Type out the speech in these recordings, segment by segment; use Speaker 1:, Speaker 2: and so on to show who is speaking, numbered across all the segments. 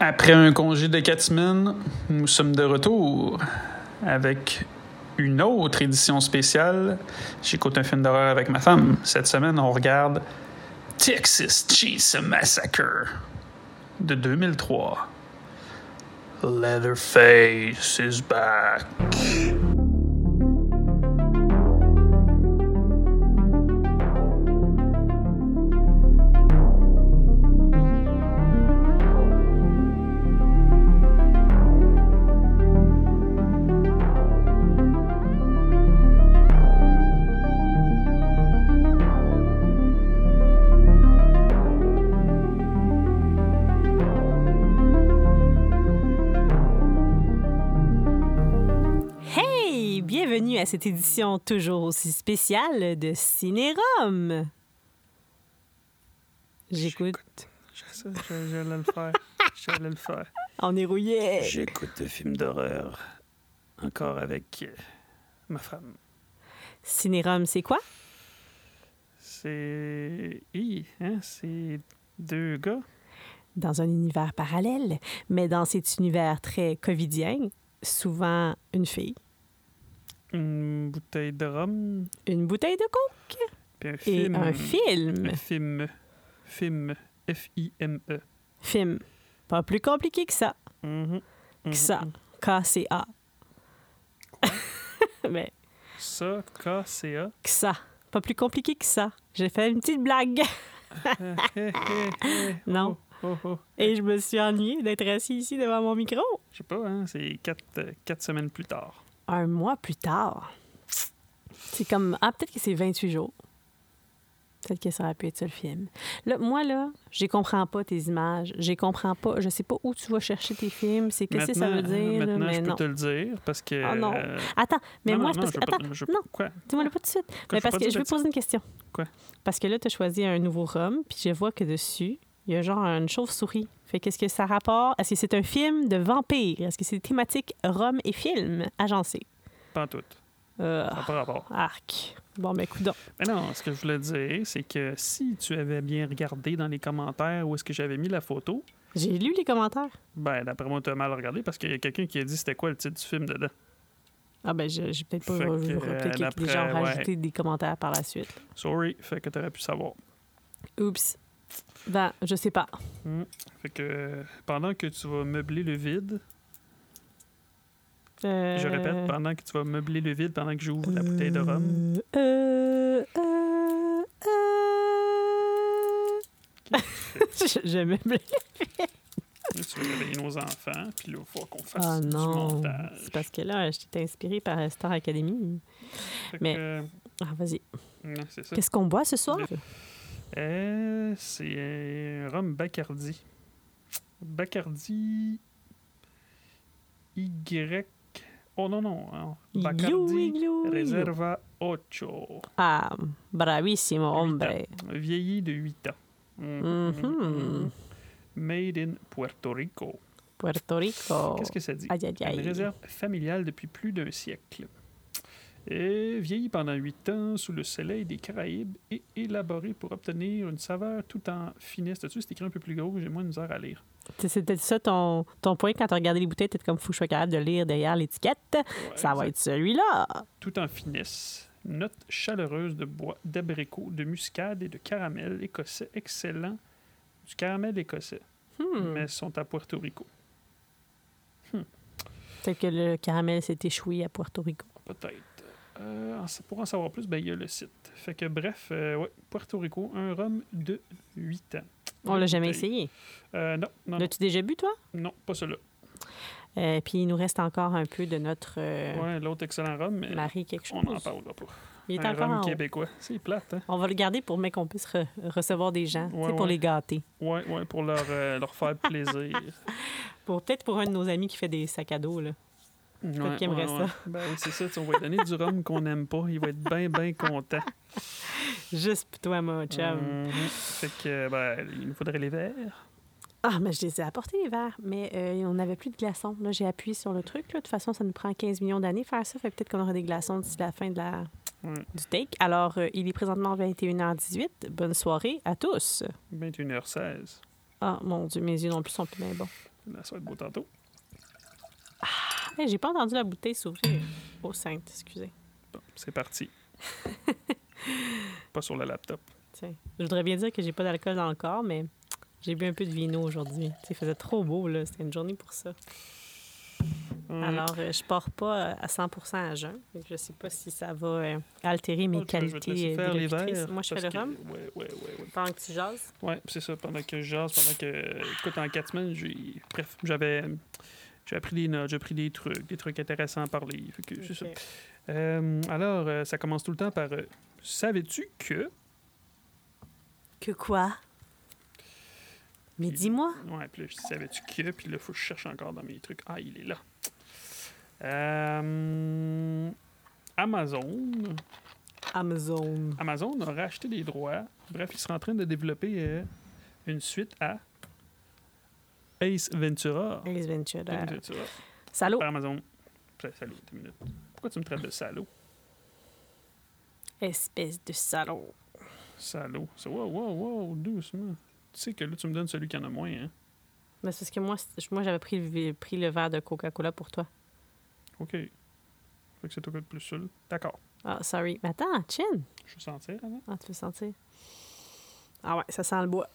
Speaker 1: Après un congé de quatre semaines, nous sommes de retour avec une autre édition spéciale. J'écoute un film d'horreur avec ma femme. Cette semaine, on regarde Texas Cheese Massacre de 2003. Leatherface is back.
Speaker 2: Hey! Bienvenue à cette édition toujours aussi spéciale de Cinérum. J'écoute.
Speaker 1: Je sais, je- j'allais le faire. J'allais le faire.
Speaker 2: On est rouillé.
Speaker 1: J'écoute des films d'horreur encore avec euh, ma femme.
Speaker 2: Cinérum, c'est quoi?
Speaker 1: C'est. Hi, hein? C'est deux gars.
Speaker 2: Dans un univers parallèle, mais dans cet univers très covidien, souvent une fille,
Speaker 1: Une bouteille de rhum.
Speaker 2: une bouteille de coke
Speaker 1: Puis un
Speaker 2: et
Speaker 1: film.
Speaker 2: un film.
Speaker 1: Un film. Film. F-I-M-E.
Speaker 2: Film. Pas plus compliqué que ça. Mm-hmm.
Speaker 1: Mhm. Mhm.
Speaker 2: Que ça. K-C-A. mais
Speaker 1: Ça, K-C-A.
Speaker 2: que ça. Pas plus compliqué que ça. J'ai fait une petite blague.
Speaker 1: Hé, hé, hé.
Speaker 2: Non.
Speaker 1: Oh, oh.
Speaker 2: Et je me suis ennuyée d'être assis ici devant mon micro.
Speaker 1: Je sais pas, hein? C'est quatre, euh, quatre semaines plus tard.
Speaker 2: Un mois plus tard. C'est comme. Ah, peut-être que c'est 28 jours. Peut-être que ça aurait pu être ça le film. Là, moi, là, je comprends pas tes images. Je comprends pas. Je sais pas où tu vas chercher tes films. C'est qu'est-ce que ça veut
Speaker 1: Maintenant, hein,
Speaker 2: dire. là,
Speaker 1: Maintenant,
Speaker 2: mais
Speaker 1: je peux
Speaker 2: non.
Speaker 1: te le dire parce que.
Speaker 2: Ah non.
Speaker 1: euh,
Speaker 2: Attends, mais
Speaker 1: non,
Speaker 2: moi,
Speaker 1: non,
Speaker 2: c'est parce
Speaker 1: non, je
Speaker 2: que.
Speaker 1: veux pas-
Speaker 2: Attends,
Speaker 1: je veux-
Speaker 2: non,
Speaker 1: Quoi?
Speaker 2: dis-moi-le pas tout de suite.
Speaker 1: Quoi,
Speaker 2: Mais
Speaker 1: je peux
Speaker 2: parce
Speaker 1: pas
Speaker 2: que
Speaker 1: dire
Speaker 2: je veux
Speaker 1: tout de
Speaker 2: poser une question.
Speaker 1: Quoi?
Speaker 2: Parce que là, tu as choisi un nouveau rhum, puis je vois que dessus, il y a genre une chauve-souris. Fait qu'est-ce que ça rapporte? Est-ce que c'est un film de vampire? Est-ce que c'est thématique rhum et film agencé?
Speaker 1: Pas en tout.
Speaker 2: Euh,
Speaker 1: Ça n'a pas rapport.
Speaker 2: arc. Bon, ben, coudonc.
Speaker 1: Mais non, ce que je voulais dire, c'est que si tu avais bien regardé dans les commentaires où est-ce que j'avais mis la photo,
Speaker 2: J'ai lu les commentaires.
Speaker 1: ben d'après moi, tu as mal regardé parce qu'il y a quelqu'un qui a dit c'était quoi le titre du film dedans.
Speaker 2: Ah, ben, je- j'ai peut-être pas
Speaker 1: Fait que,
Speaker 2: vu
Speaker 1: euh,
Speaker 2: répliquer que des
Speaker 1: d'après,
Speaker 2: gens
Speaker 1: ouais.
Speaker 2: ont rajouté des commentaires par la suite.
Speaker 1: Sorry, fait que tu aurais pu savoir.
Speaker 2: Oups. Ben, je sais pas.
Speaker 1: Fait que euh, pendant que tu vas meubler le vide,
Speaker 2: Euh,
Speaker 1: je répète, pendant que tu vas meubler le vide, pendant que j'ouvre la bouteille de rhum,
Speaker 2: Hum, Euh, euh, euh, euh. je, je me blesse.
Speaker 1: tu vas réveiller nos enfants, puis là, il faut qu'on fasse
Speaker 2: Ah
Speaker 1: du
Speaker 2: non.
Speaker 1: montage.
Speaker 2: C'est parce que là, je t'ai inspirée par euh, Star Academy.
Speaker 1: Fait que,
Speaker 2: mais-
Speaker 1: euh,
Speaker 2: Ah, vas-y.
Speaker 1: non, c'est ça.
Speaker 2: Qu'est-ce qu'on boit ce soir?
Speaker 1: Euh, c'est un rhum Bacardi. Bacardi Y. Oh non, non. hein.
Speaker 2: Igloo,
Speaker 1: Bacardi
Speaker 2: igloo, igloo.
Speaker 1: Reserva 8.
Speaker 2: Ah, bravissimo, hombre.
Speaker 1: Vieilli de 8 ans. Mm, mm, mm.
Speaker 2: Mhm.
Speaker 1: Made in Puerto Rico.
Speaker 2: Puerto Rico.
Speaker 1: Qu'est-ce que ça dit?
Speaker 2: Aïe, aïe,
Speaker 1: Une
Speaker 2: aïe.
Speaker 1: réserve familiale depuis plus d'un siècle. Et vieilli pendant huit ans sous le soleil des Caraïbes et élaboré pour obtenir une saveur tout en finesse. T'as-tu, c'est écrit un peu plus gros, j'ai moins de misère à lire.
Speaker 2: C'est- C'était ça ton, ton point quand tu regardais les bouteilles, t'étais comme fou, je sois capable de lire derrière l'étiquette.
Speaker 1: Ouais,
Speaker 2: ça va
Speaker 1: exact.
Speaker 2: être celui-là.
Speaker 1: Tout en finesse. Note chaleureuse de bois, d'abricot, de muscade et de caramel écossais. Excellent. Du caramel écossais.
Speaker 2: Hmm.
Speaker 1: Mais sont à Puerto Rico.
Speaker 2: Peut-être que le caramel s'est échoué à Puerto Rico.
Speaker 1: Peut-être. Euh, en sa- pour en savoir plus, ben, il y a le site. Fait que bref, euh, ouais, Puerto Rico, un rhum de 8 ans.
Speaker 2: On l'a jamais
Speaker 1: Bouteille.
Speaker 2: essayé.
Speaker 1: Euh, non, non, non,
Speaker 2: L'as-tu déjà bu, toi?
Speaker 1: non, pas celui-là.
Speaker 2: Euh, puis il nous reste encore un peu de notre euh,
Speaker 1: Ouais, l'autre excellent rhum, mais
Speaker 2: Marie quelque chose.
Speaker 1: on n'en parlera pas.
Speaker 2: Il est
Speaker 1: un
Speaker 2: encore
Speaker 1: rhum
Speaker 2: en haut.
Speaker 1: québécois, c'est plate, hein?
Speaker 2: On va le garder pour mais qu'on puisse re- recevoir des gens, tu
Speaker 1: Ouais,
Speaker 2: sais, pour
Speaker 1: ouais.
Speaker 2: les gâter.
Speaker 1: Ouais, ouais, pour leur, euh, leur faire plaisir.
Speaker 2: Pour peut-être pour un de nos amis qui fait des sacs à dos là.
Speaker 1: Ouais,
Speaker 2: qu'il aimerait ça.
Speaker 1: Ben oui, c'est ça, tu sais, on va lui donner du rhum qu'on n'aime pas, il va être bien, bien content.
Speaker 2: Juste pour toi mon chum.
Speaker 1: Mhm. Fait que, ben, il nous faudrait les verres.
Speaker 2: Ah, mais je les ai apportés les verres, mais euh, on n'avait plus de glaçons. Là, j'ai appuyé sur le truc. là. De toute façon, ça nous prend 15 millions d'années faire ça. Fait que peut-être qu'on aura des glaçons d'ici la fin de la...
Speaker 1: Ouais.
Speaker 2: du take. Alors, euh, il est présentement 21h18. Bonne soirée à tous.
Speaker 1: 21h16.
Speaker 2: Ah, mon Dieu, mes yeux non plus sont plus bien bons.
Speaker 1: Ça va être beau tantôt.
Speaker 2: Hey, J'ai pas entendu la bouteille s'ouvrir. Oh, sainte, excusez.
Speaker 1: Bon, c'est parti. Pas sur le laptop.
Speaker 2: Tiens. Je voudrais bien dire que j'ai pas d'alcool dans le corps, mais j'ai bu un peu de vino aujourd'hui. Tu sais, Il faisait trop beau, là. C'était une journée pour ça.
Speaker 1: Hum,
Speaker 2: Alors, euh, je pars pas euh, à 100 à jeun. Donc, je sais pas si ça va euh, altérer mes
Speaker 1: Paul, tu veux- Oh, je vais te
Speaker 2: qualités
Speaker 1: laisser
Speaker 2: euh,
Speaker 1: faire les
Speaker 2: délectrices.
Speaker 1: verres,
Speaker 2: Moi, je fais
Speaker 1: parce
Speaker 2: le
Speaker 1: que-
Speaker 2: rhum
Speaker 1: Ouais, ouais, ouais, ouais.
Speaker 2: pendant que tu jases.
Speaker 1: Ouais, c'est ça, pendant que je jase, pendant que. Écoute, en quatre semaines, j'ai. Bref, j'avais. J'ai appris des notes, j'ai appris des trucs, des trucs intéressants à parler. Fait que c'est ça.
Speaker 2: Ok.
Speaker 1: Euh, alors, euh, ça commence tout le temps par euh, Savais-tu que.
Speaker 2: Que quoi? Mais dis-moi.
Speaker 1: Ouais, puis là, je dis Savais-tu que, puis là, faut que je cherche encore dans mes trucs. Ah, il est là. Euh, Amazon.
Speaker 2: Amazon.
Speaker 1: Amazon a racheté des droits. Bref, ils sont en train de développer euh, une suite à Ace Ventura.
Speaker 2: Ace Ventura.
Speaker 1: Ace Ventura.
Speaker 2: Salut.
Speaker 1: Par Amazon. Ça- Salut, deux minutes. Pourquoi tu me traites de salaud?
Speaker 2: Espèce de salaud.
Speaker 1: Salaud. C'est wow, wow, wow, doucement. Tu sais que là, tu me donnes celui qui en a moins, hein?
Speaker 2: Mais c'est parce que moi, c'est- moi j'avais pris, le- pris le verre de Coca-Cola pour toi.
Speaker 1: OK. Fait que c'est toi qui as le plus seul. D'accord.
Speaker 2: Ah, sorry. Mais attends, chin.
Speaker 1: Je veux sentir avant.
Speaker 2: Ah, tu veux sentir? Ah ouais, ça sent le bois.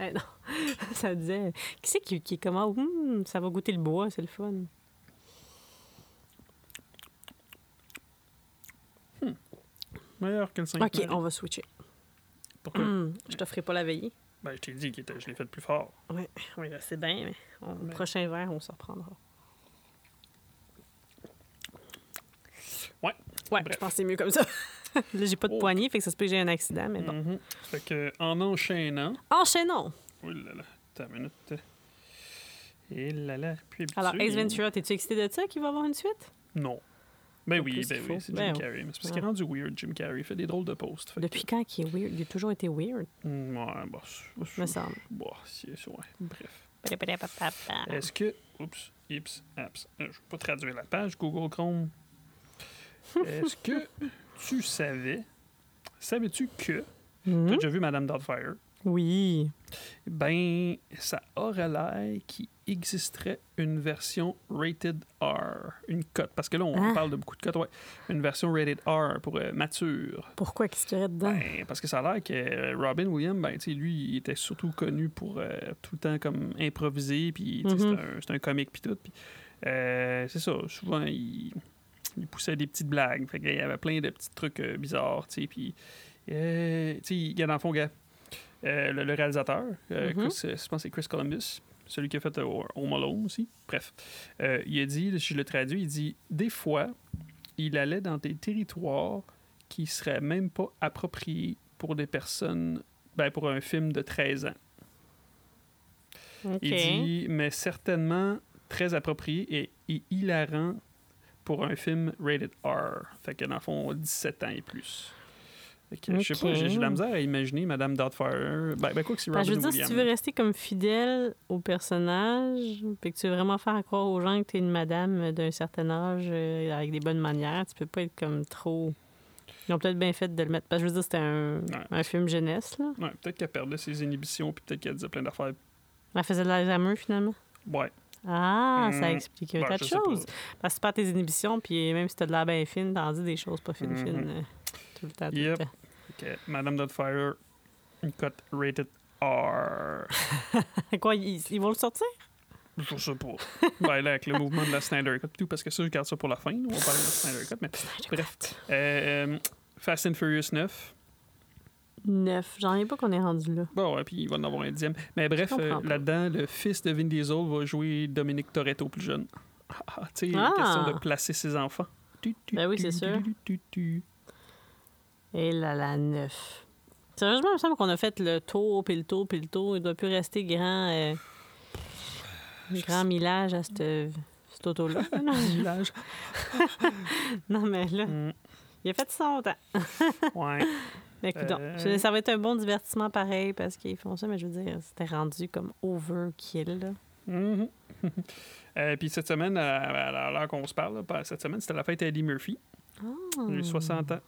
Speaker 2: Eh non, ça disait... Qui c'est qui, qui est comme... Ah, hum, ça va goûter le bois, c'est le fun.
Speaker 1: Meilleur que le 5
Speaker 2: OK, on va switcher.
Speaker 1: Pourquoi?
Speaker 2: Hum, je te ferai pas la veillée.
Speaker 1: Ben, je t'ai dit que je l'ai fait plus fort.
Speaker 2: Oui, là, c'est bien, mais on-
Speaker 1: Ben.
Speaker 2: prochain verre, on se reprendra.
Speaker 1: Ouais.
Speaker 2: Ouais,
Speaker 1: Bref.
Speaker 2: je pense que c'est mieux comme ça. là, j'ai pas de
Speaker 1: Oh.
Speaker 2: poignée, fait que ça se peut que j'ai un accident, mais bon.
Speaker 1: Mhm. Fait que, en enchaînant...
Speaker 2: Enchaînons!
Speaker 1: Oh là là, t'as une minute. Et là là, puis
Speaker 2: Alors,
Speaker 1: habitué.
Speaker 2: Ace Ventura, t'es-tu excité de ça qu'il va avoir une suite?
Speaker 1: Non. Ben
Speaker 2: Pas
Speaker 1: oui,
Speaker 2: plus
Speaker 1: ben
Speaker 2: qu'il
Speaker 1: oui,
Speaker 2: faut.
Speaker 1: c'est Jim
Speaker 2: Ben oui.
Speaker 1: Carrey. Mais c'est parce qu'il est rendu weird, Jim Carrey. Il fait des drôles de posts. Fait que-
Speaker 2: Depuis quand qu'il est weird? Il a toujours été weird,
Speaker 1: Mm, Ouais, bah, c'est-
Speaker 2: me
Speaker 1: c'est-
Speaker 2: semble.
Speaker 1: bah, c'est c'est- ouais. Bref.
Speaker 2: Est-ce
Speaker 1: Est-ce que. Oups, ips, apps. Euh, Je ne vais pas traduire la page, Google Chrome. Est-ce que tu savais. Savais-tu que. T'as déjà vu Madame Doubtfire?
Speaker 2: Hmm? Oui.
Speaker 1: Ben, ça aurait l'air qu'il existerait une version rated R, une cote, parce que là, on
Speaker 2: Ah.
Speaker 1: parle de beaucoup de cotes, ouais. Une version rated R pour euh, mature.
Speaker 2: Pourquoi qu'est-ce qu'il y aurait dedans?
Speaker 1: Ben, parce que ça a l'air que euh, Robin Williams, ben, tu sais, lui, il était surtout connu pour euh, tout le temps comme improviser, puis tu sais,
Speaker 2: Mhm.
Speaker 1: c'est un- c'est un, comique, puis tout. puis, euh, c'est ça, souvent, il, il poussait des petites blagues. Fait qu'il y avait plein de petits trucs euh, bizarres, tu sais, puis... euh, tu sais, il y a dans le fond, gars, euh, le, le réalisateur, euh,
Speaker 2: Mhm.
Speaker 1: Chris, euh, je pense que c'est Chris Columbus, celui qui a fait euh, Home Alone aussi. Bref, Euh, il a dit, si je le traduis, il dit des fois, il allait dans des territoires qui seraient même pas appropriés pour des personnes, ben, pour un film de 13 ans.
Speaker 2: OK.
Speaker 1: Il dit, mais certainement très approprié et, et hilarant pour un film rated R. Fait que dans le fond, 17 ans et plus. Fait que, Je sais pas,
Speaker 2: Ok.
Speaker 1: j'ai j'ai de la misère à imaginer Madame Doubtfire. Ben, ben quoi que c'est
Speaker 2: Ben,
Speaker 1: Robin
Speaker 2: je veux dire, si
Speaker 1: Williams.
Speaker 2: tu veux rester comme fidèle au personnage, puis que tu veux vraiment faire croire aux gens que tu es une madame d'un certain âge euh, avec des bonnes manières, tu peux pas être comme trop. Ils ont peut-être bien fait de le mettre. Parce que je veux dire, c'était un,
Speaker 1: Ouais.
Speaker 2: un film jeunesse, là.
Speaker 1: Ouais, peut-être qu'elle perdait ses inhibitions puis peut-être qu'elle disait plein d'affaires.
Speaker 2: Elle faisait de l'Alzheimer, finalement.
Speaker 1: Ouais.
Speaker 2: Ah,
Speaker 1: Mm.
Speaker 2: ça explique un
Speaker 1: Ben,
Speaker 2: tas
Speaker 1: je
Speaker 2: de
Speaker 1: sais pas.
Speaker 2: choses. Parce que tu perds tes inhibitions, puis même si t'as de la bien fine, t'en dis des choses pas fines,
Speaker 1: Mhm.
Speaker 2: fines, euh, tout le temps, tout
Speaker 1: Yep.
Speaker 2: le temps.
Speaker 1: Fait que Madame Doubtfire, une cote rated R.
Speaker 2: Quoi, ils, ils vont le sortir?
Speaker 1: Je sais pas. ben là, avec le mouvement de la Snyder Cut, tout, parce que ça, je garde ça pour la fin. nous, on va parler de la Snyder Cut, mais bref. Euh, Fast and Furious 9.
Speaker 2: Neuf. J'en ai pas qu'on est rendu là.
Speaker 1: Bon, Bah ouais, puis il va en avoir un dixième. Mais bref,
Speaker 2: Je comprends
Speaker 1: euh,
Speaker 2: pas.
Speaker 1: là-dedans, le fils de Vin Diesel va jouer Dominique Toretto plus jeune. Ah, ah, tu sais,
Speaker 2: Ah!
Speaker 1: question de placer ses enfants. Tu, tu,
Speaker 2: Ben oui,
Speaker 1: tu,
Speaker 2: c'est sûr.
Speaker 1: tu, tu, tu.
Speaker 2: Et Eh là, la neuf. Sérieusement, il me semble qu'on a fait le tour, puis le tour, puis le tour. Il doit plus rester grand... euh, grand millage à cette, cette auto-là. non,
Speaker 1: Village.
Speaker 2: non, mais là,
Speaker 1: Mm,
Speaker 2: il a fait son temps.
Speaker 1: ouais.
Speaker 2: Mais coudonc,
Speaker 1: Euh.
Speaker 2: ça- Ça va être un bon divertissement pareil, parce qu'ils font ça, mais je veux dire, c'était rendu comme overkill, là.
Speaker 1: Mhm. Euh, puis cette semaine, à, à- à l'heure qu'on se parle, là, ben, cette semaine, c'était la fête à Eddie Murphy.
Speaker 2: Ah.
Speaker 1: Il
Speaker 2: Mm.
Speaker 1: a eu 60 ans.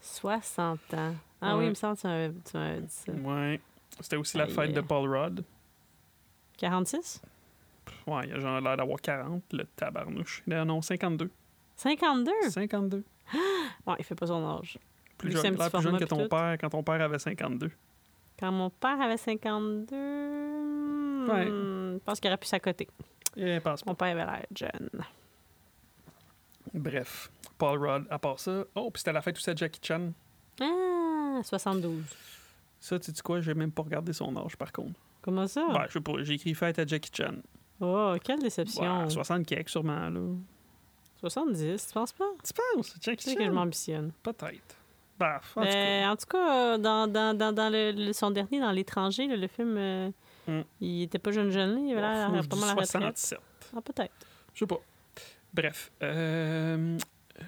Speaker 2: 60 ans. Ah
Speaker 1: Ouais.
Speaker 2: oui, il me semble que tu m'avais- tu m'avais dit ça.
Speaker 1: Ouais. C'était aussi la
Speaker 2: Aïe.
Speaker 1: fête de Paul Rudd.
Speaker 2: 46?
Speaker 1: Ouais, il a genre l'air d'avoir 40, le tabarnouche. Là, non, 52.
Speaker 2: 52?
Speaker 1: 52.
Speaker 2: Ouais, il fait pas son âge.
Speaker 1: Plus
Speaker 2: Lui, c'est un
Speaker 1: jeune,
Speaker 2: petit
Speaker 1: l'air plus jeune
Speaker 2: format
Speaker 1: que
Speaker 2: pis
Speaker 1: ton
Speaker 2: tout.
Speaker 1: père quand ton père avait 52.
Speaker 2: Quand mon père avait 52,
Speaker 1: Ouais.
Speaker 2: hmm, je pense qu'il aurait pu s'accoter.
Speaker 1: Et passe pas.
Speaker 2: Mon père avait l'air jeune.
Speaker 1: Bref, Paul Rudd, à part ça. Oh, puis c'était la fête où c'était Jackie Chan.
Speaker 2: Ah, 72.
Speaker 1: Ça, tu dis quoi? J'ai même pas regardé son âge, par contre.
Speaker 2: Comment ça?
Speaker 1: Ouais, je sais pas, j'ai écrit fête à Jackie Chan.
Speaker 2: Oh, quelle déception.
Speaker 1: Ouais, 60 quelques, sûrement, là.
Speaker 2: 70, tu penses pas?
Speaker 1: Tu penses?
Speaker 2: Tu
Speaker 1: Jackie
Speaker 2: sais que je
Speaker 1: Chan?
Speaker 2: m'ambitionne.
Speaker 1: Peut-être. Baf, en tout
Speaker 2: Mais
Speaker 1: cas.
Speaker 2: en tout cas, dans, dans, dans, dans le, le- son dernier, dans L'étranger, là, le film, euh,
Speaker 1: Mm.
Speaker 2: il était pas jeune jeune, là, il avait l'air
Speaker 1: Faut que
Speaker 2: à-
Speaker 1: je
Speaker 2: pas
Speaker 1: dise
Speaker 2: mal à la retraite.
Speaker 1: 67.
Speaker 2: Ah, peut-être.
Speaker 1: Je sais pas. Bref. Euh,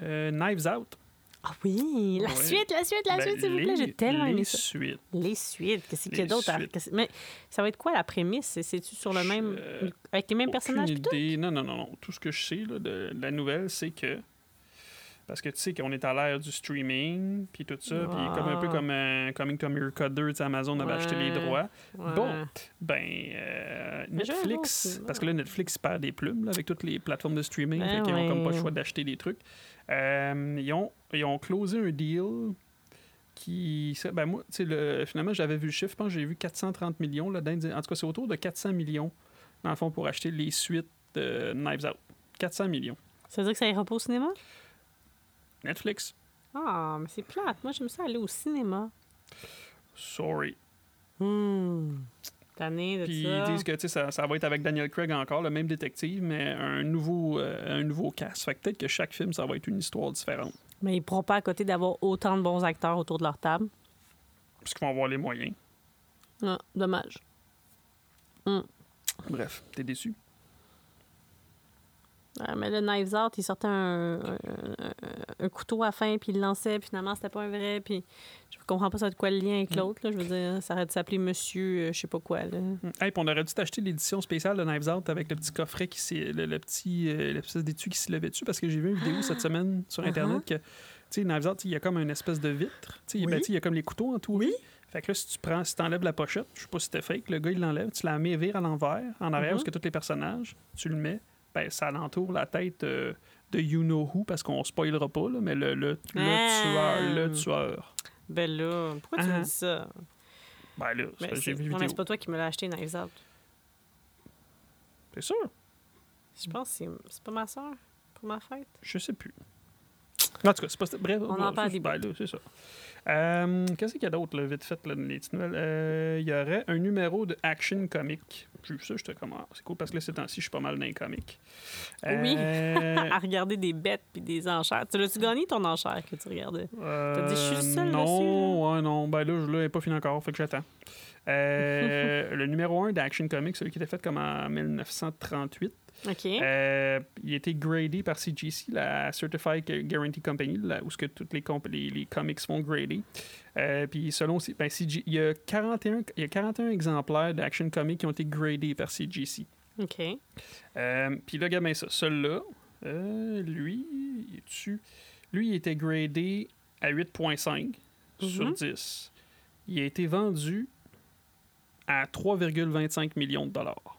Speaker 1: euh, Knives Out.
Speaker 2: Ah oui! La
Speaker 1: Ouais.
Speaker 2: suite, la suite, la
Speaker 1: Ben,
Speaker 2: suite, s'il vous plaît!
Speaker 1: les-
Speaker 2: J'ai tellement
Speaker 1: les
Speaker 2: aimé ça.
Speaker 1: suites.
Speaker 2: Les suites, qu'est-ce qu'il y a
Speaker 1: Les
Speaker 2: d'autre? à-
Speaker 1: suites.
Speaker 2: qu'est-ce- Mais ça va être quoi la prémisse? C'est- C'est-tu sur le
Speaker 1: Je-
Speaker 2: même.
Speaker 1: euh,
Speaker 2: avec les mêmes
Speaker 1: Aucune
Speaker 2: personnages? pis tout?
Speaker 1: idée. Non, non, non, non. Tout ce que je sais là, de, de la nouvelle, c'est que. Parce que tu sais qu'on est à l'ère du streaming, puis tout ça, puis comme un peu
Speaker 2: Ah.
Speaker 1: comme euh, Coming to America 2, tu sais, Amazon avait acheté les
Speaker 2: Ouais.
Speaker 1: droits.
Speaker 2: Ouais.
Speaker 1: Bon, ben, euh,
Speaker 2: Mais j'avais
Speaker 1: Netflix,
Speaker 2: bon,
Speaker 1: parce que là, Netflix perd des plumes là, avec toutes les plateformes de streaming,
Speaker 2: Ben
Speaker 1: ils n'ont comme pas le
Speaker 2: ouais.
Speaker 1: choix d'acheter des trucs. Euh, ils, ont, ils ont closé un deal qui. serait- Ben, moi, tu sais, le- finalement, j'avais vu le chiffre, je pense que j'ai vu 430 millions. Là, dans- en tout cas, c'est autour de 400 millions, dans le fond, pour acheter les suites de Knives Out. 400 millions.
Speaker 2: Ça veut dire que ça ira pas au cinéma?
Speaker 1: Netflix,
Speaker 2: Ah, mais c'est plate. Moi, j'aime ça aller au cinéma.
Speaker 1: sorry.
Speaker 2: Hum. Tanné de
Speaker 1: Hmm. Puis ils
Speaker 2: ça.
Speaker 1: disent que tu sais, ça, ça va être avec Daniel Craig encore, le même détective, mais un nouveau, euh, un nouveau cast. Fait que peut-être que chaque film, ça va être une histoire différente.
Speaker 2: Mais ils pourront pas à côté d'avoir autant de bons acteurs autour de leur table.
Speaker 1: Parce qu'ils vont avoir les moyens.
Speaker 2: Ah, dommage.
Speaker 1: Bref, t'es déçu.
Speaker 2: Ah, mais le Knives Out, il sortait un, un- un- un couteau à la fin, puis il le lançait, puis finalement, c'était pas un vrai, puis je comprends pas ça de quoi le lien avec
Speaker 1: Mm.
Speaker 2: l'autre. là. Je veux dire, ça aurait dû s'appeler Monsieur, euh, je sais pas quoi. Là.
Speaker 1: Hum. Hey, puis on aurait dû t'acheter l'édition spéciale de Knives Out avec le petit coffret qui s'est. le, le petit. euh, l'espèce d'étui qui s'y levait dessus parce que j'ai vu une vidéo cette semaine sur Internet que. Tu sais, Knives Out, il y a comme une espèce de vitre. Tu sais, ben,
Speaker 2: Oui.
Speaker 1: tu sais, il y a comme les couteaux entourés. Fait que là, si tu prends, si t'enlèves la pochette, je sais pas si c'était fake, le gars, il l'enlève, tu la mets vire à l'envers, en
Speaker 2: Mhm.
Speaker 1: arrière, parce que tous les personnages, tu le mets, ben, ça alentoure la tête euh, de You Know Who, parce qu'on spoilera pas, là, mais le, le, le
Speaker 2: Ah.
Speaker 1: tueur, le tueur.
Speaker 2: Ben là, pourquoi
Speaker 1: Ah.
Speaker 2: tu me dis ça?
Speaker 1: Ben là,
Speaker 2: Ben,
Speaker 1: ça, j'ai
Speaker 2: c'est-
Speaker 1: vu une
Speaker 2: non, mais
Speaker 1: vidéo.
Speaker 2: c'est pas toi qui me l'as acheté, Knives Out.
Speaker 1: C'est sûr,
Speaker 2: Je pense que c'est- c'est pas ma soeur pour ma fête.
Speaker 1: je sais plus. En tout cas, c'est pas... Bref,
Speaker 2: On en
Speaker 1: bon,
Speaker 2: parle
Speaker 1: c'est-
Speaker 2: des
Speaker 1: ben là, c'est ça. Euh, Qu'est-ce qu'il y a d'autre, là, vite fait, là, dans les petites nouvelles? Euh, Il y aurait un numéro de Action Comic. J'ai vu ça, j'étais comme, ah, c'est cool, parce que là, ces temps-ci, je suis pas mal dans les comics.
Speaker 2: Oui.
Speaker 1: Euh,
Speaker 2: à regarder des bêtes puis des enchères. Tu l'as-tu gagné ton enchère que tu regardais?
Speaker 1: T'as
Speaker 2: dit, je suis le seul
Speaker 1: euh, non,
Speaker 2: dessus, là.
Speaker 1: ouais, non. Ben là, je l'ai pas fini encore, fait que j'attends. Euh, le numéro 1 d'Action Comics, celui qui était fait comme en 1938,
Speaker 2: OK.
Speaker 1: euh, il a été gradé par CGC, la Certified Guarantee Company, là, où ce que toutes les, comp- les, les comics font grader. Euh, Puis selon C- ben, CG, il y a 41, il y a 41 exemplaires d'Action Comics qui ont été gradés par CGC.
Speaker 2: OK.
Speaker 1: Euh, Puis là, regarde bien ça. Celui-là, euh, lui, il est dessus. lui, il était gradé à 8,5 sur
Speaker 2: Mhm.
Speaker 1: 10. Il a été vendu à 3,25 millions de dollars.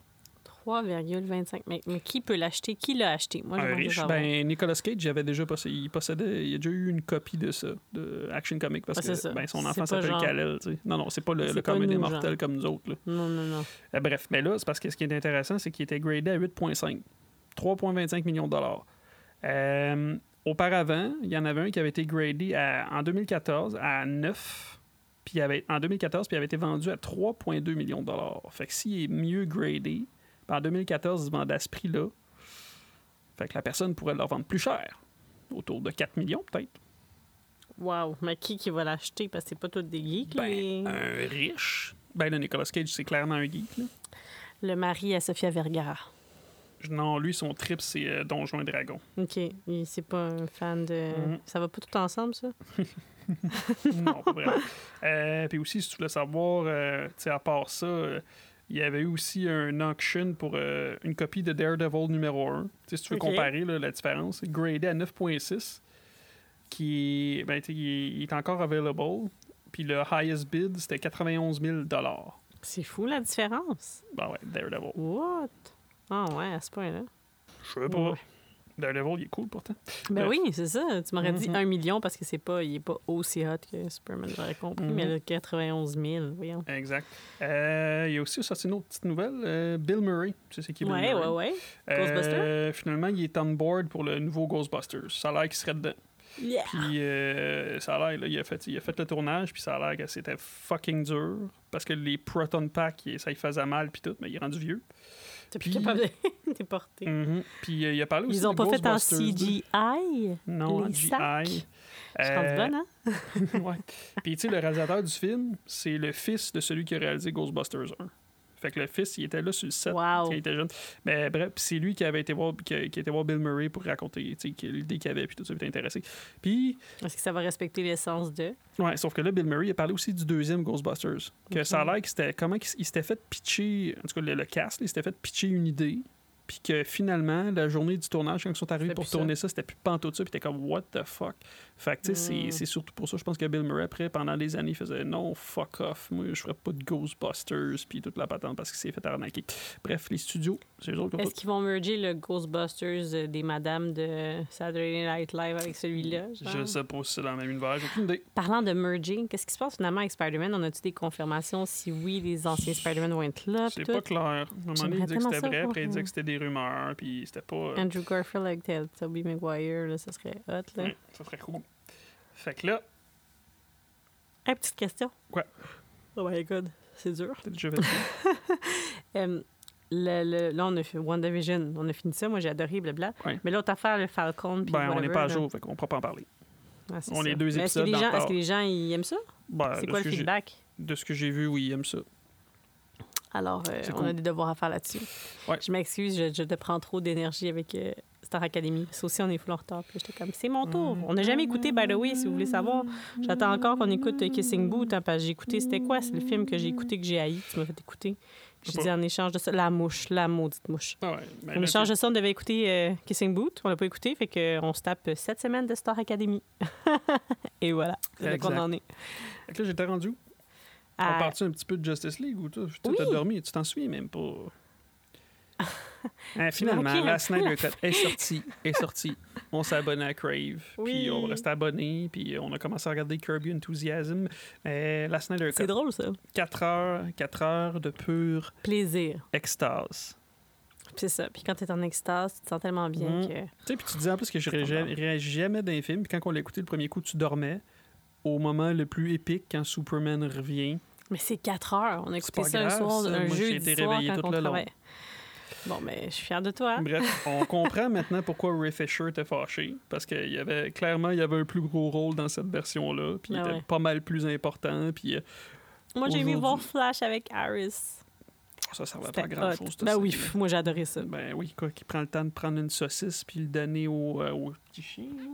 Speaker 2: 3,25. Mais, mais qui peut l'acheter? Qui l'a acheté? Moi,
Speaker 1: Un
Speaker 2: j'aimerais
Speaker 1: riche,
Speaker 2: savoir.
Speaker 1: ben, Nicolas Cage, il avait déjà possé- il possédait, il a déjà eu une copie de ça, de Action Comic, parce
Speaker 2: Ah, c'est
Speaker 1: que
Speaker 2: ça.
Speaker 1: ben, son
Speaker 2: C'est
Speaker 1: enfant
Speaker 2: pas
Speaker 1: s'appelle
Speaker 2: genre-
Speaker 1: Kal-El. tu sais. Non, non, c'est pas le,
Speaker 2: C'est
Speaker 1: le
Speaker 2: pas
Speaker 1: commun des
Speaker 2: nous,
Speaker 1: mortels comme nous autres. là.
Speaker 2: Non, non, non.
Speaker 1: Euh, bref, mais là, c'est parce que ce qui est intéressant, c'est qu'il était gradé à 8,5. 3,25 millions de dollars. Euh, auparavant, il y en avait un qui avait été gradé à- en 2014 à 9. Puis il avait, en 2014, puis il avait été vendu à 3,2 millions de dollars. Fait que s'il est mieux gradé, puis en 2014, il se vendait à ce prix-là. Fait que la personne pourrait leur vendre plus cher. Autour de 4 millions, peut-être.
Speaker 2: Wow. Mais qui, qui va l'acheter? Parce que c'est pas tous des geeks. là, les-
Speaker 1: Ben, un riche. Ben, le Nicolas Cage, c'est clairement un geek. là.
Speaker 2: Le mari à Sofia Vergara.
Speaker 1: Non, lui, son trip, c'est euh, Donjons et Dragons.
Speaker 2: OK. Il- C'est pas un fan de...
Speaker 1: Mhm.
Speaker 2: Ça va pas tout ensemble, ça?
Speaker 1: non, pas vraiment. Euh, puis aussi, si tu voulais savoir, euh, tu sais, à part ça, euh, il y avait eu aussi un auction pour euh, une copie de Daredevil numéro 1. Tu sais, si tu veux
Speaker 2: Ok.
Speaker 1: comparer là, la différence, c'est gradé à 9.6, qui est, ben, tu sais, il est, il est encore available. Puis le highest bid, c'était 91 000
Speaker 2: C'est fou la différence.
Speaker 1: Ben ouais, Daredevil.
Speaker 2: What? Ah ouais, à ce point-là.
Speaker 1: Je sais pas.
Speaker 2: Ouais.
Speaker 1: Daredevil, il est cool pourtant.
Speaker 2: Ben
Speaker 1: Bref.
Speaker 2: oui, c'est ça. Tu m'aurais dit
Speaker 1: Mhm.
Speaker 2: 1 million parce que c'est pas, il est pas aussi hot que Superman, j'aurais compris.
Speaker 1: Mhm.
Speaker 2: Mais le 91 000, voyons.
Speaker 1: Exact. Euh, il y a aussi sorti une autre petite nouvelle. euh, Bill Murray. Tu sais c'est qui Bill
Speaker 2: Ouais,
Speaker 1: Murray?
Speaker 2: ouais, ouais.
Speaker 1: Euh,
Speaker 2: Ghostbusters?
Speaker 1: finalement, il est on board pour le nouveau Ghostbusters. Ça a l'air qu'il serait dedans.
Speaker 2: Yeah.
Speaker 1: Puis euh, ça a l'air, là, il a, fait, il a fait le tournage, puis ça a l'air que c'était fucking dur. Parce que les Proton Pack, il- ça lui faisait mal, puis tout, mais il est rendu vieux.
Speaker 2: T'es plus
Speaker 1: Puis-
Speaker 2: capable de t'es porté.
Speaker 1: Mhm. Puis euh, il a parlé aussi
Speaker 2: Ils ont
Speaker 1: de
Speaker 2: pas fait en
Speaker 1: Ghostbusters
Speaker 2: CGI.
Speaker 1: deux. Non,
Speaker 2: les
Speaker 1: GI.
Speaker 2: sacs. Je
Speaker 1: Euh,
Speaker 2: rentre bonne, hein?
Speaker 1: ouais. Puis tu sais, le réalisateur du film, c'est le fils de celui qui a réalisé Ghostbusters 1. Fait que le fils, il était là sur le set
Speaker 2: Wow.
Speaker 1: quand il était jeune. Mais bref, puis c'est lui qui avait été voir, qui, a- qui était voir Bill Murray pour raconter tu sais, que- l'idée qu'il avait, puis tout ça, il était intéressé. Puis,
Speaker 2: Est-ce que ça va respecter l'essence de.
Speaker 1: ouais, sauf que là, Bill Murray, il a parlé aussi du deuxième Ghostbusters. Que ça a l'air que c'était comment qu'il s- il s'était fait pitcher, en tout cas le, le cast, là, il s'était fait pitcher une idée. Puis que finalement, la journée du tournage, quand ils sont arrivés
Speaker 2: C'était
Speaker 1: pour
Speaker 2: plus ça.
Speaker 1: tourner ça, c'était plus pantoute ça. Puis t'es comme, what the fuck? Fait que, tu sais, c'est-
Speaker 2: Mm.
Speaker 1: c'est surtout pour ça, je pense que Bill Murray, après, pendant des années, il faisait non, fuck off, moi, je ferais pas de Ghostbusters, puis toute la patente parce qu'il s'est fait arnaquer. Bref, les studios, c'est eux autres qui ont
Speaker 2: Est-ce qu'ils vont merger le Ghostbusters euh, des madames de Saturday Night Live avec celui-là? genre?
Speaker 1: Mm, Je sais pas si c'est dans le même univers, j'ai aucune idée.
Speaker 2: Parlant de merging, qu'est-ce qui se passe finalement avec Spider-Man? On a-tu des confirmations si oui, les anciens Spider-Man vont être là? puis
Speaker 1: C'est
Speaker 2: Ah, tout?
Speaker 1: pas clair. À un moment donné, il
Speaker 2: J'aimerais
Speaker 1: disait que c'était
Speaker 2: tellement ça
Speaker 1: vrai,
Speaker 2: voir
Speaker 1: après, il disait
Speaker 2: un-
Speaker 1: que c'était des rumeurs, puis c'était pas. euh,
Speaker 2: Andrew Garfield avec Tel- Tobey Maguire, là, ça serait hot. Là.
Speaker 1: ouais, ça serait cool. Fait que là,
Speaker 2: Hey, petite question.
Speaker 1: Ouais.
Speaker 2: Oh my god, c'est dur.
Speaker 1: t'as déjà fait ça.
Speaker 2: Euh, le- le- là, on a fait WandaVision, on a fini ça. Moi, j'ai adoré, blabla.
Speaker 1: Ouais.
Speaker 2: Mais l'autre affaire, le Falcon. puis
Speaker 1: Ben, on n'est
Speaker 2: whatever,
Speaker 1: pas à
Speaker 2: là.
Speaker 1: jour, fait qu'on pourra pas en parler.
Speaker 2: Ah, c'est
Speaker 1: On
Speaker 2: ça.
Speaker 1: est deux
Speaker 2: Mais
Speaker 1: épisodes
Speaker 2: Est-ce que,
Speaker 1: en
Speaker 2: les gens- est-ce
Speaker 1: retard.
Speaker 2: que les gens ils aiment ça?
Speaker 1: Ben,
Speaker 2: c'est
Speaker 1: de
Speaker 2: quoi
Speaker 1: ce
Speaker 2: le
Speaker 1: que j'ai-
Speaker 2: feedback?
Speaker 1: De ce que j'ai vu, oui, il aime ça.
Speaker 2: Alors, euh,
Speaker 1: C'est
Speaker 2: on a
Speaker 1: cool.
Speaker 2: des devoirs à faire là-dessus.
Speaker 1: Ouais.
Speaker 2: Je m'excuse, je, je te prends trop d'énergie avec euh, Star Academy. Ça aussi, on est full en retard. Puis j'étais comme, c'est mon tour. On n'a jamais écouté, by the way, si vous voulez savoir. J'attends encore qu'on écoute euh, Kissing Booth, hein, parce que j'ai écouté, c'était quoi? C'est le film que j'ai écouté, que j'ai haï, que tu m'as fait écouter.
Speaker 1: Je
Speaker 2: J'ai
Speaker 1: sais pas.
Speaker 2: dit en échange de ça, la mouche, la maudite mouche.
Speaker 1: Ah ouais, ben
Speaker 2: En
Speaker 1: là,
Speaker 2: échange de ça, on devait écouter euh, Kissing Boot. On l'a pas écouté, fait qu'on se tape euh, cette semaine de Star Academy. Et voilà, c'est là qu'on
Speaker 1: Exact.
Speaker 2: en est.
Speaker 1: Fait que là, j'étais rendu.
Speaker 2: À-
Speaker 1: On partit un petit peu de Justice League ou tout. Tu
Speaker 2: Ah. Oui.
Speaker 1: t'as dormi, tu t'en souviens même pas. Hein,
Speaker 2: manqué
Speaker 1: finalement,
Speaker 2: un peu
Speaker 1: la Snyder Cut est sortie. est sortie. On s'est abonné à Crave.
Speaker 2: Oui.
Speaker 1: Puis on reste abonné. Puis on a commencé à regarder Kirby Enthusiasm. Euh, Mais la Snyder
Speaker 2: C'est
Speaker 1: Cut,
Speaker 2: drôle, ça.
Speaker 1: 4 heures, 4 heures de pure
Speaker 2: Plaisir.
Speaker 1: extase.
Speaker 2: Puis C'est ça. Puis quand tu es en extase, tu te sens tellement bien
Speaker 1: Mm.
Speaker 2: que.
Speaker 1: Tu sais, puis tu disais en plus que je réagi- réagis, jamais dans les films. Puis quand on l'a écouté le premier coup, tu dormais. Au moment le plus épique, quand Superman revient.
Speaker 2: Mais c'est 4 heures. On a
Speaker 1: C'est
Speaker 2: écouté
Speaker 1: pas
Speaker 2: ça
Speaker 1: grave,
Speaker 2: un soir,
Speaker 1: ça.
Speaker 2: un
Speaker 1: Moi, j'ai
Speaker 2: jeudi
Speaker 1: été
Speaker 2: soir
Speaker 1: réveillé
Speaker 2: quand
Speaker 1: tout
Speaker 2: on
Speaker 1: le long.
Speaker 2: travaille. Bon, mais je suis fière de toi.
Speaker 1: Bref, on comprend maintenant pourquoi Ray Fisher était fâché. Parce qu'il y avait, clairement, il y avait un plus gros rôle dans cette version-là. Puis
Speaker 2: Ah
Speaker 1: il était
Speaker 2: ouais.
Speaker 1: pas mal plus important. Puis euh,
Speaker 2: Moi, j'ai aimé
Speaker 1: Aujourd'hui.
Speaker 2: voir Flash avec Harris.
Speaker 1: ça servait pas à
Speaker 2: C'était
Speaker 1: grand
Speaker 2: hot.
Speaker 1: chose.
Speaker 2: Ben oui, pff, moi, j'ai adoré ça.
Speaker 1: Ben oui, quoi, qui prend le temps de prendre une saucisse puis le donner au, euh, au petit chien. là.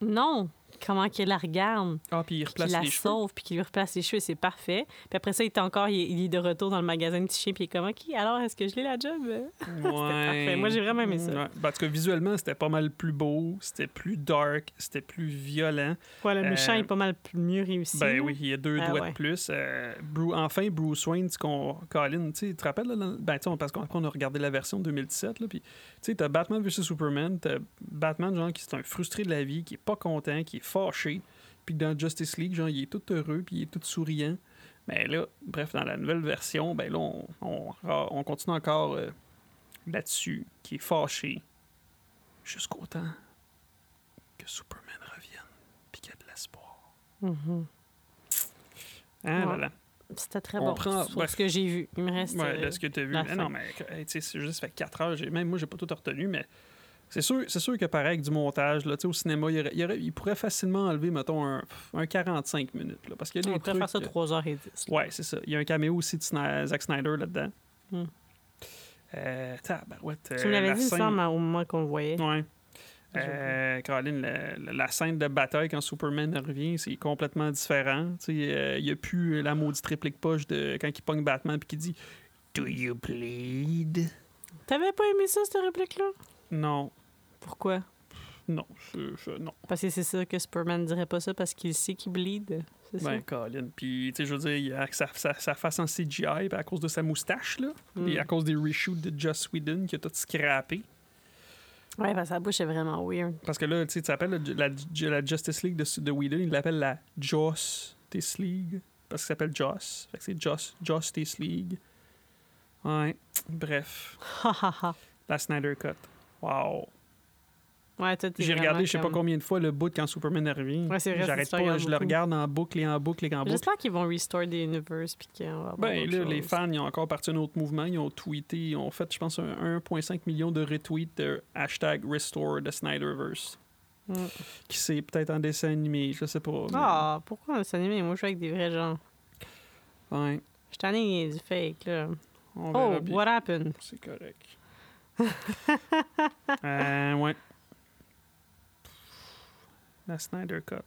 Speaker 2: Non! Comment qu'il la regarde,
Speaker 1: Ah, puis
Speaker 2: hein? puis
Speaker 1: il
Speaker 2: qu'il
Speaker 1: replace
Speaker 2: la
Speaker 1: les cheveux.
Speaker 2: sauve, puis qu'il lui replace les cheveux, c'est parfait. Puis après ça, il est encore, il est, il est de retour dans le magasin de petits chiens, puis il est comme, OK, alors est-ce que je l'ai la job? parfait. Moi, j'ai vraiment aimé ça.
Speaker 1: Ouais. Ben, en tout cas, visuellement, c'était pas mal plus beau. C'était plus dark. C'était plus violent.
Speaker 2: Voilà, le
Speaker 1: Euh,
Speaker 2: méchant est pas mal plus- mieux réussi.
Speaker 1: Ben
Speaker 2: là.
Speaker 1: oui, il y a deux
Speaker 2: Ah
Speaker 1: doigts
Speaker 2: ouais.
Speaker 1: de plus. Euh, Bru- enfin, Bruce Wayne, tu qu'on Colin, tu sais, tu te rappelles, là, dans- ben, tu sais, on- parce qu'on après, on a regardé la version de 2017, là, puis tu sais, t'as Batman vs Superman, t'as Batman, genre, qui est un frustré de la vie, qui est pas content, qui est fâché, puis dans Justice League, genre, il est tout heureux, puis il est tout souriant. Mais là, bref, dans la nouvelle version, ben là, on, on, on continue encore euh, là-dessus, qui est fâché, jusqu'au temps que Superman revienne, puis qu'il y a de l'espoir.
Speaker 2: Mhm.
Speaker 1: Ah
Speaker 2: Ouais.
Speaker 1: là là.
Speaker 2: C'était très
Speaker 1: On
Speaker 2: bon.
Speaker 1: prend-
Speaker 2: sur
Speaker 1: bref.
Speaker 2: ce que j'ai vu. Il me reste.
Speaker 1: Ouais,
Speaker 2: euh,
Speaker 1: là, ce que tu as vu.
Speaker 2: la
Speaker 1: Mais
Speaker 2: fin.
Speaker 1: non, mais hey, tu sais, c'est juste, ça fait 4 heures. j'ai- Même moi, j'ai pas tout retenu, mais c'est sûr, c'est sûr que pareil, avec du montage, là, tu sais, au cinéma, il, y aurait- il y aurait- il pourrait facilement enlever, mettons, un, un 45 minutes. Là, parce qu'il y a des
Speaker 2: on pourrait
Speaker 1: trucs,
Speaker 2: faire ça
Speaker 1: là-
Speaker 2: 3h10.
Speaker 1: Ouais, c'est ça. Il y a un caméo aussi de Sna- Zack Snyder là-dedans.
Speaker 2: Hmm.
Speaker 1: Euh, tabarouette,
Speaker 2: Tu
Speaker 1: euh,
Speaker 2: me l'avais
Speaker 1: la
Speaker 2: dit, il me
Speaker 1: scène-
Speaker 2: semble, au moment qu'on le voyait.
Speaker 1: Ouais.
Speaker 2: J'ai oublié.
Speaker 1: Euh, Caroline, la, la- la scène de bataille quand Superman revient, c'est complètement différent. Tu sais, euh, Il n'y a plus la maudite réplique poche de quand il pogne Batman puis qu'il dit Do you bleed?
Speaker 2: T'avais pas aimé ça, cette réplique-là?
Speaker 1: Non.
Speaker 2: Pourquoi?
Speaker 1: Non, je- je- non.
Speaker 2: Parce que c'est sûr que Superman ne dirait pas ça parce qu'il sait qu'il bleed. C'est
Speaker 1: Ben, Colin. Puis, tu sais, je veux dire, il a sa, sa- sa face en CGI, puis à cause de sa moustache, là,
Speaker 2: Mm.
Speaker 1: puis à cause des reshoots de Joss Whedon qui a tout scrappé.
Speaker 2: ça? Ouais, parce que sa bouche est vraiment weird.
Speaker 1: Parce que là, tu sais, tu t'appelles la, la, la Justice League de, de Whedon, il l'appelle la Justice League, parce qu'il s'appelle Joss. Fait que c'est Joss, Justice League. Ouais, bref.
Speaker 2: Ha ha ha.
Speaker 1: La Snyder Cut. Wow.
Speaker 2: Ouais, toi, t'es
Speaker 1: J'ai
Speaker 2: vraiment
Speaker 1: regardé je sais pas
Speaker 2: comme-
Speaker 1: combien de fois le bout quand Superman est revenu.
Speaker 2: Ouais, c'est vrai,
Speaker 1: J'arrête
Speaker 2: ça,
Speaker 1: pas,
Speaker 2: tu
Speaker 1: je
Speaker 2: regardes
Speaker 1: le
Speaker 2: beaucoup.
Speaker 1: regarde en boucle et en boucle et en boucle.
Speaker 2: J'espère qu'ils vont restore des universes puis qu'on va avoir
Speaker 1: Ben
Speaker 2: autre
Speaker 1: là, les
Speaker 2: chose.
Speaker 1: fans, ils ont encore parti à un autre mouvement. Ils ont tweeté, ils ont fait, je pense, un 1,5 million de retweets de hashtag Restore the Snyderverse.
Speaker 2: Mm.
Speaker 1: Qui c'est peut-être en dessin animé, je sais pas. mais-
Speaker 2: Ah, pourquoi on s'anime? Moi, je suis avec des vrais gens.
Speaker 1: Ouais,
Speaker 2: Je t'en ai du fake, là.
Speaker 1: on verra
Speaker 2: Oh,
Speaker 1: bien.
Speaker 2: what happened?
Speaker 1: C'est correct. euh, ouais. La Snyder Cut.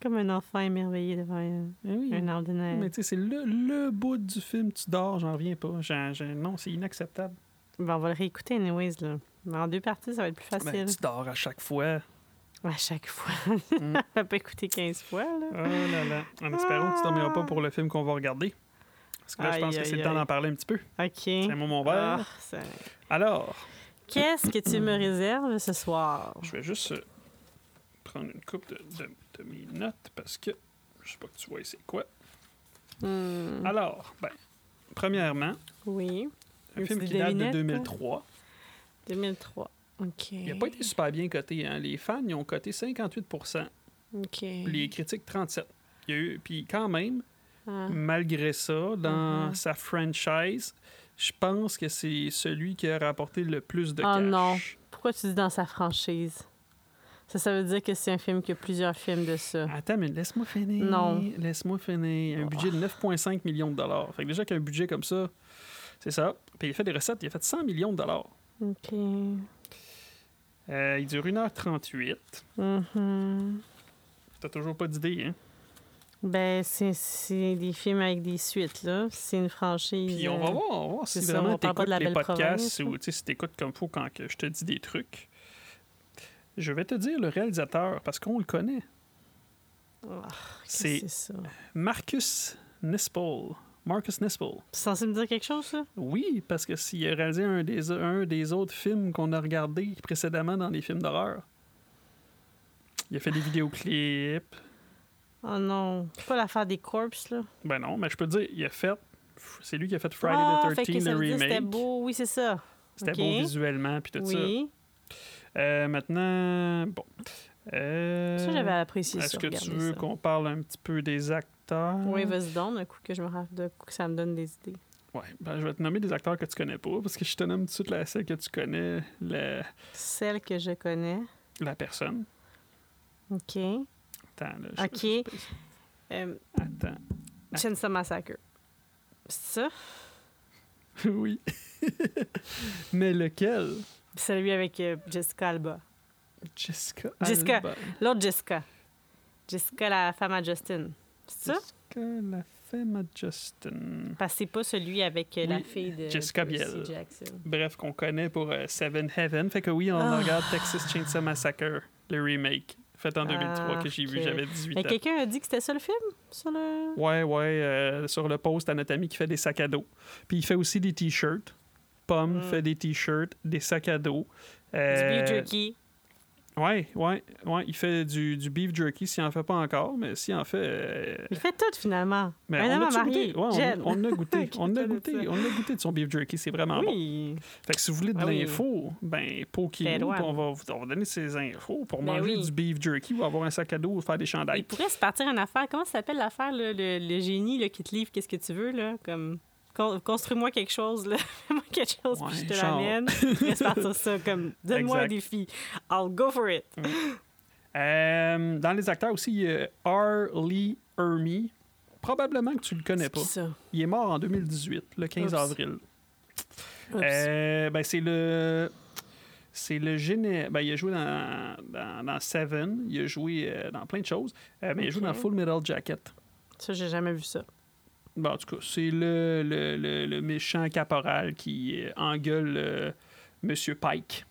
Speaker 2: Comme un enfant émerveillé devant un,
Speaker 1: Eh oui.
Speaker 2: un arbre de Noël.
Speaker 1: Mais tu sais, c'est le, le bout du film, tu dors, j'en reviens pas. J'en- j'en- non, c'est inacceptable.
Speaker 2: Ben, on va le réécouter, anyways, là. Mais en deux parties, ça va être plus facile.
Speaker 1: Ben, tu dors à chaque fois.
Speaker 2: À chaque fois.
Speaker 1: Mm.
Speaker 2: On va pas écouter 15 fois, là.
Speaker 1: Oh là là. En espérant que tu dormiras pas pour le film qu'on va regarder. Parce que là, je
Speaker 2: Aïe,
Speaker 1: pense que
Speaker 2: aïe,
Speaker 1: c'est le temps
Speaker 2: aïe.
Speaker 1: d'en parler un petit peu.
Speaker 2: OK.
Speaker 1: Tiens-moi mon verre.
Speaker 2: Ah, ça-
Speaker 1: Alors,
Speaker 2: Qu'est-ce que tu me réserves ce soir?
Speaker 1: je vais juste euh, prendre une coupe de, de- de mes notes parce que je sais pas que tu vois c'est quoi.
Speaker 2: Hmm.
Speaker 1: Alors, ben, premièrement,
Speaker 2: Oui.
Speaker 1: un
Speaker 2: Veux-tu
Speaker 1: film
Speaker 2: des
Speaker 1: qui date de
Speaker 2: devinettes,
Speaker 1: 2003.
Speaker 2: 2003. OK.
Speaker 1: Il n'a pas été super bien coté. hein. Les fans, ils ont coté 58
Speaker 2: OK.
Speaker 1: puis les critiques 37 Il y a eu, puis quand même,
Speaker 2: Ah.
Speaker 1: malgré ça, dans
Speaker 2: Mhm.
Speaker 1: sa franchise, je pense que c'est celui qui a rapporté le plus de
Speaker 2: Oh
Speaker 1: cash.
Speaker 2: non. Pourquoi tu dis dans sa franchise? Ça, ça veut dire que c'est un film qui a plusieurs films de ça.
Speaker 1: Attends, mais laisse-moi finir.
Speaker 2: Non.
Speaker 1: Laisse-moi finir. Un
Speaker 2: Oh.
Speaker 1: budget de 9,5 millions de dollars. Fait que déjà qu'un budget comme ça, c'est ça. Puis il a fait des recettes, il a fait 100 millions de dollars.
Speaker 2: OK.
Speaker 1: Euh, il dure 1h38.
Speaker 2: Mhm.
Speaker 1: T'as toujours pas d'idée, hein?
Speaker 2: Ben, c'est- c'est des films avec des suites, là. C'est une franchise.
Speaker 1: Puis on va
Speaker 2: euh,
Speaker 1: voir, on va voir si
Speaker 2: c'est ça,
Speaker 1: vraiment
Speaker 2: on parle pas
Speaker 1: t'écoutes
Speaker 2: de la
Speaker 1: les
Speaker 2: belle
Speaker 1: podcasts
Speaker 2: province,
Speaker 1: ou tu sais, si t'écoutes comme faut quand que je te dis des trucs. Je vais te dire le réalisateur parce qu'on le connaît.
Speaker 2: ah, qu'est-ce que
Speaker 1: C'est
Speaker 2: C'est ça.
Speaker 1: Marcus Nispel. Marcus Nispel.
Speaker 2: C'est censé me dire quelque chose, ça?
Speaker 1: Oui, parce que s'il a réalisé un des, un des autres films qu'on a regardé précédemment dans les films d'horreur. Il a fait des
Speaker 2: Ah.
Speaker 1: vidéoclips.
Speaker 2: Oh non. C'est pas l'affaire des corps, là.
Speaker 1: Ben non, mais je peux te dire, il a fait. C'est lui qui a fait Friday
Speaker 2: ah,
Speaker 1: the
Speaker 2: fait que
Speaker 1: 13th,
Speaker 2: ça
Speaker 1: le
Speaker 2: veut dire que c'était
Speaker 1: remake.
Speaker 2: beau. Oui, c'est ça.
Speaker 1: C'était
Speaker 2: Ok.
Speaker 1: beau visuellement, puis tout
Speaker 2: oui.
Speaker 1: ça. Euh, maintenant, bon. Euh,
Speaker 2: Ça, j'avais apprécié ça.
Speaker 1: Est-ce que tu
Speaker 2: regarder
Speaker 1: veux
Speaker 2: ça.
Speaker 1: qu'on parle un petit peu des acteurs?
Speaker 2: Oui, vas-y donc, un coup que je me rappelle, d'un coup que ça me donne des idées.
Speaker 1: Ouais, ben, je vais te nommer des acteurs que tu connais pas, parce que je te nomme tout de suite la celle que tu connais, la,
Speaker 2: Celle que je connais.
Speaker 1: la personne.
Speaker 2: OK.
Speaker 1: Attends, là, je-
Speaker 2: OK. Euh,
Speaker 1: Attends. Ah.
Speaker 2: Chainsaw Massacre. C'est ça?
Speaker 1: oui. Mais lequel?
Speaker 2: Celui avec euh, Jessica Alba.
Speaker 1: Jessica.
Speaker 2: Jessica.
Speaker 1: Alba.
Speaker 2: L'autre Jessica. Jessica, la femme à Justin. C'est ça?
Speaker 1: Jessica, la femme à Justin.
Speaker 2: Parce que c'est pas celui avec euh, la
Speaker 1: Oui,
Speaker 2: fille de
Speaker 1: Jessica
Speaker 2: Percy
Speaker 1: Biel.
Speaker 2: Jackson.
Speaker 1: Bref, qu'on connaît pour euh, Seven Heaven. Fait que oui, on
Speaker 2: Ah.
Speaker 1: regarde Texas Chainsaw Massacre, le remake, fait en 2003
Speaker 2: Ah,
Speaker 1: que j'ai vu,
Speaker 2: ok.
Speaker 1: j'avais 18
Speaker 2: Mais
Speaker 1: ans.
Speaker 2: quelqu'un a dit que c'était ça le film? Sur le...
Speaker 1: Ouais, ouais, euh, sur le post, t'as notre ami qui fait des sacs à dos. Puis il fait aussi des t-shirts. Pomme
Speaker 2: Mm.
Speaker 1: fait des t-shirts, des sacs à dos.
Speaker 2: Du
Speaker 1: Euh,
Speaker 2: beef jerky.
Speaker 1: Ouais, ouais, ouais. Il fait du, du beef jerky s'il en fait pas encore, mais s'il en fait. euh,
Speaker 2: Il fait tout, finalement.
Speaker 1: mais
Speaker 2: un homme
Speaker 1: on a-tu
Speaker 2: marié.
Speaker 1: goûté? Ouais, on,
Speaker 2: J'aime.
Speaker 1: a- on a goûté.
Speaker 2: Ok,
Speaker 1: on a
Speaker 2: j'aime
Speaker 1: goûté.
Speaker 2: ça.
Speaker 1: On a goûté de son beef jerky. C'est vraiment bon.
Speaker 2: oui.
Speaker 1: Fait que si vous voulez de
Speaker 2: Ah oui.
Speaker 1: l'info, ben, pour qu'il
Speaker 2: Ben,
Speaker 1: nous,
Speaker 2: ouais.
Speaker 1: on va, vous- on va donner ces infos. Pour
Speaker 2: Ben
Speaker 1: manger
Speaker 2: oui.
Speaker 1: du beef jerky ou avoir un sac à dos ou faire des
Speaker 2: Il
Speaker 1: chandails.
Speaker 2: pourrait se partir une affaire. Comment ça s'appelle l'affaire, là, le, le génie là, qui te livre qu'est-ce que tu veux? Là, comme con- Construis-moi quelque chose, là. fais-moi quelque chose,
Speaker 1: Ouais,
Speaker 2: puis je te
Speaker 1: genre.
Speaker 2: l'amène. Il pourrait se partir ça, comme donne-moi un
Speaker 1: Exact.
Speaker 2: défi. I'll go for it.
Speaker 1: Euh, dans les acteurs aussi, il y a R. Lee Ermey. Probablement que tu le connais
Speaker 2: C'est
Speaker 1: pas.
Speaker 2: qui ça?
Speaker 1: Il est mort en 2018, le 15
Speaker 2: Oups.
Speaker 1: avril.
Speaker 2: Oups.
Speaker 1: Euh, ben, c'est le. C'est le géné... ben, il a joué dans, dans, dans Seven, il a joué euh, dans plein de choses, euh, mais il a joué
Speaker 2: Ok.
Speaker 1: dans Full Metal Jacket.
Speaker 2: Ça, j'ai jamais vu ça.
Speaker 1: Bon, en tout cas, c'est le, le, le- le méchant caporal qui euh, engueule euh, Monsieur Pike.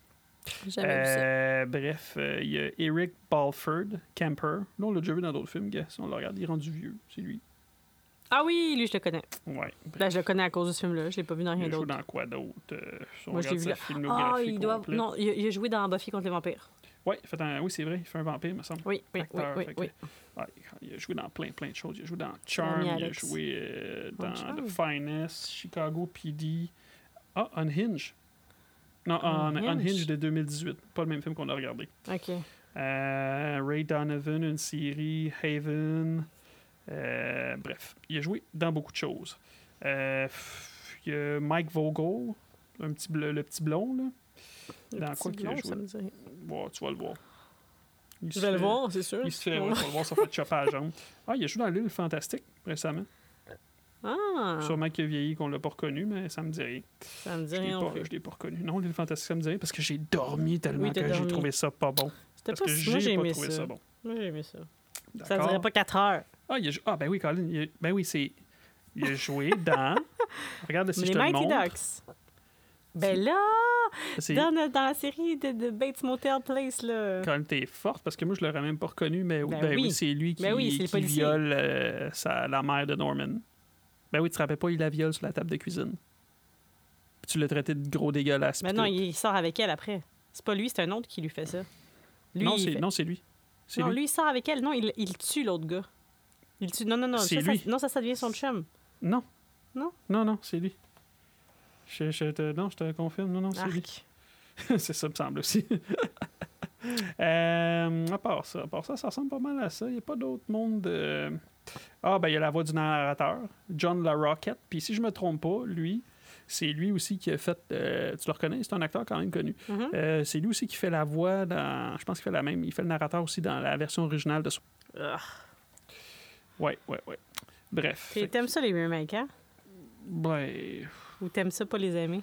Speaker 2: J'ai Jamais vu ça.
Speaker 1: Euh, bref, euh, il y a Eric Balford, Camper. Là, on l'a déjà vu dans d'autres films, gars. Si on le regarde, il est rendu vieux. C'est lui.
Speaker 2: Ah oui, lui, je le connais.
Speaker 1: Ouais.
Speaker 2: Ben, je le connais à cause de ce film-là. Je l'ai pas vu dans
Speaker 1: Il
Speaker 2: rien
Speaker 1: a joué
Speaker 2: d'autre.
Speaker 1: dans quoi d'autre Euh, si on
Speaker 2: Moi, je l'ai
Speaker 1: regarde
Speaker 2: vu
Speaker 1: sa
Speaker 2: là. Ah,
Speaker 1: filmographie
Speaker 2: il doit.
Speaker 1: complète.
Speaker 2: Non, il a, il a joué dans Buffy contre les vampires.
Speaker 1: Ouais, il fait un- oui, c'est vrai, il fait un vampire, me semble.
Speaker 2: Oui, oui, oui,
Speaker 1: Acteur,
Speaker 2: oui.
Speaker 1: fait que-
Speaker 2: oui.
Speaker 1: Ouais, il a joué dans plein, plein de choses. Il a joué dans Charm,
Speaker 2: L'ami
Speaker 1: il a
Speaker 2: Alex.
Speaker 1: joué euh,
Speaker 2: Dans
Speaker 1: dans
Speaker 2: Charm.
Speaker 1: The Finest, Chicago PD. Ah, Unhinged. Non, un-
Speaker 2: Unhinged.
Speaker 1: Unhinged de 2018. Pas le même film qu'on a regardé.
Speaker 2: OK.
Speaker 1: Euh, Ray Donovan, une série, Haven. Euh, bref, il a joué dans beaucoup de choses. Euh, pff, il y a Mike Vogel, un petit bl- le petit blond. Là.
Speaker 2: Le
Speaker 1: Dans
Speaker 2: petit
Speaker 1: quoi qu'il a
Speaker 2: blond,
Speaker 1: joué?
Speaker 2: ça me dit rien.
Speaker 1: Ouais, tu vas le voir. Il
Speaker 2: Je
Speaker 1: se
Speaker 2: vais le
Speaker 1: fait-
Speaker 2: voir, c'est sûr.
Speaker 1: Il se fait, ouais, tu vas le voir, ça fait chopper à la jambe. Ah, il a joué dans l'île fantastique récemment.
Speaker 2: Ah,
Speaker 1: Sûrement qu'il a vieilli, qu'on l'a pas reconnu, mais ça me dit rien.
Speaker 2: ça me dit
Speaker 1: Je l'ai
Speaker 2: rien non
Speaker 1: pas,
Speaker 2: plus.
Speaker 1: je l'ai pas reconnu. Non, l'île fantastique, ça me dit rien parce que j'ai dormi tellement
Speaker 2: Oui, t'as
Speaker 1: que j'ai
Speaker 2: dormi.
Speaker 1: trouvé ça pas bon.
Speaker 2: C'était
Speaker 1: Parce
Speaker 2: pas
Speaker 1: que
Speaker 2: si... Moi, j'ai
Speaker 1: j'ai pas
Speaker 2: aimé
Speaker 1: trouvé ça,
Speaker 2: ça.
Speaker 1: bon.
Speaker 2: Moi, j'ai aimé ça. Ça
Speaker 1: D'accord.
Speaker 2: ne durait pas 4 heures.
Speaker 1: Ah, il a jou- ah, ben oui, Colin. il a- Ben oui, c'est. Il a joué dans. Regarde si
Speaker 2: Mais
Speaker 1: je
Speaker 2: les
Speaker 1: te le
Speaker 2: Mighty
Speaker 1: montre.
Speaker 2: Ducks. Ben là,
Speaker 1: C'est-
Speaker 2: dans, notre- dans la série de, de Bates Motel Place, là.
Speaker 1: Colin, t'es forte parce que moi, je l'aurais même pas reconnu, mais
Speaker 2: Ben
Speaker 1: ben oui,
Speaker 2: oui.
Speaker 1: c'est lui qui,
Speaker 2: Ben oui, c'est le
Speaker 1: qui
Speaker 2: policier.
Speaker 1: viole euh, sa- la mère de Norman. Ben oui, tu te rappelles pas, il la viole sur la table de cuisine. Puis tu l'as traité de gros dégueulasse.
Speaker 2: Mais
Speaker 1: puis
Speaker 2: Ben non,
Speaker 1: tout.
Speaker 2: il sort avec elle après. C'est pas lui, c'est un autre qui lui fait ça. Lui,
Speaker 1: non,
Speaker 2: il
Speaker 1: c'est,
Speaker 2: fait-
Speaker 1: non, c'est lui. C'est
Speaker 2: Non,
Speaker 1: lui.
Speaker 2: lui, il sort avec elle. Non, il, il tue l'autre gars. Il tue. Non, non, non.
Speaker 1: C'est
Speaker 2: ça, ça-
Speaker 1: lui.
Speaker 2: non, ça, ça devient son chum.
Speaker 1: Non.
Speaker 2: Non?
Speaker 1: Non, non, c'est lui. Je, je te, non, je te confirme. Non, non, c'est lui.
Speaker 2: Arc.
Speaker 1: c'est ça, me semble aussi. Euh, à part ça, à part ça, ça ressemble pas mal à ça. Il n'y a pas d'autre monde de. Ah, ben, il y a la voix du narrateur, John La Rocket. Puis si je me trompe pas, lui, c'est lui aussi qui a fait. euh, tu le reconnais, c'est un acteur quand même connu.
Speaker 2: Mhm.
Speaker 1: Euh, c'est lui aussi qui fait la voix dans. Je pense qu'il fait la même. Il fait le narrateur aussi dans la version originale de.
Speaker 2: Ah.
Speaker 1: Ouais, ouais, ouais. Bref.
Speaker 2: T'es- T'aimes ça, les remakes, hein?
Speaker 1: Ouais.
Speaker 2: Ou t'aimes ça pas les aimer?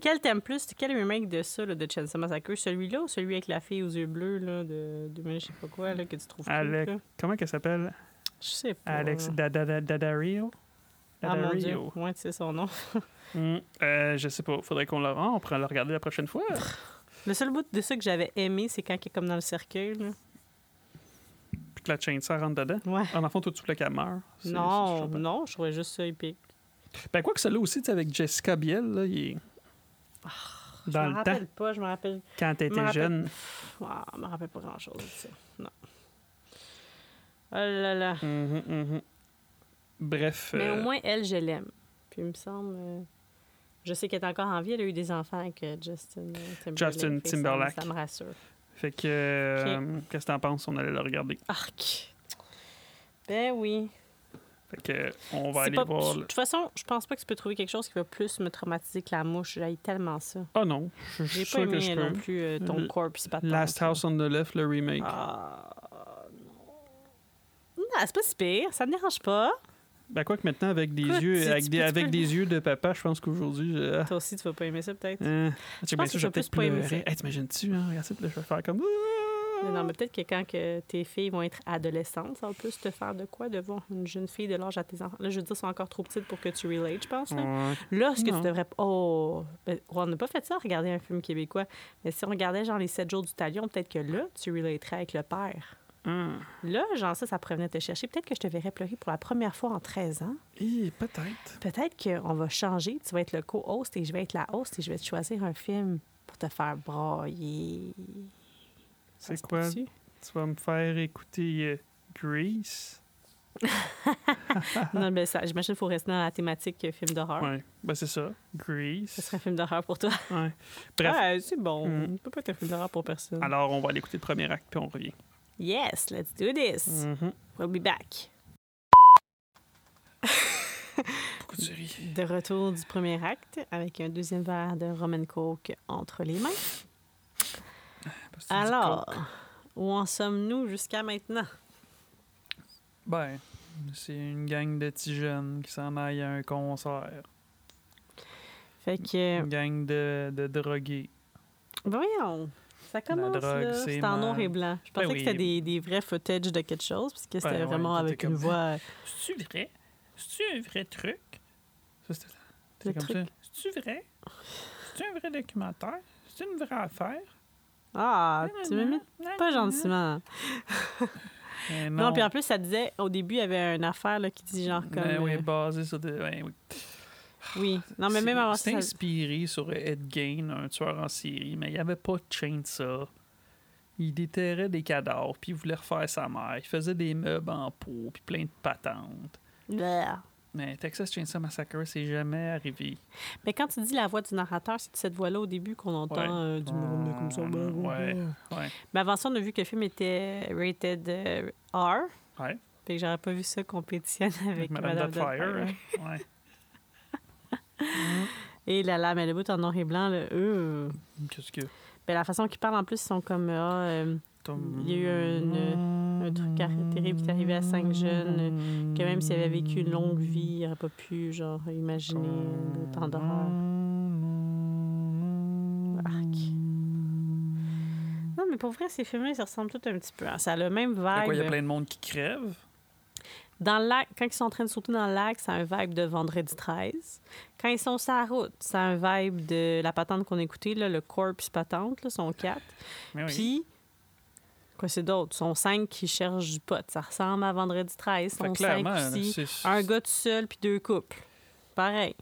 Speaker 2: Quel t'aimes plus? Quel remake de ça, là, de Chainsaw Massacre? Celui-là ou celui avec la fille aux yeux bleus, là, de, de je sais pas quoi, là, que tu trouves
Speaker 1: Alec-
Speaker 2: cute, là?
Speaker 1: Comment qu'elle s'appelle
Speaker 2: Je sais pas. hein.
Speaker 1: Alex Dada- Daddario
Speaker 2: Oh. Ah, mon Dieu.
Speaker 1: Daddario.
Speaker 2: Ouais, tu sais son nom.
Speaker 1: Hmm, euh, je sais pas. Faudrait qu'on le rende. On pourra le regarder la prochaine fois.
Speaker 2: Le seul bout de ça que j'avais aimé, c'est quand il est comme dans le cercueil, là.
Speaker 1: Puis que la chainsaw rentre dedans.
Speaker 2: Ouais.
Speaker 1: En enfant, tout de suite, qu'elle meurt. C'est- c'est- je
Speaker 2: Non,
Speaker 1: sais pas.
Speaker 2: non, je trouvais juste ça épique.
Speaker 1: Ben, quoi que celle-là aussi, tu sais, avec Jessica Biel, là, il est. Dans
Speaker 2: Ah, je me
Speaker 1: le temps,
Speaker 2: rappelle pas, je me rappelle.
Speaker 1: quand
Speaker 2: me
Speaker 1: t'étais
Speaker 2: rappelle.
Speaker 1: jeune.
Speaker 2: Ah, je me rappelle pas grand-chose de ça. Non. Oh là là.
Speaker 1: Mhm, mhm. Bref.
Speaker 2: Mais
Speaker 1: euh,
Speaker 2: au moins, elle, je l'aime. Puis il me semble. euh, je sais qu'elle est encore en vie. Elle a eu des enfants avec euh, Justin euh, Timberlake.
Speaker 1: Justin
Speaker 2: Fait que ça-
Speaker 1: Timberlake.
Speaker 2: Ça, me rassure.
Speaker 1: Fait que. euh, Qu'est-ce que t'en penses? On allait le regarder.
Speaker 2: Arc. Ben oui.
Speaker 1: Fait que, euh, on va
Speaker 2: C'est
Speaker 1: aller
Speaker 2: pas-
Speaker 1: voir.
Speaker 2: De
Speaker 1: le-
Speaker 2: toute façon, je pense pas que tu peux trouver quelque chose qui va plus me traumatiser que la mouche. J'aille tellement ça.
Speaker 1: Ah non, je je
Speaker 2: J'ai
Speaker 1: suis
Speaker 2: pas
Speaker 1: sûr que je
Speaker 2: aimé non
Speaker 1: peux.
Speaker 2: plus euh, ton
Speaker 1: Le-
Speaker 2: corpse patent,
Speaker 1: Last
Speaker 2: là.
Speaker 1: House on the Left, le remake.
Speaker 2: Ah, non. Non, c'est pas si pire. Ça me dérange pas.
Speaker 1: Ben, quoi que maintenant, avec des
Speaker 2: Écoute, si
Speaker 1: yeux,
Speaker 2: tu
Speaker 1: avec
Speaker 2: peux-
Speaker 1: des,
Speaker 2: tu
Speaker 1: avec
Speaker 2: peux-
Speaker 1: des yeux de papa, je pense qu'aujourd'hui. je- ah.
Speaker 2: Toi aussi, tu vas pas aimer ça, peut-être.
Speaker 1: Euh, je
Speaker 2: pense que je vais plus pas aimer
Speaker 1: Hey, t'imagines-tu, hein? Regarde ça, puis là, je vais faire comme.
Speaker 2: Mais Non, mais peut-être que quand que tes filles vont être adolescentes, ça va plus te faire de quoi de voir une jeune fille de l'âge à tes enfants. Là, je veux dire, sont encore trop petites pour que tu relates, je pense. Là,
Speaker 1: Ouais.
Speaker 2: Là, ce que
Speaker 1: Non.
Speaker 2: tu devrais. Oh! ben, on n'a pas fait ça, regarder un film québécois. Mais si on regardait, genre, Les 7 jours du talion, peut-être que là, tu relaterais avec le père. Hmm.
Speaker 1: Ah.
Speaker 2: Là, genre, ça, ça pourrait venir te chercher. Peut-être que je te verrais pleurer pour la première fois en 13 ans.
Speaker 1: Eh, peut-être.
Speaker 2: Peut-être qu'on va changer. Tu vas être le co-host et je vais être la host et je vais te choisir un film pour te faire brailler. Ça
Speaker 1: C'est
Speaker 2: se
Speaker 1: quoi?
Speaker 2: peut-tu?
Speaker 1: Tu vas me faire écouter euh, Grease?
Speaker 2: Non, mais ça, j'imagine qu'il faut rester dans la thématique euh, film d'horreur.
Speaker 1: Ah. Ouais. Ben, c'est ça. Grease.
Speaker 2: Ce serait un film d'horreur pour toi.
Speaker 1: Ouais. Bref.
Speaker 2: Ouais, c'est bon.
Speaker 1: Mm.
Speaker 2: Ça peut pas être un film d'horreur pour personne.
Speaker 1: Alors, on va aller écouter le premier acte, puis on revient.
Speaker 2: Yes, let's do this.
Speaker 1: Mhm.
Speaker 2: We'll be back.
Speaker 1: Pourquoi tu ris?
Speaker 2: De retour du premier acte avec un deuxième verre de Roman Coke entre les mains.
Speaker 1: Parce que tu dis
Speaker 2: Alors,
Speaker 1: coke.
Speaker 2: où en sommes-nous jusqu'à maintenant?
Speaker 1: Ben, c'est une gang de petits jeunes qui s'en aillent à un concert.
Speaker 2: Fait que,
Speaker 1: Une gang de, de drogués.
Speaker 2: voyons, ça commence
Speaker 1: drogue,
Speaker 2: là.
Speaker 1: c'est
Speaker 2: C'est en noir
Speaker 1: mal.
Speaker 2: et blanc. Je pensais
Speaker 1: Ben
Speaker 2: que
Speaker 1: oui. Ben
Speaker 2: c'était des, des vrais footage de quelque chose, parce que c'était
Speaker 1: ouais,
Speaker 2: vraiment
Speaker 1: t'étais
Speaker 2: avec une
Speaker 1: comme-
Speaker 2: voix...
Speaker 1: C'est-tu vrai? C'est-tu un vrai truc? Ça, c'était
Speaker 2: Le truc.
Speaker 1: C'est-tu vrai? C'est-tu un vrai documentaire? C'est une vraie affaire.
Speaker 2: Ah, tu m'imites pas gentiment.
Speaker 1: Eh
Speaker 2: Non. puis en plus, ça disait, au début, il y avait une affaire là, qui dit genre comme.
Speaker 1: Ben oui,
Speaker 2: euh,
Speaker 1: basé sur des. ben oui.
Speaker 2: oui. Non, mais
Speaker 1: C'est-
Speaker 2: même avant
Speaker 1: C'est
Speaker 2: ça.
Speaker 1: inspiré sur Ed Gein, un tueur en série, mais il n'y avait pas de chainsaw. Il déterrait des cadavres, puis il voulait refaire sa mère. Il faisait des meubles en peau, puis plein de patentes.
Speaker 2: Bleh.
Speaker 1: Mais Texas Chainsaw Massacre, c'est jamais arrivé.
Speaker 2: Mais quand tu dis la voix du narrateur, c'est cette voix-là au début qu'on entend
Speaker 1: Ouais.
Speaker 2: euh, du monde comme ça.
Speaker 1: Ouais, ouais.
Speaker 2: Mais avant ça, on a vu que le film était rated euh, R.
Speaker 1: Ouais.
Speaker 2: Fait que j'aurais pas vu ça compétitionne avec Madame, Doubtfire.
Speaker 1: Doubtfire, ouais.
Speaker 2: Et là là, mais le bout en noir et blanc, là, euh,
Speaker 1: Qu'est-ce que.
Speaker 2: ben, la façon qu'ils parlent en plus, ils sont comme euh, ah, euh, Il y a eu un, un truc arr- terrible qui est arrivé à cinq jeunes, euh, que même s'ils avaient vécu une longue vie, ils n'auraient pas pu genre imaginer autant d'horreur. Arc. Non, mais pour vrai, ces films-là, ils se ressemblent tous un petit peu. hein. Ça a le même vibe.
Speaker 1: Pourquoi Ben il y a plein de monde qui crève?
Speaker 2: Dans le lac, quand ils sont en train de sauter dans le lac, c'est un vibe de Vendredi 13. Quand ils sont sur la route, c'est un vibe de la patente qu'on a écoutée, là, le corpse patente, là, sont quatre.
Speaker 1: Mais oui.
Speaker 2: Puis, quoi c'est d'autre? Sont cinq qui cherchent du pot. Ça ressemble à Vendredi 13.
Speaker 1: Fait
Speaker 2: Sont
Speaker 1: que
Speaker 2: cinq
Speaker 1: clairement,
Speaker 2: aussi.
Speaker 1: c'est-
Speaker 2: Un gars tout seul, puis deux couples. Pareil.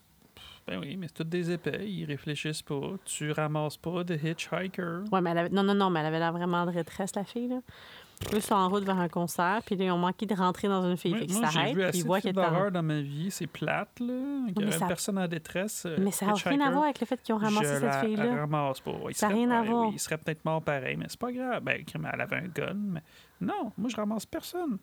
Speaker 1: Ben oui, mais c'est toutes des épais, ils réfléchissent pas. Tu ramasses pas de hitchhiker.
Speaker 2: Ouais, mais elle avait... Non, non, non, mais elle avait l'air vraiment de rétresse, la fille, là. Eux ils sont en route vers un concert, puis là, ils ont manqué de rentrer dans une fille.
Speaker 1: Moi,
Speaker 2: fait qu'ils
Speaker 1: moi, j'ai
Speaker 2: s'arrêtent,
Speaker 1: vu
Speaker 2: puis
Speaker 1: assez
Speaker 2: ils
Speaker 1: de
Speaker 2: voient qu'elle
Speaker 1: films
Speaker 2: est en...
Speaker 1: d'horreur dans ma vie. C'est plate, là. Il y
Speaker 2: mais
Speaker 1: a une
Speaker 2: ça-
Speaker 1: personne en détresse. euh,
Speaker 2: Mais ça n'a rien à
Speaker 1: hitchhiker.
Speaker 2: voir avec le fait qu'ils ont ramassé
Speaker 1: Je
Speaker 2: cette
Speaker 1: la
Speaker 2: fille-là.
Speaker 1: ramasse pas. Il
Speaker 2: Ça a
Speaker 1: serait-
Speaker 2: rien à
Speaker 1: ouais,
Speaker 2: voir.
Speaker 1: oui, il serait peut-être mort pareil, mais c'est pas grave. Ben, crime, elle avait un gun, mais non, moi, je ramasse personne.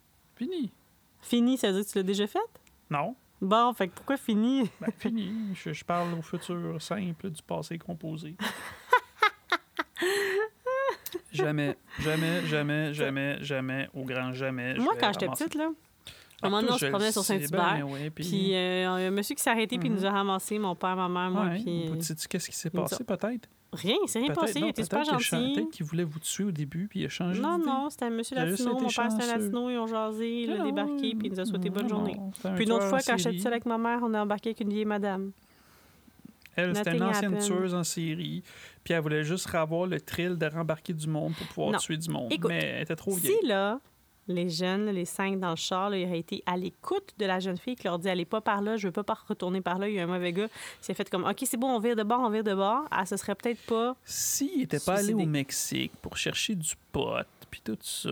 Speaker 1: Fini.
Speaker 2: Fini, ça veut dire que tu l'as déjà faite?
Speaker 1: Non,
Speaker 2: Bon, fait que pourquoi fini?
Speaker 1: ben, fini. Je, je parle au futur simple du passé composé. jamais, jamais, jamais, jamais, jamais, au grand jamais. je
Speaker 2: Moi,
Speaker 1: vais
Speaker 2: quand j'étais
Speaker 1: ramasser-
Speaker 2: petite, là, à un
Speaker 1: Ah,
Speaker 2: moment donné,
Speaker 1: toi,
Speaker 2: on se
Speaker 1: je
Speaker 2: promenait
Speaker 1: le
Speaker 2: sur
Speaker 1: sais
Speaker 2: Saint-Hubert,
Speaker 1: bien, ouais,
Speaker 2: Puis euh, il y a un monsieur qui s'est arrêté, puis il
Speaker 1: Mhm.
Speaker 2: nous a ramassés, mon père, ma mère, moi,
Speaker 1: Ouais,
Speaker 2: puis...
Speaker 1: vous dites-tu qu'est-ce qui s'est
Speaker 2: Ils nous
Speaker 1: passé, peut-être?
Speaker 2: Rien, il s'est rien
Speaker 1: Peut-être
Speaker 2: passé, il
Speaker 1: non,
Speaker 2: était
Speaker 1: peut-être
Speaker 2: super
Speaker 1: qu'il a changé-
Speaker 2: gentil.
Speaker 1: Peut-être qu'il voulait vous tuer au début, puis il a changé
Speaker 2: Non,
Speaker 1: d'idée.
Speaker 2: non, c'était un monsieur
Speaker 1: Il a juste
Speaker 2: latino,
Speaker 1: été
Speaker 2: mon père c'était un
Speaker 1: chanceux.
Speaker 2: latino, ils ont jasé, il a
Speaker 1: Non,
Speaker 2: débarqué, puis il nous a souhaité bonne
Speaker 1: non,
Speaker 2: journée.
Speaker 1: non, c'était un
Speaker 2: Puis une autre
Speaker 1: tueur
Speaker 2: fois,
Speaker 1: en
Speaker 2: quand j'étais
Speaker 1: série.
Speaker 2: toute seule avec ma mère, on est embarqué avec une vieille madame.
Speaker 1: Elle, c'était une
Speaker 2: Nothing
Speaker 1: ancienne
Speaker 2: happened.
Speaker 1: tueuse en série, puis elle voulait juste avoir le thrill de rembarquer du monde pour pouvoir
Speaker 2: Non.
Speaker 1: tuer du monde.
Speaker 2: Écoute,
Speaker 1: mais elle était trop
Speaker 2: Si
Speaker 1: vieille.
Speaker 2: là, les jeunes, là, les cinq dans le char, là, ils auraient été à l'écoute de la jeune fille qui leur dit Allez pas par là, je veux pas par- retourner par là, il y a un mauvais gars. C'est fait comme Ok, c'est bon, on vire de bord, on vire de bord. Ah, ce serait peut-être pas.
Speaker 1: S'il n'était pas allé
Speaker 2: Suicidé.
Speaker 1: au Mexique pour chercher du pot, puis tout ça,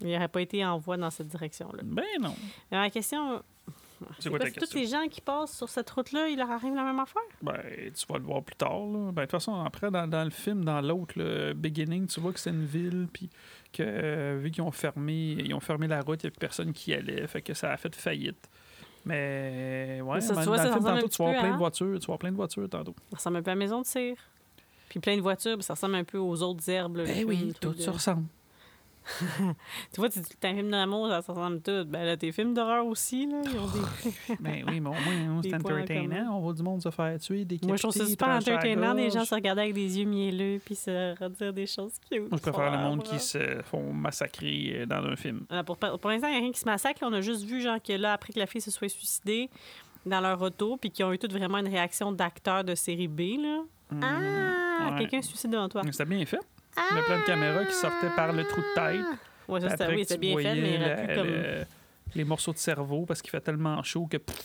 Speaker 2: Il aurait pas été en voie dans cette direction-là.
Speaker 1: ben non.
Speaker 2: Mais ma question.
Speaker 1: C'est quoi ta
Speaker 2: si tous
Speaker 1: question?
Speaker 2: les gens qui passent sur cette route-là, il leur arrive la même affaire.
Speaker 1: Ben, tu vas le voir plus tard. Là. Ben, de toute façon, après, dans, dans le film, dans l'autre, le Beginning, tu vois que c'est une ville, puis que euh, vu qu'ils ont fermé, ils ont fermé la route, il n'y a plus personne qui y allait, fait que ça a fait faillite. Mais ouais,
Speaker 2: Mais ça, tu
Speaker 1: ben,
Speaker 2: vois, ça
Speaker 1: dans le film,
Speaker 2: ressemble un
Speaker 1: tantôt,
Speaker 2: petit
Speaker 1: tu vas avoir
Speaker 2: peu,
Speaker 1: plein
Speaker 2: hein?
Speaker 1: de voitures, tu vas avoir plein de voitures tantôt.
Speaker 2: Ça ressemble un peu à Maison de cire. Puis plein de voitures, puis ça ressemble un peu aux autres herbes.
Speaker 1: Ben
Speaker 2: là, le film, le truc de-
Speaker 1: ressemble.
Speaker 2: Tu vois, tu dis que t'as un film d'amour, ça ressemble tout. Ben là, tes films d'horreur aussi, là, ils ont des
Speaker 1: Ben oui, mais au moins,
Speaker 2: Des
Speaker 1: c'est
Speaker 2: points en commun.
Speaker 1: entertainant. On voit du monde se faire tuer, décapiter,
Speaker 2: Moi, je trouve ça super
Speaker 1: trancher la
Speaker 2: entertainant, des gens
Speaker 1: gorge.
Speaker 2: se regarder avec des yeux mielleux puis se redire des choses cute.
Speaker 1: Moi, je préfère le
Speaker 2: Ah,
Speaker 1: monde
Speaker 2: voilà.
Speaker 1: qui se font massacrer euh, dans un film.
Speaker 2: Alors, pour pour l'instant, il n'y a rien qui se massacre. là. On a juste vu, genre, que là, après que la fille se soit suicidée dans leur auto, puis qu'ils ont eu toutes vraiment une réaction d'acteurs de série B, là. Ah!
Speaker 1: Mhm. ouais.
Speaker 2: Quelqu'un se suicide devant toi.
Speaker 1: C'était bien fait. Il y a plein de caméras qui sortaient par le trou de tête.
Speaker 2: Ouais, ça,
Speaker 1: Puis
Speaker 2: c'était
Speaker 1: après
Speaker 2: oui,
Speaker 1: que
Speaker 2: c'était
Speaker 1: tu
Speaker 2: bien fait, mais il aurait
Speaker 1: voyais
Speaker 2: pu
Speaker 1: la-
Speaker 2: comme...
Speaker 1: le- les morceaux de cerveau parce qu'il fait tellement chaud que. pff,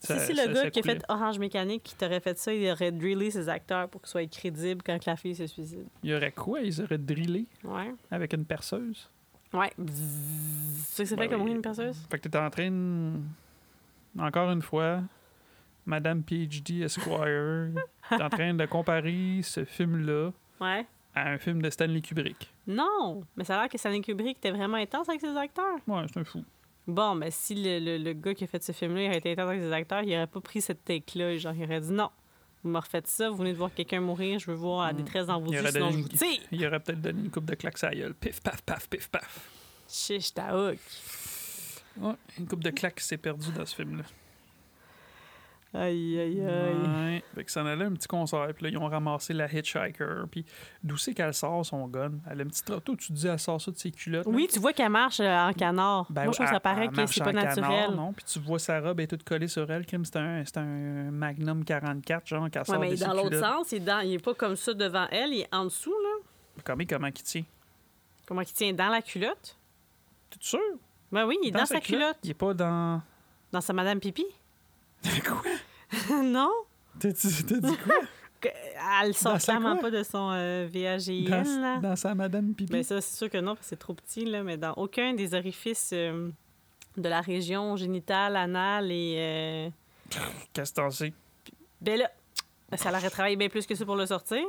Speaker 1: ça-
Speaker 2: si c'est
Speaker 1: ça-
Speaker 2: le
Speaker 1: ça
Speaker 2: gars qui a
Speaker 1: coulait.
Speaker 2: fait Orange Mécanique qui t'aurait fait ça, il aurait drillé ses acteurs pour qu'ils soient crédibles quand que la fille se suicide.
Speaker 1: Il y aurait quoi Ils auraient drillé
Speaker 2: Ouais.
Speaker 1: avec une perceuse.
Speaker 2: Ouais. Bzzz. Tu sais que ça
Speaker 1: Ben
Speaker 2: fait comme
Speaker 1: oui.
Speaker 2: oui, une perceuse?
Speaker 1: Fait que t'es en train. de- Encore une fois, Madame PhD Esquire est en train de comparer ce film-là
Speaker 2: Ouais.
Speaker 1: à un film de Stanley Kubrick.
Speaker 2: Non, mais ça a l'air que Stanley Kubrick était vraiment intense avec ses acteurs.
Speaker 1: Ouais, c'est un fou.
Speaker 2: Bon, mais si le, le- le gars qui a fait ce film-là il aurait été intense avec ses acteurs, il aurait pas pris cette take-là. Genre, il aurait dit non, vous me refaites ça, vous venez de voir quelqu'un mourir, je veux voir la
Speaker 1: Mm.
Speaker 2: détresse dans vos
Speaker 1: Il
Speaker 2: yeux,
Speaker 1: aurait
Speaker 2: sinon
Speaker 1: donné
Speaker 2: je
Speaker 1: une-
Speaker 2: vous tire.
Speaker 1: Il aurait peut-être donné une coupe de claques à la gueule. Pif, paf, paf, pif, paf.
Speaker 2: Chiche, ta hook.
Speaker 1: Ouais, une coupe de claques s'est perdue dans ce film-là.
Speaker 2: Aïe, aïe, aïe.
Speaker 1: Ouais. Fait que ça en allait un petit concert, puis là, ils ont ramassé la Hitchhiker, puis d'où c'est qu'elle sort son gun? Elle a une petite auto, tu te dis, elle sort ça de ses culottes. là.
Speaker 2: Oui, tu vois qu'elle marche euh, en canard.
Speaker 1: Ben,
Speaker 2: Moi, je trouve
Speaker 1: elle-
Speaker 2: que ça paraît
Speaker 1: elle
Speaker 2: que
Speaker 1: marche
Speaker 2: c'est
Speaker 1: en
Speaker 2: pas
Speaker 1: canard,
Speaker 2: naturel.
Speaker 1: non? Puis tu vois sa robe, elle est toute collée sur elle. Crime, c'est un, c'est un Magnum 44, genre, qu'elle
Speaker 2: Oui,
Speaker 1: sort
Speaker 2: mais
Speaker 1: de ses
Speaker 2: dans l'autre
Speaker 1: culottes.
Speaker 2: sens, il est, dans- il est pas comme ça devant elle, il est en dessous, là.
Speaker 1: Comment, comment qu'il tient?
Speaker 2: Comment qu'il tient dans la culotte?
Speaker 1: T'es sûr?
Speaker 2: Ben oui, il est dans, sa culotte.
Speaker 1: Il est pas dans...
Speaker 2: Dans sa madame pipi.
Speaker 1: quoi?
Speaker 2: non?
Speaker 1: T'as dit, t'as dit quoi?
Speaker 2: Que- Elle sort
Speaker 1: Dans sa
Speaker 2: clairement
Speaker 1: quoi?
Speaker 2: pas de son euh, VAGIN, là.
Speaker 1: dans, dans sa madame pipi.
Speaker 2: Ben ça, c'est sûr que non, parce que c'est trop petit, là, mais dans aucun des orifices euh, de la région génitale, anale et... euh,
Speaker 1: Qu'est-ce que t'en sais?
Speaker 2: Ben là, ça l'aurait travaillé bien plus que ça pour le sortir.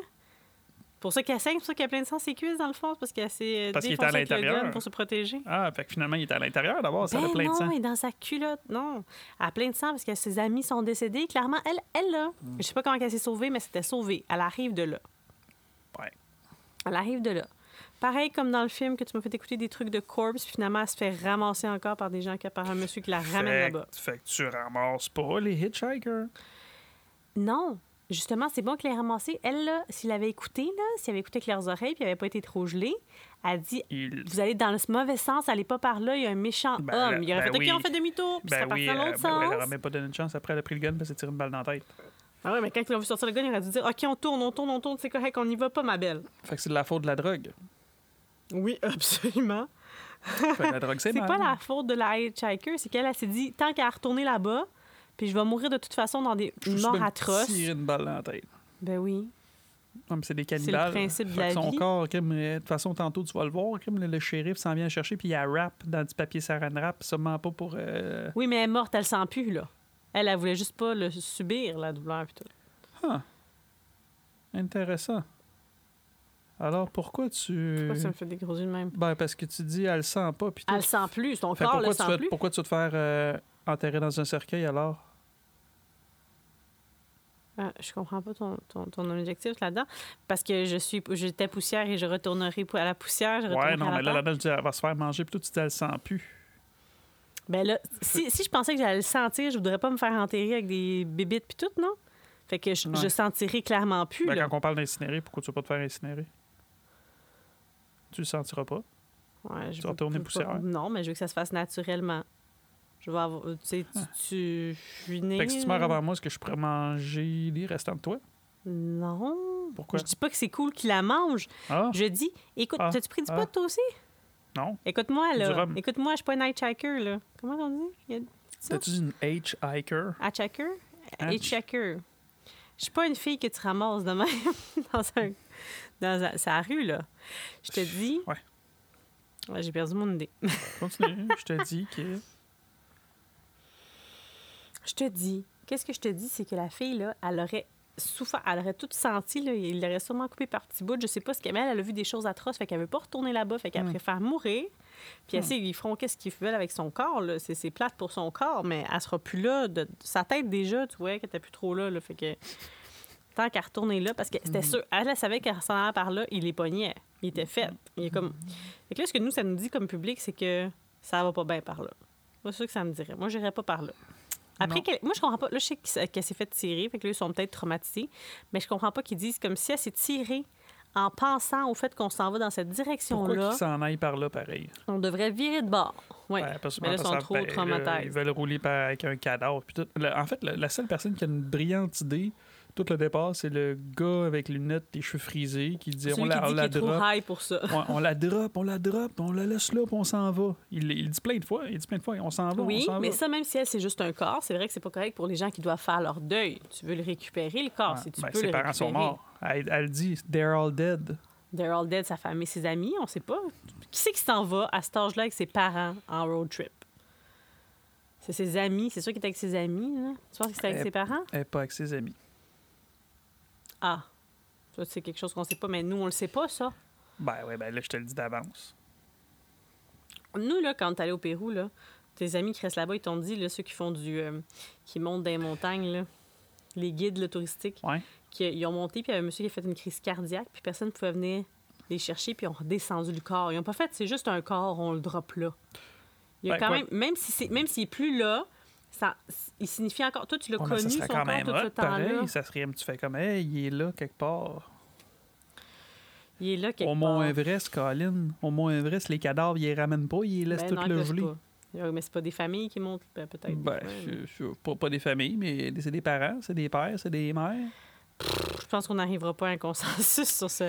Speaker 2: Pour ça qu'elle saigne, pour ça qu'elle a plein de sang ses cuisses, dans le fond, c'est parce qu'elle s'est euh,
Speaker 1: Parce qu'il était à
Speaker 2: défoncée avec le
Speaker 1: l'intérieur.
Speaker 2: gun pour se protéger.
Speaker 1: Ah, fait que finalement, il est à l'intérieur d'abord, ça
Speaker 2: Ben
Speaker 1: a plein
Speaker 2: non,
Speaker 1: de sang.
Speaker 2: elle est dans sa culotte, non. Elle a plein de sang parce que ses amis sont décédés. Clairement, elle, elle là,
Speaker 1: Mm.
Speaker 2: je sais pas comment elle s'est sauvée, mais c'était sauvée. Elle arrive de là.
Speaker 1: Ouais.
Speaker 2: Elle arrive de là. Pareil comme dans le film que tu m'as fait écouter des trucs de corps, puis finalement, elle se fait ramasser encore par des gens, qui- par un monsieur qui la ramène
Speaker 1: Fait,
Speaker 2: là-bas.
Speaker 1: que- fait que tu ramasses pas les hitchhikers.
Speaker 2: Non. Justement, c'est bon qu'elle l'ait ramassée. Elle, là, s'il avait écouté, là, s'il avait écouté avec leurs oreilles, puis il avait pas été trop gelé, elle dit
Speaker 1: Il...
Speaker 2: Vous allez dans le mauvais sens, allez pas par là, il y a un méchant
Speaker 1: Ben
Speaker 2: homme.
Speaker 1: là,
Speaker 2: il aurait
Speaker 1: ben
Speaker 2: fait
Speaker 1: oui.
Speaker 2: OK, on fait demi-tour, puis ça
Speaker 1: Ben
Speaker 2: partait
Speaker 1: oui,
Speaker 2: dans
Speaker 1: euh,
Speaker 2: l'autre
Speaker 1: ben oui,
Speaker 2: sens.
Speaker 1: elle aurait même pas donné une chance. Après, elle a pris le gun parce qu'elle tiré une balle dans la tête.
Speaker 2: Ah ouais, mais quand ils l'ont vu sortir le gun, il aurait dû dire OK, on tourne, on tourne, on tourne, c'est correct, on n'y va pas, ma belle.
Speaker 1: Fait que c'est de la faute de la drogue.
Speaker 2: Oui, absolument.
Speaker 1: Fait que la drogue, c'est
Speaker 2: C'est
Speaker 1: mal.
Speaker 2: pas la faute de la hitchhiker, c'est qu'elle elle s'est dit tant qu'à retourner là-bas, puis je vais mourir de toute façon dans des
Speaker 1: Je me suis
Speaker 2: morts
Speaker 1: même
Speaker 2: atroces.
Speaker 1: tiré une balle dans la tête.
Speaker 2: Ben oui.
Speaker 1: Non, mais c'est des cannibales.
Speaker 2: principe de
Speaker 1: Fait que
Speaker 2: la
Speaker 1: son
Speaker 2: vie.
Speaker 1: corps, crime, euh, de toute façon, tantôt, tu vas le voir, crime, le, le shérif s'en vient chercher, puis il a rap dans du papier saran wrap, sûrement pas pour... euh,
Speaker 2: Oui, mais elle est morte, elle sent plus, là. Elle, elle voulait juste pas le subir, la douleur, puis tout.
Speaker 1: Ah. Intéressant. Alors, pourquoi tu...
Speaker 2: Pourquoi ça me fait des gros yeux de même?
Speaker 1: Ben, parce que tu dis, elle le sent pas, puis tout.
Speaker 2: Elle le sent plus, son
Speaker 1: Fait
Speaker 2: corps
Speaker 1: pourquoi,
Speaker 2: le
Speaker 1: tu
Speaker 2: sent
Speaker 1: vas-
Speaker 2: plus.
Speaker 1: pourquoi tu vas te faire euh, enterrer dans un cercueil, alors?
Speaker 2: Ah, je comprends pas ton, ton, ton objectif là-dedans. Parce que je suis j'étais poussière et je retournerai pou- à la poussière, je
Speaker 1: Ouais,
Speaker 2: retournerai
Speaker 1: non,
Speaker 2: à
Speaker 1: mais
Speaker 2: la
Speaker 1: là,
Speaker 2: terre.
Speaker 1: là-dedans, je dis, elle va se faire manger, puis tout, tu dis, elle le sent plus.
Speaker 2: Ben là, si, si je pensais que j'allais le sentir, je voudrais pas me faire enterrer avec des bébites puis tout, non? Fait que je,
Speaker 1: Ouais.
Speaker 2: je sentirais clairement plus,
Speaker 1: Ben,
Speaker 2: là.
Speaker 1: quand on parle d'incinérer, pourquoi tu vas pas te faire incinérer? Tu le sentiras pas.
Speaker 2: Ouais, je
Speaker 1: Tu vas
Speaker 2: veux-
Speaker 1: retourner
Speaker 2: veux pas-
Speaker 1: poussière.
Speaker 2: Non, mais je veux que ça se fasse naturellement. Je veux avoir... Tu sais, tu, tu- Je suis née...
Speaker 1: Ah. Fait que si tu meurs
Speaker 2: là.
Speaker 1: avant moi, est-ce que je pourrais manger les restants de toi?
Speaker 2: Non.
Speaker 1: Pourquoi?
Speaker 2: Je dis pas que c'est cool qu'il la mange.
Speaker 1: Ah,
Speaker 2: Je dis, écoute,
Speaker 1: Ah,
Speaker 2: t'as-tu pris du
Speaker 1: ah.
Speaker 2: pot, toi aussi?
Speaker 1: non.
Speaker 2: Écoute-moi,
Speaker 1: Du
Speaker 2: là.
Speaker 1: rhum.
Speaker 2: Écoute-moi, je suis pas une hitchhiker, là. Comment on dit? Il y a- Ça.
Speaker 1: T'as-tu dit une H-hiker?
Speaker 2: Hitchhiker?
Speaker 1: Hatch.
Speaker 2: Hitchhiker. Je suis pas une fille que tu ramasses de même dans, un, dans un- sa rue, là. Je te dis...
Speaker 1: Ouais.
Speaker 2: Ouais, J'ai perdu mon idée.
Speaker 1: Continue. je te dis que.
Speaker 2: Je te dis... Qu'est-ce que je te dis, c'est que la fille, là, elle aurait souffert, elle aurait tout senti, là, il l'aurait sûrement coupé par petits bouts, je sais pas ce qu'elle mais elle, elle a vu des choses atroces, fait qu'elle veut pas retourner là-bas, fait qu'elle
Speaker 1: Hmm.
Speaker 2: préfère mourir. Puis elle
Speaker 1: Hmm.
Speaker 2: sait, ils feront qu'est-ce qu'ils veulent avec son corps, là, c'est c'est plate pour son corps, mais elle sera plus là, de, sa tête déjà, tu vois, qu'elle était plus trop là, là, fait que tant qu'elle retournait là, parce que c'était
Speaker 1: Hmm.
Speaker 2: sûr, elle, elle savait qu'elle s'en allait par là, il les pognait, il était fait. Il est comme... Fait que là, ce que nous, ça nous dit comme public, c'est que ça va pas bien par là. Moi, c'est sûr que ça me dirait. Moi, j'irais pas par là. Après,
Speaker 1: Non.
Speaker 2: qu'elle- moi, je comprends pas. Là, je sais qu'elle qu'elle s'est fait tirer, fait que là, ils sont peut-être traumatisés, mais je comprends pas qu'ils disent comme si elle s'est tirée en pensant au fait qu'on s'en va dans cette
Speaker 1: Pourquoi
Speaker 2: direction-là,
Speaker 1: qu'ils s'en aillent par là, pareil?
Speaker 2: on devrait virer de bord. Oui.
Speaker 1: Ben, parce-
Speaker 2: mais là, ils sont
Speaker 1: parce-
Speaker 2: trop
Speaker 1: ben, là,
Speaker 2: traumatisés.
Speaker 1: Ils veulent rouler par- avec un cadavre. puis tout. Le- en fait, le- la seule personne qui a une brillante idée, tout le départ, c'est le gars avec les lunettes, les cheveux frisés, qui dit
Speaker 2: Celui
Speaker 1: on la,
Speaker 2: qui
Speaker 1: on
Speaker 2: dit qu'il
Speaker 1: la
Speaker 2: est trop
Speaker 1: drop.
Speaker 2: high pour ça.
Speaker 1: On, on la drop, on la drop, on la laisse là, puis on s'en va. Il, il dit plein de fois, il dit plein de fois, on s'en va,
Speaker 2: oui,
Speaker 1: on s'en
Speaker 2: mais
Speaker 1: va.
Speaker 2: ça, même si elle, c'est juste un corps, c'est vrai que c'est pas correct pour les gens qui doivent faire leur deuil. Tu veux le récupérer, le corps,
Speaker 1: Ouais.
Speaker 2: si tu
Speaker 1: Ben,
Speaker 2: peux
Speaker 1: ses
Speaker 2: le
Speaker 1: parents
Speaker 2: récupérer.
Speaker 1: sont morts. Elle, elle dit, they're all dead.
Speaker 2: They're all dead, sa famille, ses amis, on sait pas. Qui c'est qui s'en va à cet âge-là avec ses parents en road trip? C'est ses amis, c'est sûr qu'il est avec ses amis. Là. Tu penses que c'est avec
Speaker 1: Eh,
Speaker 2: ses parents?
Speaker 1: Elle est pas avec ses amis.
Speaker 2: Ah, ça, c'est quelque chose qu'on sait pas, mais nous, on le sait pas, ça.
Speaker 1: Ben ouais, ben là, je te le dis d'avance.
Speaker 2: Nous, là, quand t'allais au Pérou, là, tes amis qui restent là-bas, ils t'ont dit, là, ceux qui font du... euh, qui montent des montagnes, là, les guides là, touristiques,
Speaker 1: Ouais.
Speaker 2: qui, euh, ils ont monté, puis il y avait un monsieur qui a fait une crise cardiaque, puis personne ne pouvait venir les chercher, puis ils ont redescendu le corps. Ils n'ont pas fait, c'est juste un corps, on le drop là. Il y a
Speaker 1: Ben,
Speaker 2: quand
Speaker 1: quoi-
Speaker 2: même, même si c'est- même s'il est plus là, Ça, il signifie encore. Toi, tu l'as
Speaker 3: Ouais, Oh, mais
Speaker 2: connu,
Speaker 3: ça
Speaker 2: son
Speaker 3: serait quand
Speaker 2: corps,
Speaker 3: même
Speaker 2: tout ce
Speaker 3: hot, pareil.
Speaker 2: temps-là.
Speaker 3: Ça serait un petit fait comme, hey, il est là quelque part.
Speaker 2: Il est là quelque
Speaker 3: Au
Speaker 2: part.
Speaker 3: Mont-Everest, Colin. Au Mont-Everest, les cadavres, ils les ramènent pas, ils les laissent
Speaker 2: Ben,
Speaker 3: tout
Speaker 2: non,
Speaker 3: le
Speaker 2: laisse
Speaker 3: gelé.
Speaker 2: pas. Ouais, Mais c'est pas des familles qui montent, ben, peut-être. des
Speaker 3: Ben,
Speaker 2: fois, mais-
Speaker 3: je- je- pas, pas des familles, mais c'est des parents, c'est des pères, c'est des mères.
Speaker 2: Je pense qu'on n'arrivera pas à un consensus sur ce.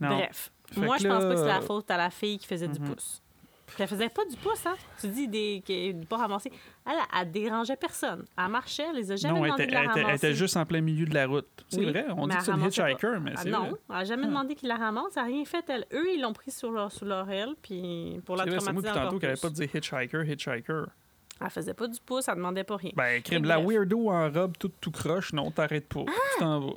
Speaker 3: Non.
Speaker 2: Bref.
Speaker 3: Fait
Speaker 2: Moi,
Speaker 3: que
Speaker 2: je pense
Speaker 3: là,
Speaker 2: pas que c'est la
Speaker 3: euh,
Speaker 2: faute à la fille qui faisait
Speaker 3: Mhm.
Speaker 2: du pouce. Puis elle faisait pas du pouce, hein? Tu dis des, qu'elle- de pas ramasser. Elle, elle dérangeait personne. Elle marchait, elle les a jamais
Speaker 3: Non, elle
Speaker 2: demandé
Speaker 3: était,
Speaker 2: de la
Speaker 3: elle était- elle
Speaker 2: ramasser.
Speaker 3: était juste en plein milieu de la route. C'est
Speaker 2: Oui,
Speaker 3: vrai, on
Speaker 2: mais
Speaker 3: dit que
Speaker 2: elle
Speaker 3: c'est une
Speaker 2: ramassait pas.
Speaker 3: hitchhiker, mais
Speaker 2: Ah,
Speaker 3: c'est vrai.
Speaker 2: non, elle n'a jamais
Speaker 3: Ah.
Speaker 2: demandé qu'il la ramasse. Elle n'a rien fait, elle. Eux, ils l'ont pris sur leur, sous leur aile, puis pour la
Speaker 3: C'est vrai, c'est moi
Speaker 2: traumatiser
Speaker 3: depuis
Speaker 2: encore
Speaker 3: tantôt qui
Speaker 2: plus.
Speaker 3: n'avait pas dit hitchhiker, hitchhiker.
Speaker 2: Elle faisait pas du pouce, elle demandait pas rien.
Speaker 3: Ben, crime,
Speaker 2: Fait
Speaker 3: la
Speaker 2: bref.
Speaker 3: weirdo en robe toute tout croche, non, t'arrêtes
Speaker 2: Ah!
Speaker 3: pas. Tu t'en vas.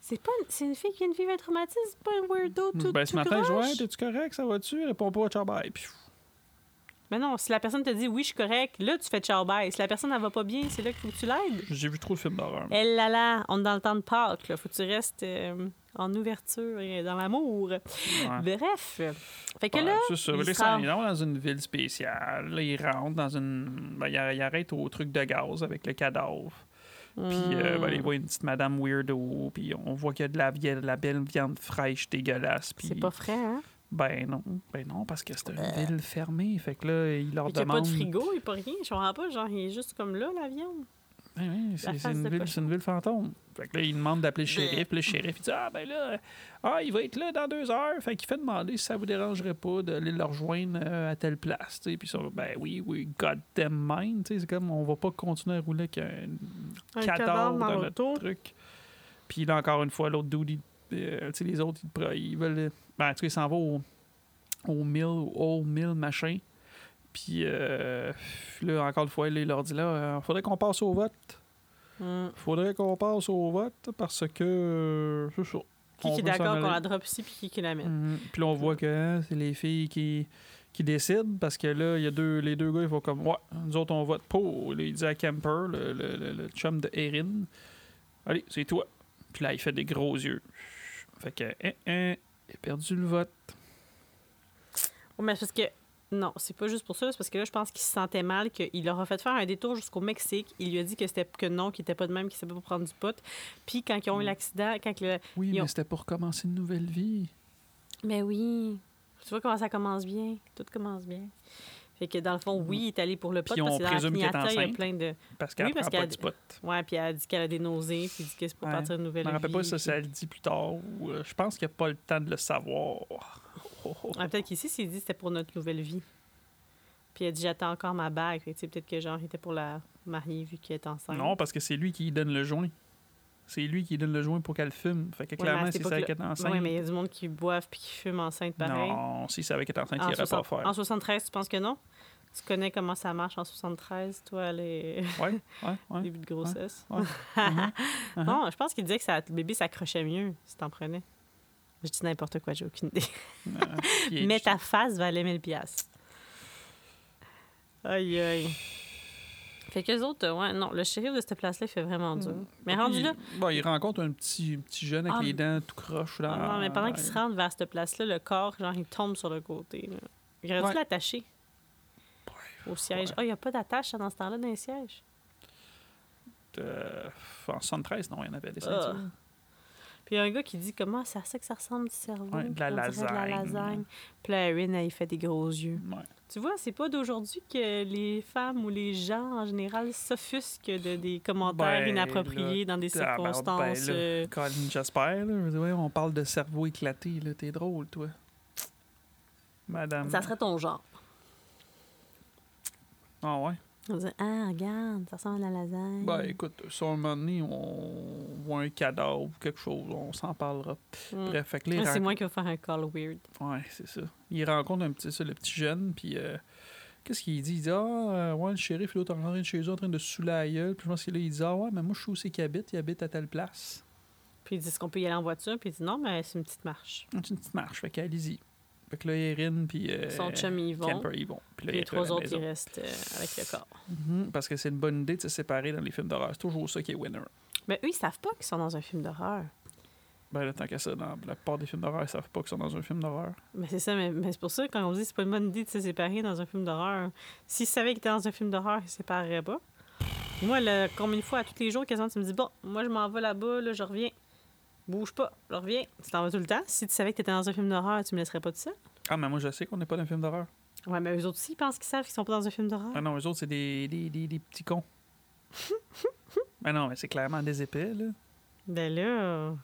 Speaker 2: C'est pas une, c'est une fille qui vient de vivre un traumatisme, c'est pas un weirdo tout,
Speaker 3: ben, ce
Speaker 2: tout
Speaker 3: matin, je
Speaker 2: croche.
Speaker 3: vois, t'es-tu correct, ça va-tu? Réponds pas, ciao, bye. Puis,
Speaker 2: Mais non, si la personne te dit oui, je suis correct, là, tu fais ciao bye. Si la personne, elle va pas bien, c'est là qu'il faut que tu l'aides.
Speaker 3: j'ai vu trop de films d'horreur.
Speaker 2: Elle là là, on est dans le temps de Pâques, là. Faut que tu restes euh, en ouverture et dans l'amour.
Speaker 3: Ouais.
Speaker 2: Bref. Fait que
Speaker 3: Ouais,
Speaker 2: là,
Speaker 3: c'est ça.
Speaker 2: il
Speaker 3: Là, ils
Speaker 2: sort.
Speaker 3: s'en vont dans une ville spéciale. Là, ils rentrent dans une. Ben, ils arr- ils arrêtent au truc de gaz avec le cadavre. Puis, euh,
Speaker 2: Hmm.
Speaker 3: ben,
Speaker 2: Mm.
Speaker 3: ils voient une petite madame weirdo. Puis, on voit qu'il y a de la, vie- de la belle viande fraîche dégueulasse. Puis,
Speaker 2: c'est pas frais, hein?
Speaker 3: ben non. Ben non, parce que c'est
Speaker 2: Euh.
Speaker 3: une ville fermée. Fait que là, ils leur
Speaker 2: Il n'y a pas
Speaker 3: demandent.
Speaker 2: de frigo, il n'y a pas rien. Je comprends pas, genre, il est juste comme là, l'avion.
Speaker 3: Ouais, ouais, Eh c'est, c'est
Speaker 2: face
Speaker 3: une
Speaker 2: de Ben.
Speaker 3: ville,
Speaker 2: cochon.
Speaker 3: c'est une ville fantôme. Fait que là, il demande d'appeler le shérif. Puis le shérif, il dit Ah, ben là, ah, il va être là dans deux heures. Fait qu'il fait demander si ça vous dérangerait pas d'aller le rejoindre euh, à telle place. tu sais. Puis ça, ben oui, oui, goddamn mind. tu sais, C'est comme on va pas continuer à rouler avec un
Speaker 2: Un
Speaker 3: cadavre
Speaker 2: cadavre dans
Speaker 3: dans
Speaker 2: l'auto.
Speaker 3: notre truc. Puis là, encore une fois, l'autre dude, il- euh, tu sais, les autres, ils, pre- ils veulent. Ben, en tout cas, ils s'en vont au, au mill, au old mill, machin. Puis euh, là, encore une fois, là, il leur dit là, euh, faudrait qu'on passe au vote.
Speaker 2: Hum.
Speaker 3: Faudrait qu'on passe au vote parce que. euh, c'est ça.
Speaker 2: Qui,
Speaker 3: On
Speaker 2: qui est
Speaker 3: veut s'en
Speaker 2: d'accord qu'on
Speaker 3: aller.
Speaker 2: la drop ici puis qui, qui la met?
Speaker 3: Mhm. Puis là, on voit que hein, c'est les filles qui, qui décident parce que là, il y a deux, les deux gars, ils font comme Ouais, nous autres, on vote pour. Là, il dit à Camper, le, le- le- le chum de Erin Allez, c'est toi. Puis là, il fait des gros yeux. Fait que, hein, hein, il a perdu le vote.
Speaker 2: Oui, mais c'est parce que. Non, c'est pas juste pour ça. C'est parce que là, je pense qu'il se sentait mal, qu'il leur a fait faire un détour jusqu'au Mexique. Il lui a dit que c'était que non, qu'il était pas de même, qu'il savait pas prendre du pot. Puis quand ils ont eu
Speaker 3: Mm.
Speaker 2: l'accident, quand le.
Speaker 3: Oui,
Speaker 2: Ils
Speaker 3: mais
Speaker 2: ont-
Speaker 3: c'était pour commencer une nouvelle vie. Ben
Speaker 2: Mais oui. Tu vois comment ça commence bien. Tout commence bien. Fait que dans le fond, oui, il est allé pour le pot
Speaker 3: Puis on
Speaker 2: parce que dans la
Speaker 3: présume qu'elle est
Speaker 2: piñata, il y a
Speaker 3: enceinte.
Speaker 2: plein de.
Speaker 3: Parce qu'elle
Speaker 2: Oui, parce
Speaker 3: prend pas
Speaker 2: qu'elle-
Speaker 3: du pot.
Speaker 2: Ouais, puis elle a dit qu'elle a des nausées, puis dit que c'est pour
Speaker 3: Ouais.
Speaker 2: partir une nouvelle
Speaker 3: Je me rappelle pas
Speaker 2: vie,
Speaker 3: ça,
Speaker 2: puis-
Speaker 3: ça le dit plus tard. ou, euh, Je pense qu'il n'y a pas le temps de le savoir. Oh, oh.
Speaker 2: Ah, peut-être qu'ici, s'il dit c'était pour notre nouvelle vie. Puis elle dit j'attends encore ma bague. Fait que, tu sais, peut-être que genre, il était pour la marier vu qu'elle est enceinte.
Speaker 3: Non, parce que c'est lui qui donne le joint. C'est lui qui donne le joint pour qu'elle fume. Fait que
Speaker 2: mais à
Speaker 3: clairement, s'il
Speaker 2: cette
Speaker 3: savait
Speaker 2: époque-là-
Speaker 3: qu'elle était enceinte.
Speaker 2: Oui, mais il y a du monde qui boivent puis qui fument enceinte pareil. Ah,
Speaker 3: non, s'il savait qu'elle était enceinte,
Speaker 2: en,
Speaker 3: il aurait pas
Speaker 2: 60
Speaker 3: affaire.
Speaker 2: en 73, tu penses que non? Tu connais comment ça marche en 73, toi, les
Speaker 3: Ouais, ouais, ouais.
Speaker 2: débuts de grossesse?
Speaker 3: ouais. Mhm. Mhm.
Speaker 2: Non, je pense qu'il disait que ça, le bébé s'accrochait mieux si t'en prenais. Je dis n'importe quoi, j'ai aucune idée.
Speaker 3: Euh, puis-
Speaker 2: Mais ta face valait 1000 piastres. Aïe, aïe. Fait que les autres, euh, ouais, non, le shérif de cette place-là, il fait vraiment dur. Mais
Speaker 3: Mm. puis,
Speaker 2: rendu là,
Speaker 3: bon, il rencontre un petit, petit jeune avec
Speaker 2: Ah,
Speaker 3: les dents tout croche. Là,
Speaker 2: Ah non, mais pendant
Speaker 3: Ouais.
Speaker 2: qu'il se rend vers cette place-là, le corps, genre, il tombe sur le côté. là. Il aurait
Speaker 3: Ouais.
Speaker 2: dû l'attacher au siège.
Speaker 3: ouais.
Speaker 2: Ah, il n'y a pas d'attache dans ce temps-là dans les sièges.
Speaker 3: Euh, en 73, non, il y en avait des
Speaker 2: Ah.
Speaker 3: ceintures.
Speaker 2: Puis il y a un gars qui dit Comment ça, ça que ça ressemble du cerveau
Speaker 3: Ouais, de la
Speaker 2: On dirait
Speaker 3: lasagne.
Speaker 2: lasagne. Puis là, Erin, elle, il fait des gros yeux.
Speaker 3: Ouais.
Speaker 2: Tu vois, c'est pas d'aujourd'hui que les femmes ou les gens en général s'offusquent de des commentaires
Speaker 3: Ben,
Speaker 2: inappropriés dans des
Speaker 3: Tabarnak,
Speaker 2: circonstances.
Speaker 3: ben là,
Speaker 2: euh,
Speaker 3: Colin, j'espère. là. Je veux dire, ouais, on parle de cerveau éclaté. là. T'es drôle, toi. Madame.
Speaker 2: Ça serait ton genre.
Speaker 3: Ah ouais?
Speaker 2: On dirait Ah, regarde, ça ressemble à la lasagne.
Speaker 3: Ben écoute, si à un moment donné, on voit un cadavre ou quelque chose, on s'en parlera.
Speaker 2: Mm.
Speaker 3: Bref, fait que là,
Speaker 2: Ah,
Speaker 3: il
Speaker 2: C'est
Speaker 3: rencontre-
Speaker 2: moi qui vais faire un call weird.
Speaker 3: Ouais, c'est ça. Il rencontre un petit, ça, le petit jeune, puis euh, qu'est-ce qu'il dit? Il dit, ah, euh, ouais, le shérif, l'autre, est en train de chez eux, en train de se saouler la gueule. Puis je pense que là, il dit, ah, ouais, mais moi, je suis où c'est qu'il habite, il habite à telle place.
Speaker 2: Puis ils disent qu'on peut y aller en voiture, puis ils disent non, mais c'est une petite marche.
Speaker 3: C'est une petite marche, fait qu'allez-y. Fait que là, Erin, puis. euh,
Speaker 2: Son chum, ils y vont.
Speaker 3: Camper, ils vont. Puis là,
Speaker 2: puis
Speaker 3: ils
Speaker 2: les trois
Speaker 3: retournent à la
Speaker 2: autres, ils
Speaker 3: maison.
Speaker 2: restent euh, avec le corps.
Speaker 3: Mhm, parce que c'est une bonne idée de se séparer dans les films d'horreur. C'est toujours ça qui est winner.
Speaker 2: Mais eux, ils savent pas qu'ils sont dans un film d'horreur.
Speaker 3: Ben là, tant qu'à ça, dans la plupart des films d'horreur, ils savent pas qu'ils sont dans un film d'horreur.
Speaker 2: Mais c'est ça, mais, mais c'est pour ça, quand on dit que c'est pas une bonne idée de se séparer dans un film d'horreur, s'ils savaient qu'ils étaient dans un film d'horreur, ils se sépareraient pas. Moi, là, comme une fois, à tous les jours, quasiment, tu me dis Bon, moi, je m'en vais là-bas, là, je reviens. Bouge pas, je reviens. Tu t'en vas tout le temps. Si tu savais que tu étais dans un film d'horreur, tu me laisserais pas tout seul.
Speaker 1: Ah, mais moi, je sais qu'on n'est pas dans un film d'horreur.
Speaker 2: Ouais, mais eux autres aussi, ils pensent qu'ils savent qu'ils sont pas dans un film d'horreur.
Speaker 1: Ah non, eux autres, c'est des, des, des, des petits cons. ah non, mais c'est clairement des épais, là.
Speaker 2: Ben là,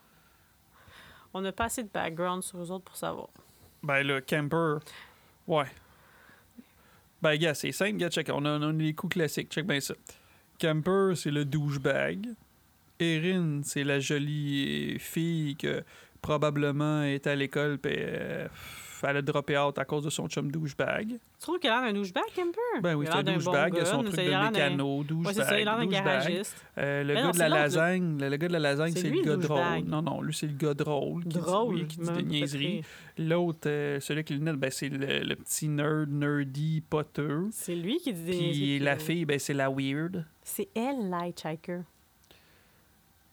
Speaker 2: on a pas assez de background sur eux autres pour savoir.
Speaker 1: Ben là, Camper, ouais. Ben, gars, c'est simple, gars, check. On a, on a les coups classiques, check bien ça. Camper, c'est le douchebag. Erin, c'est la jolie euh, fille que probablement est à l'école, puis euh, elle a droppé out à cause de son chum douchebag.
Speaker 2: Tu trouves qu'il a l'air d'un douchebag, Camper?
Speaker 1: Ben oui,
Speaker 2: Il
Speaker 1: c'est
Speaker 2: a
Speaker 1: un
Speaker 2: l'air d'un bon
Speaker 1: douchebag, il a
Speaker 2: gars,
Speaker 1: son
Speaker 2: mais
Speaker 1: truc
Speaker 2: ça,
Speaker 1: de
Speaker 2: il a l'air d'un-
Speaker 1: mécano,
Speaker 2: Ouais, c'est ça, il a l'air
Speaker 1: douchebag,
Speaker 2: d'un
Speaker 1: douchebag.
Speaker 2: garagiste.
Speaker 1: Euh, le,
Speaker 2: Mais
Speaker 1: gars
Speaker 2: non,
Speaker 1: de
Speaker 2: c'est
Speaker 1: la
Speaker 2: l'autre, là.
Speaker 1: lasagne, le, le gars de la lasagne,
Speaker 2: C'est
Speaker 1: c'est
Speaker 2: lui,
Speaker 1: le
Speaker 2: le
Speaker 1: gars drôle.
Speaker 2: douchebag.
Speaker 1: Non, non, lui, c'est le gars drôle. Qui Dit, oui,
Speaker 2: Drôle.
Speaker 1: qui dit
Speaker 2: même pas
Speaker 1: des niaiseries.
Speaker 2: très.
Speaker 1: L'autre, euh, celui avec les lunettes, ben, c'est le, le petit nerd, nerdy, poteux.
Speaker 2: C'est lui qui dit des niaiseries,
Speaker 1: Puis la
Speaker 2: puis-
Speaker 1: fille, ben, c'est la weird.
Speaker 2: C'est elle, Lightchiker.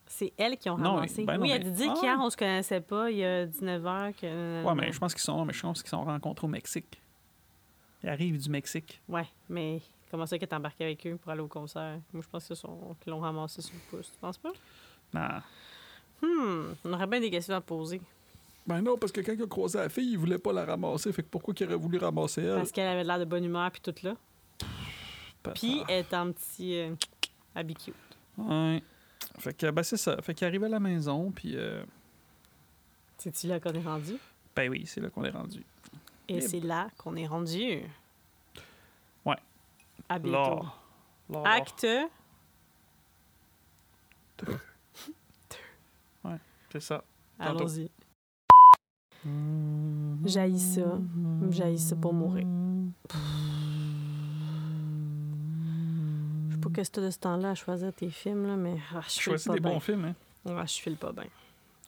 Speaker 2: C'est elle qui ont
Speaker 1: Non,
Speaker 2: ramassé.
Speaker 1: ben non,
Speaker 2: oui,
Speaker 1: mais-
Speaker 2: elle dit
Speaker 1: Ah.
Speaker 2: qu'hier, on se connaissait pas, il y a 19 heures que...
Speaker 1: Ouais, mais je pense qu'ils sont, mais je pense qu'ils sont rencontrés au Mexique. Ils arrivent du Mexique.
Speaker 2: Ouais, mais comment ça qu'elle est embarquée avec eux pour aller au concert? Moi, je pense que sont- qu'ils l'ont ramassé sur le pouce. Tu penses pas?
Speaker 1: Non.
Speaker 2: Hmm, on aurait bien des questions à poser.
Speaker 1: Ben non, parce que quand il a croisé la fille, il voulait pas la ramasser. Fait que pourquoi qu'il aurait voulu ramasser elle?
Speaker 2: Parce qu'elle avait l'air de bonne humeur, puis tout là. Puis elle est en petit euh, habit cute.
Speaker 1: Ouais. Fait que, ben c'est ça. Fait qu'il arrive à la maison, puis... euh,
Speaker 2: C'est-tu là qu'on est rendu?
Speaker 1: ben oui, c'est là qu'on est rendu.
Speaker 2: Et
Speaker 1: Eh
Speaker 2: c'est là qu'on est rendu.
Speaker 1: Ouais.
Speaker 2: À bientôt.
Speaker 1: L'or. L'or.
Speaker 2: Acte.
Speaker 1: C'est ça. Tantôt. Mm-hmm.
Speaker 2: Allons-y. J'haïs ça. J'haïs ça pour mourir. Je sais pas que c'était de ce temps-là à choisir tes films, là, mais ah, je
Speaker 1: Je
Speaker 2: file
Speaker 1: choisis
Speaker 2: pas
Speaker 1: des
Speaker 2: bien.
Speaker 1: bons films, hein?
Speaker 2: Ah, je file pas bien.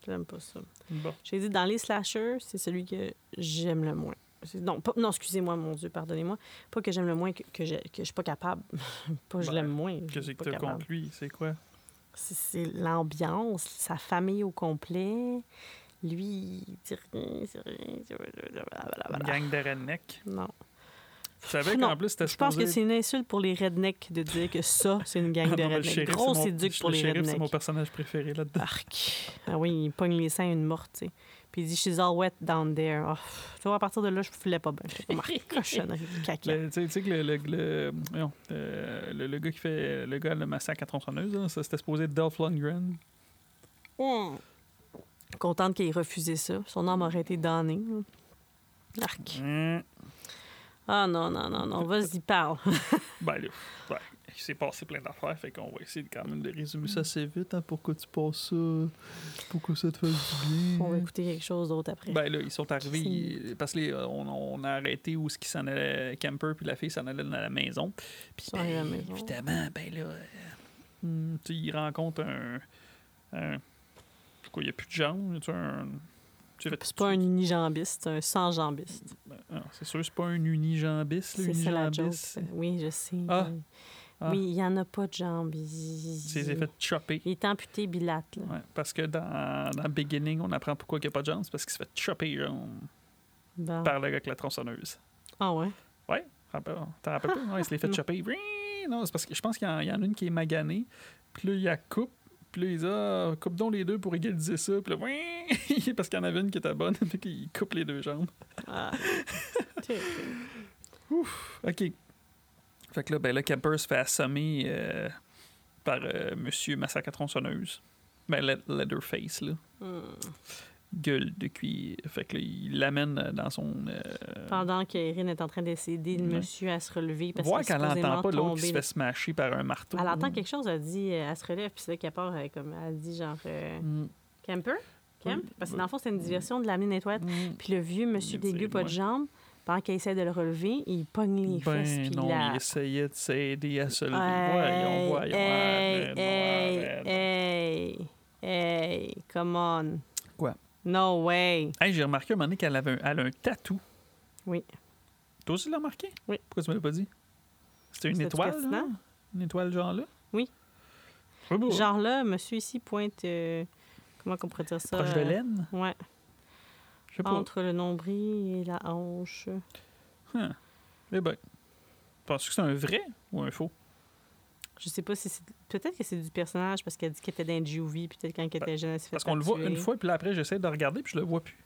Speaker 2: J'aime pas ça.
Speaker 1: Bon.
Speaker 2: J'ai dit, dans les slashers, c'est celui que j'aime le moins. C'est- Non, pas- non excusez-moi, mon Dieu, pardonnez-moi. Pas que j'aime le moins, que, que, je, que je suis pas capable. pas je
Speaker 1: Ben,
Speaker 2: l'aime moins. je
Speaker 1: Qu'est-ce
Speaker 2: suis
Speaker 1: que
Speaker 2: pas
Speaker 1: t'as
Speaker 2: capable.
Speaker 1: contre lui? C'est quoi?
Speaker 2: C'est- C'est l'ambiance, sa famille au complet. Lui, il dit rien, c'est rien. c'est-
Speaker 1: Une
Speaker 2: blablabla.
Speaker 1: gang de redneck.
Speaker 2: Non.
Speaker 1: Tu savais
Speaker 2: Ah, Non,
Speaker 1: qu'en plus, c'était
Speaker 2: Je pense que
Speaker 1: supposé-
Speaker 2: c'est une insulte pour les rednecks de dire que ça, c'est une gang
Speaker 1: Ah
Speaker 2: de
Speaker 1: non, mais le
Speaker 2: rednecks.
Speaker 1: shérif, c'est
Speaker 2: Grosse
Speaker 1: mon-
Speaker 2: éduque pour
Speaker 1: le
Speaker 2: les
Speaker 1: shérif, c'est mon
Speaker 2: rednecks.
Speaker 1: personnage préféré là-dedans.
Speaker 2: Arc. Ah oui, il pogne les seins à une morte, tu sais. Puis il dit, She's all wet down there. Ah, tu vois, à partir de là, je filais pas bien. J'étais comme, Ah, cochonnerie, caca.
Speaker 1: Le- Tu sais- tu sais que le, le, le- voyons, euh, le- le gars qui fait le gars le massacre à tronçonneuse, là, ça c'était supposé être Dolph Lundgren.
Speaker 2: Hum. Contente qu'il ait refusé ça. Son âme aurait été donnée. Arc.
Speaker 1: Hein?
Speaker 2: Ah non, non, non, non. Vas-y, parle.
Speaker 1: Ben là, ouais, il s'est passé plein d'affaires, fait qu'on va essayer de- quand même de résumer ça assez vite. Hein, pourquoi tu passes ça Pourquoi ça te fait du
Speaker 2: On va
Speaker 1: bien
Speaker 2: écouter quelque chose d'autre après.
Speaker 1: Hmm. Ben là, ils sont arrivés,
Speaker 2: C'est-
Speaker 1: ils- parce qu'on on a arrêté où ce qui s'en allait, Camper puis la fille s'en allaient dans la maison. Puis
Speaker 2: sont arrivés à la maison.
Speaker 1: Ben, évidemment, ben là, euh, hmm, tu sais, ils rencontrent un, un- c'est quoi, il n'y a plus de jambes, tu sais, un... tu sais,
Speaker 2: c'est pas un unijambiste, c'est un sans-jambiste.
Speaker 1: ben, non, c'est sûr, c'est pas un unijambiste,
Speaker 2: C'est ça la joke.
Speaker 1: unijambiste.
Speaker 2: ça. Oui, je sais.
Speaker 1: Ah.
Speaker 2: Oui.
Speaker 1: Ah.
Speaker 2: Oui, il n'y en a pas de jambes. Il...
Speaker 1: C'est les effets chopper.
Speaker 2: Il est amputé bilate. Là.
Speaker 1: Ouais, parce que dans, dans Beginning, on apprend pourquoi il n'y a pas de jambes, c'est parce qu'il se fait chopper genre,
Speaker 2: Bon.
Speaker 1: par le gars avec la tronçonneuse.
Speaker 2: Ah ouais?
Speaker 1: Ouais, rappelle- t'en rappelles pas? Non, il se l'est fait
Speaker 2: Non.
Speaker 1: chopper. Bring! Non, c'est parce que je pense qu'il y, en- il y en a une qui est maganée, puis là, il la coupe, puis là, il dit ah, coupe donc les deux pour égaliser ça, puis là, bring! parce qu'il y en avait une qui était bonne, puis qu'il coupe les deux jambes.
Speaker 2: Ah. Terrible.
Speaker 1: OK. Fait que là, ben là, Camper se fait assommer euh, par euh, Monsieur Massacre à tronçonneuse. Ben, Le- Leatherface, là.
Speaker 2: Hmm.
Speaker 1: Gueule de cuir. Fait que là, il l'amène euh, dans son. euh,
Speaker 2: Pendant qu'Erin est en train d'essayer de
Speaker 1: Ouais.
Speaker 2: monsieur à se relever parce
Speaker 1: voir
Speaker 2: qu'il est
Speaker 1: qu'elle n'entend
Speaker 2: supposément
Speaker 1: pas l'autre qui
Speaker 2: tombé,
Speaker 1: se
Speaker 2: là.
Speaker 1: fait smasher par un marteau.
Speaker 2: Elle entend quelque chose, elle dit, euh, elle se relève, puis c'est là qu'elle part, euh, comme, elle dit genre, euh,
Speaker 1: Mm.
Speaker 2: camper? Camp?
Speaker 1: Oui.
Speaker 2: Parce que dans le fond, c'est une diversion de l'amener dans les toilettes.
Speaker 1: Mm.
Speaker 2: Puis le vieux monsieur
Speaker 1: Il dit,
Speaker 2: dégueu, pas
Speaker 1: ouais.
Speaker 2: de jambes, pendant qu'elle essaie de le relever, il pogne les fesses, puis
Speaker 1: Ben non,
Speaker 2: la-
Speaker 1: il essayait de s'aider à se lever.
Speaker 2: Hey,
Speaker 1: Voyons, voyons,
Speaker 2: hey,
Speaker 1: arrête,
Speaker 2: hey,
Speaker 1: arrête.
Speaker 2: hey, hey, come on.
Speaker 1: Quoi?
Speaker 2: No way.
Speaker 1: Hey, j'ai remarqué un moment donné qu'elle avait un, elle a un tatou.
Speaker 2: Oui.
Speaker 1: Toi aussi, tu l'as remarqué?
Speaker 2: Oui.
Speaker 1: Pourquoi tu me l'as pas dit? C'était une
Speaker 2: C'était-tu
Speaker 1: étoile, là?
Speaker 2: pertinent?
Speaker 1: Une étoile, genre là?
Speaker 2: Oui.
Speaker 1: Oui, oui.
Speaker 2: Genre là, monsieur ici pointe, euh, comment qu'on pourrait dire ça?
Speaker 1: Proche de
Speaker 2: euh,
Speaker 1: laine?
Speaker 2: Ouais,
Speaker 1: Je sais pas.
Speaker 2: entre le nombril et la hanche.
Speaker 1: Huh. Eh ben. Penses-tu que c'est un vrai ou un faux?
Speaker 2: Je sais pas si c'est. Peut-être que c'est du personnage parce qu'elle dit qu'elle était dans le juvie, puis peut-être quand elle était jeune, elle s'est fait
Speaker 3: Ben, Parce qu'on le voit une fois, puis là, après, j'essaie de le regarder, puis je le vois plus.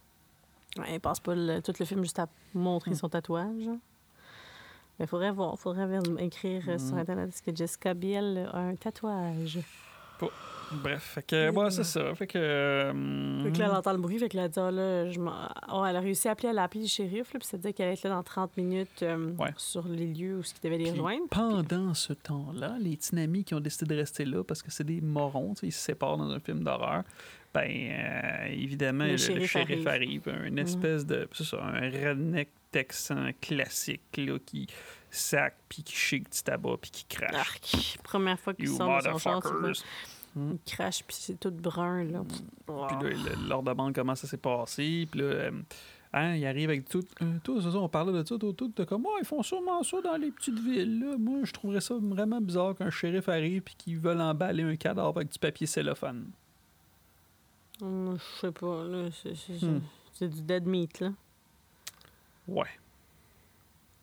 Speaker 2: Ouais, elle passe pas le- tout le film juste à montrer
Speaker 3: Mm.
Speaker 2: son tatouage. Mais faudrait voir, faudrait ver- écrire euh,
Speaker 3: Hmm.
Speaker 2: sur Internet est-ce que Jessica Biel a un tatouage.
Speaker 3: Bref, fait que, ouais, c'est ça. Fait que. euh,
Speaker 2: Fait que là, elle entend le bruit, fait qu'elle a dit, Ah, là, je m'en- oh, elle a réussi à appeler, elle a appelé le shérif, là, puis ça dit qu'elle allait être là dans 30 minutes euh,
Speaker 3: Ouais.
Speaker 2: sur les lieux où ce qui devait les
Speaker 3: Puis
Speaker 2: rejoindre.
Speaker 3: pendant ce temps-là, les tsunamis qui ont décidé de rester là parce que c'est des morons, tu sais, ils se séparent dans un film d'horreur, ben euh, évidemment,
Speaker 2: Le
Speaker 3: le,
Speaker 2: Mhm.
Speaker 3: le
Speaker 2: shérif
Speaker 3: shérif,
Speaker 2: arrive.
Speaker 3: arrive. une espèce de. C'est ça, un redneck texan classique là, qui sac, puis qui chic du tabac, puis qui crache.
Speaker 2: Arc. Première fois qu'il
Speaker 3: you
Speaker 2: sort de son char, tu vois,
Speaker 3: motherfuckers! Mm.
Speaker 2: il crache, puis c'est tout brun, là. Oh.
Speaker 3: Puis là, il leur demande comment ça s'est passé. Puis là, euh, hein, il arrive avec tout. euh, tout ça, ça, on parlait de ça, tout, tout, de comme, Ah, ils font sûrement ça dans les petites villes. là. Moi, je trouverais ça vraiment bizarre qu'un shérif arrive puis qu'ils veulent emballer un cadavre avec du papier cellophane.
Speaker 2: Hum, je sais pas, là, c'est- c'est
Speaker 3: Hmm.
Speaker 2: c'est du dead meat, là.
Speaker 3: Ouais.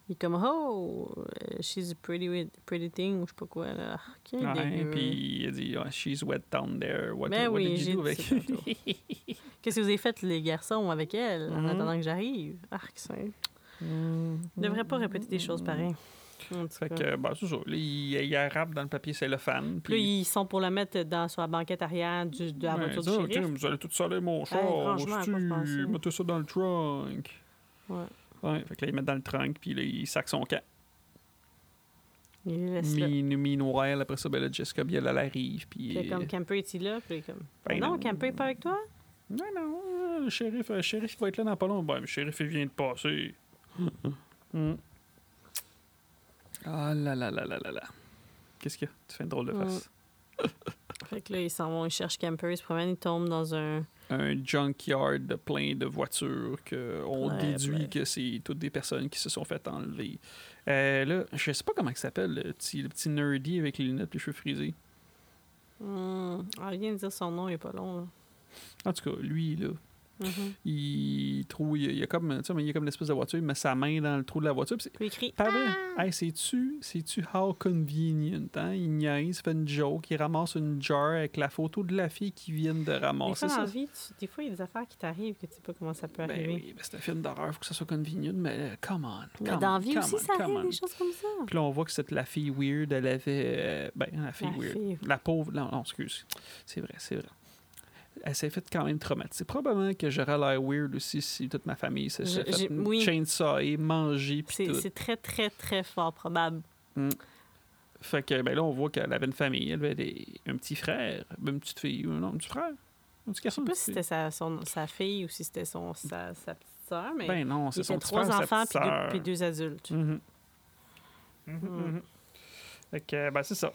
Speaker 2: Il est comme, oh, euh, she's a pretty, wi- pretty thing, ou je sais pas quoi, là. Ah, quel
Speaker 3: Ouais,
Speaker 2: dégueu.
Speaker 3: puis il a dit, Ah, she's wet down there. What,
Speaker 2: Ben
Speaker 3: what
Speaker 2: oui,
Speaker 3: did
Speaker 2: j'ai
Speaker 3: you do
Speaker 2: dit
Speaker 3: avec.
Speaker 2: ça tantôt. Qu'est-ce que vous avez fait, les garçons, avec elle, en
Speaker 3: Mhm.
Speaker 2: attendant que j'arrive? Arc, ça. Je devrais pas répéter des choses pareilles. En tout
Speaker 3: Hmm. Fait
Speaker 2: cas.
Speaker 3: que, ben, c'est ça. Là, il, il arrape dans le papier cellophane.
Speaker 2: Puis là,
Speaker 3: Puis
Speaker 2: ils sont pour le mettre dans, sur la banquette arrière du, de la
Speaker 3: Ben,
Speaker 2: voiture
Speaker 3: ça,
Speaker 2: du shérif.
Speaker 3: Kim, vous allez tout saler mon char.
Speaker 2: franchement,
Speaker 3: asti,
Speaker 2: à quoi je pensais?
Speaker 3: mettez ça dans le trunk.
Speaker 2: Ouais.
Speaker 3: Ouais, fait que là, ils mettent dans le trunk, puis là, ils sacent son camp.
Speaker 2: Il le laisse là.
Speaker 3: Mine, mine noire, après ça, ben là, Jessica Biel, elle arrive, puis...
Speaker 2: Puis comme Camper est-il là? Puis il est comme,
Speaker 3: Ben
Speaker 2: non,
Speaker 3: non.
Speaker 2: Camper est pas avec toi?
Speaker 3: Non, non, euh, le shérif, euh, le shérif, il va être là dans pas longtemps. Ben, le shérif, il vient de passer. Hmm. Ah là là là là là là. Qu'est-ce qu'il y a? Tu fais une drôle de face.
Speaker 2: Fait que là, ils s'en vont, ils cherchent Camper, ils se promènent, ils tombent dans un.
Speaker 3: Un junkyard de plein de voitures que on
Speaker 2: Ouais,
Speaker 3: déduit
Speaker 2: ouais.
Speaker 3: que c'est toutes des personnes qui se sont fait enlever. Euh, là, je sais pas comment il s'appelle, le petit, le petit nerdy avec les lunettes et les cheveux frisés.
Speaker 2: Hmm. Ah, il vient de dire son nom, il est pas long, là.
Speaker 3: En tout cas, lui, là,
Speaker 2: Mhm.
Speaker 3: il trouve, il y a comme, tu sais, mais il y a comme une espèce de voiture, il met sa main dans le trou de la voiture. Puis c'est
Speaker 2: Puis il crie.
Speaker 3: pas vrai.
Speaker 2: Ah!
Speaker 3: Hey, c'est-tu, c'est-tu how convenient, hein? Il niaise, fait une joke, il ramasse une jar avec la photo de la fille qui vient de
Speaker 2: Des
Speaker 3: ramasser
Speaker 2: fois, dans
Speaker 3: ça.
Speaker 2: la vie, tu- des fois, il y a des affaires qui t'arrivent que tu sais pas comment ça peut
Speaker 3: Ben
Speaker 2: arriver.
Speaker 3: oui, ben c'est un film d'horreur, faut que ça soit convenient, mais euh, come on.
Speaker 2: Mais
Speaker 3: come
Speaker 2: dans
Speaker 3: on,
Speaker 2: la vie
Speaker 3: come
Speaker 2: aussi,
Speaker 3: on,
Speaker 2: ça
Speaker 3: come
Speaker 2: arrive,
Speaker 3: on.
Speaker 2: des choses comme ça.
Speaker 3: Puis là, on voit que cette, la fille weird, elle avait. euh, ben, la fille
Speaker 2: La
Speaker 3: weird.
Speaker 2: fille.
Speaker 3: La pauvre. Non, non, excuse. C'est vrai, c'est vrai. Elle s'est faite quand même traumatiser. Probablement que j'aurais l'air weird aussi si toute ma famille se
Speaker 2: Je-
Speaker 3: serait
Speaker 2: j'ai-
Speaker 3: fait
Speaker 2: oui.
Speaker 3: chainsawer, manger, puis
Speaker 2: C'est
Speaker 3: tout.
Speaker 2: c'est très, très, très fort probable.
Speaker 3: Fait que, ben là, on voit qu'elle avait une famille. Elle avait des- un petit frère, ben, une petite fille, ou non, un petit frère. Un petit garçon.
Speaker 2: Je sais
Speaker 3: une
Speaker 2: pas
Speaker 3: petite
Speaker 2: si
Speaker 3: fille.
Speaker 2: c'était sa, son- sa fille ou si c'était son- sa, sa petite sœur, mais
Speaker 3: Ben non,
Speaker 2: il
Speaker 3: c'est
Speaker 2: y
Speaker 3: son
Speaker 2: avait
Speaker 3: petit
Speaker 2: trois
Speaker 3: frère, sa
Speaker 2: enfants
Speaker 3: petite
Speaker 2: puis deux,
Speaker 3: sœur.
Speaker 2: puis deux adultes. Mm-hmm.
Speaker 3: Mhm. Mhm, mhm. Fait que, ben, c'est ça.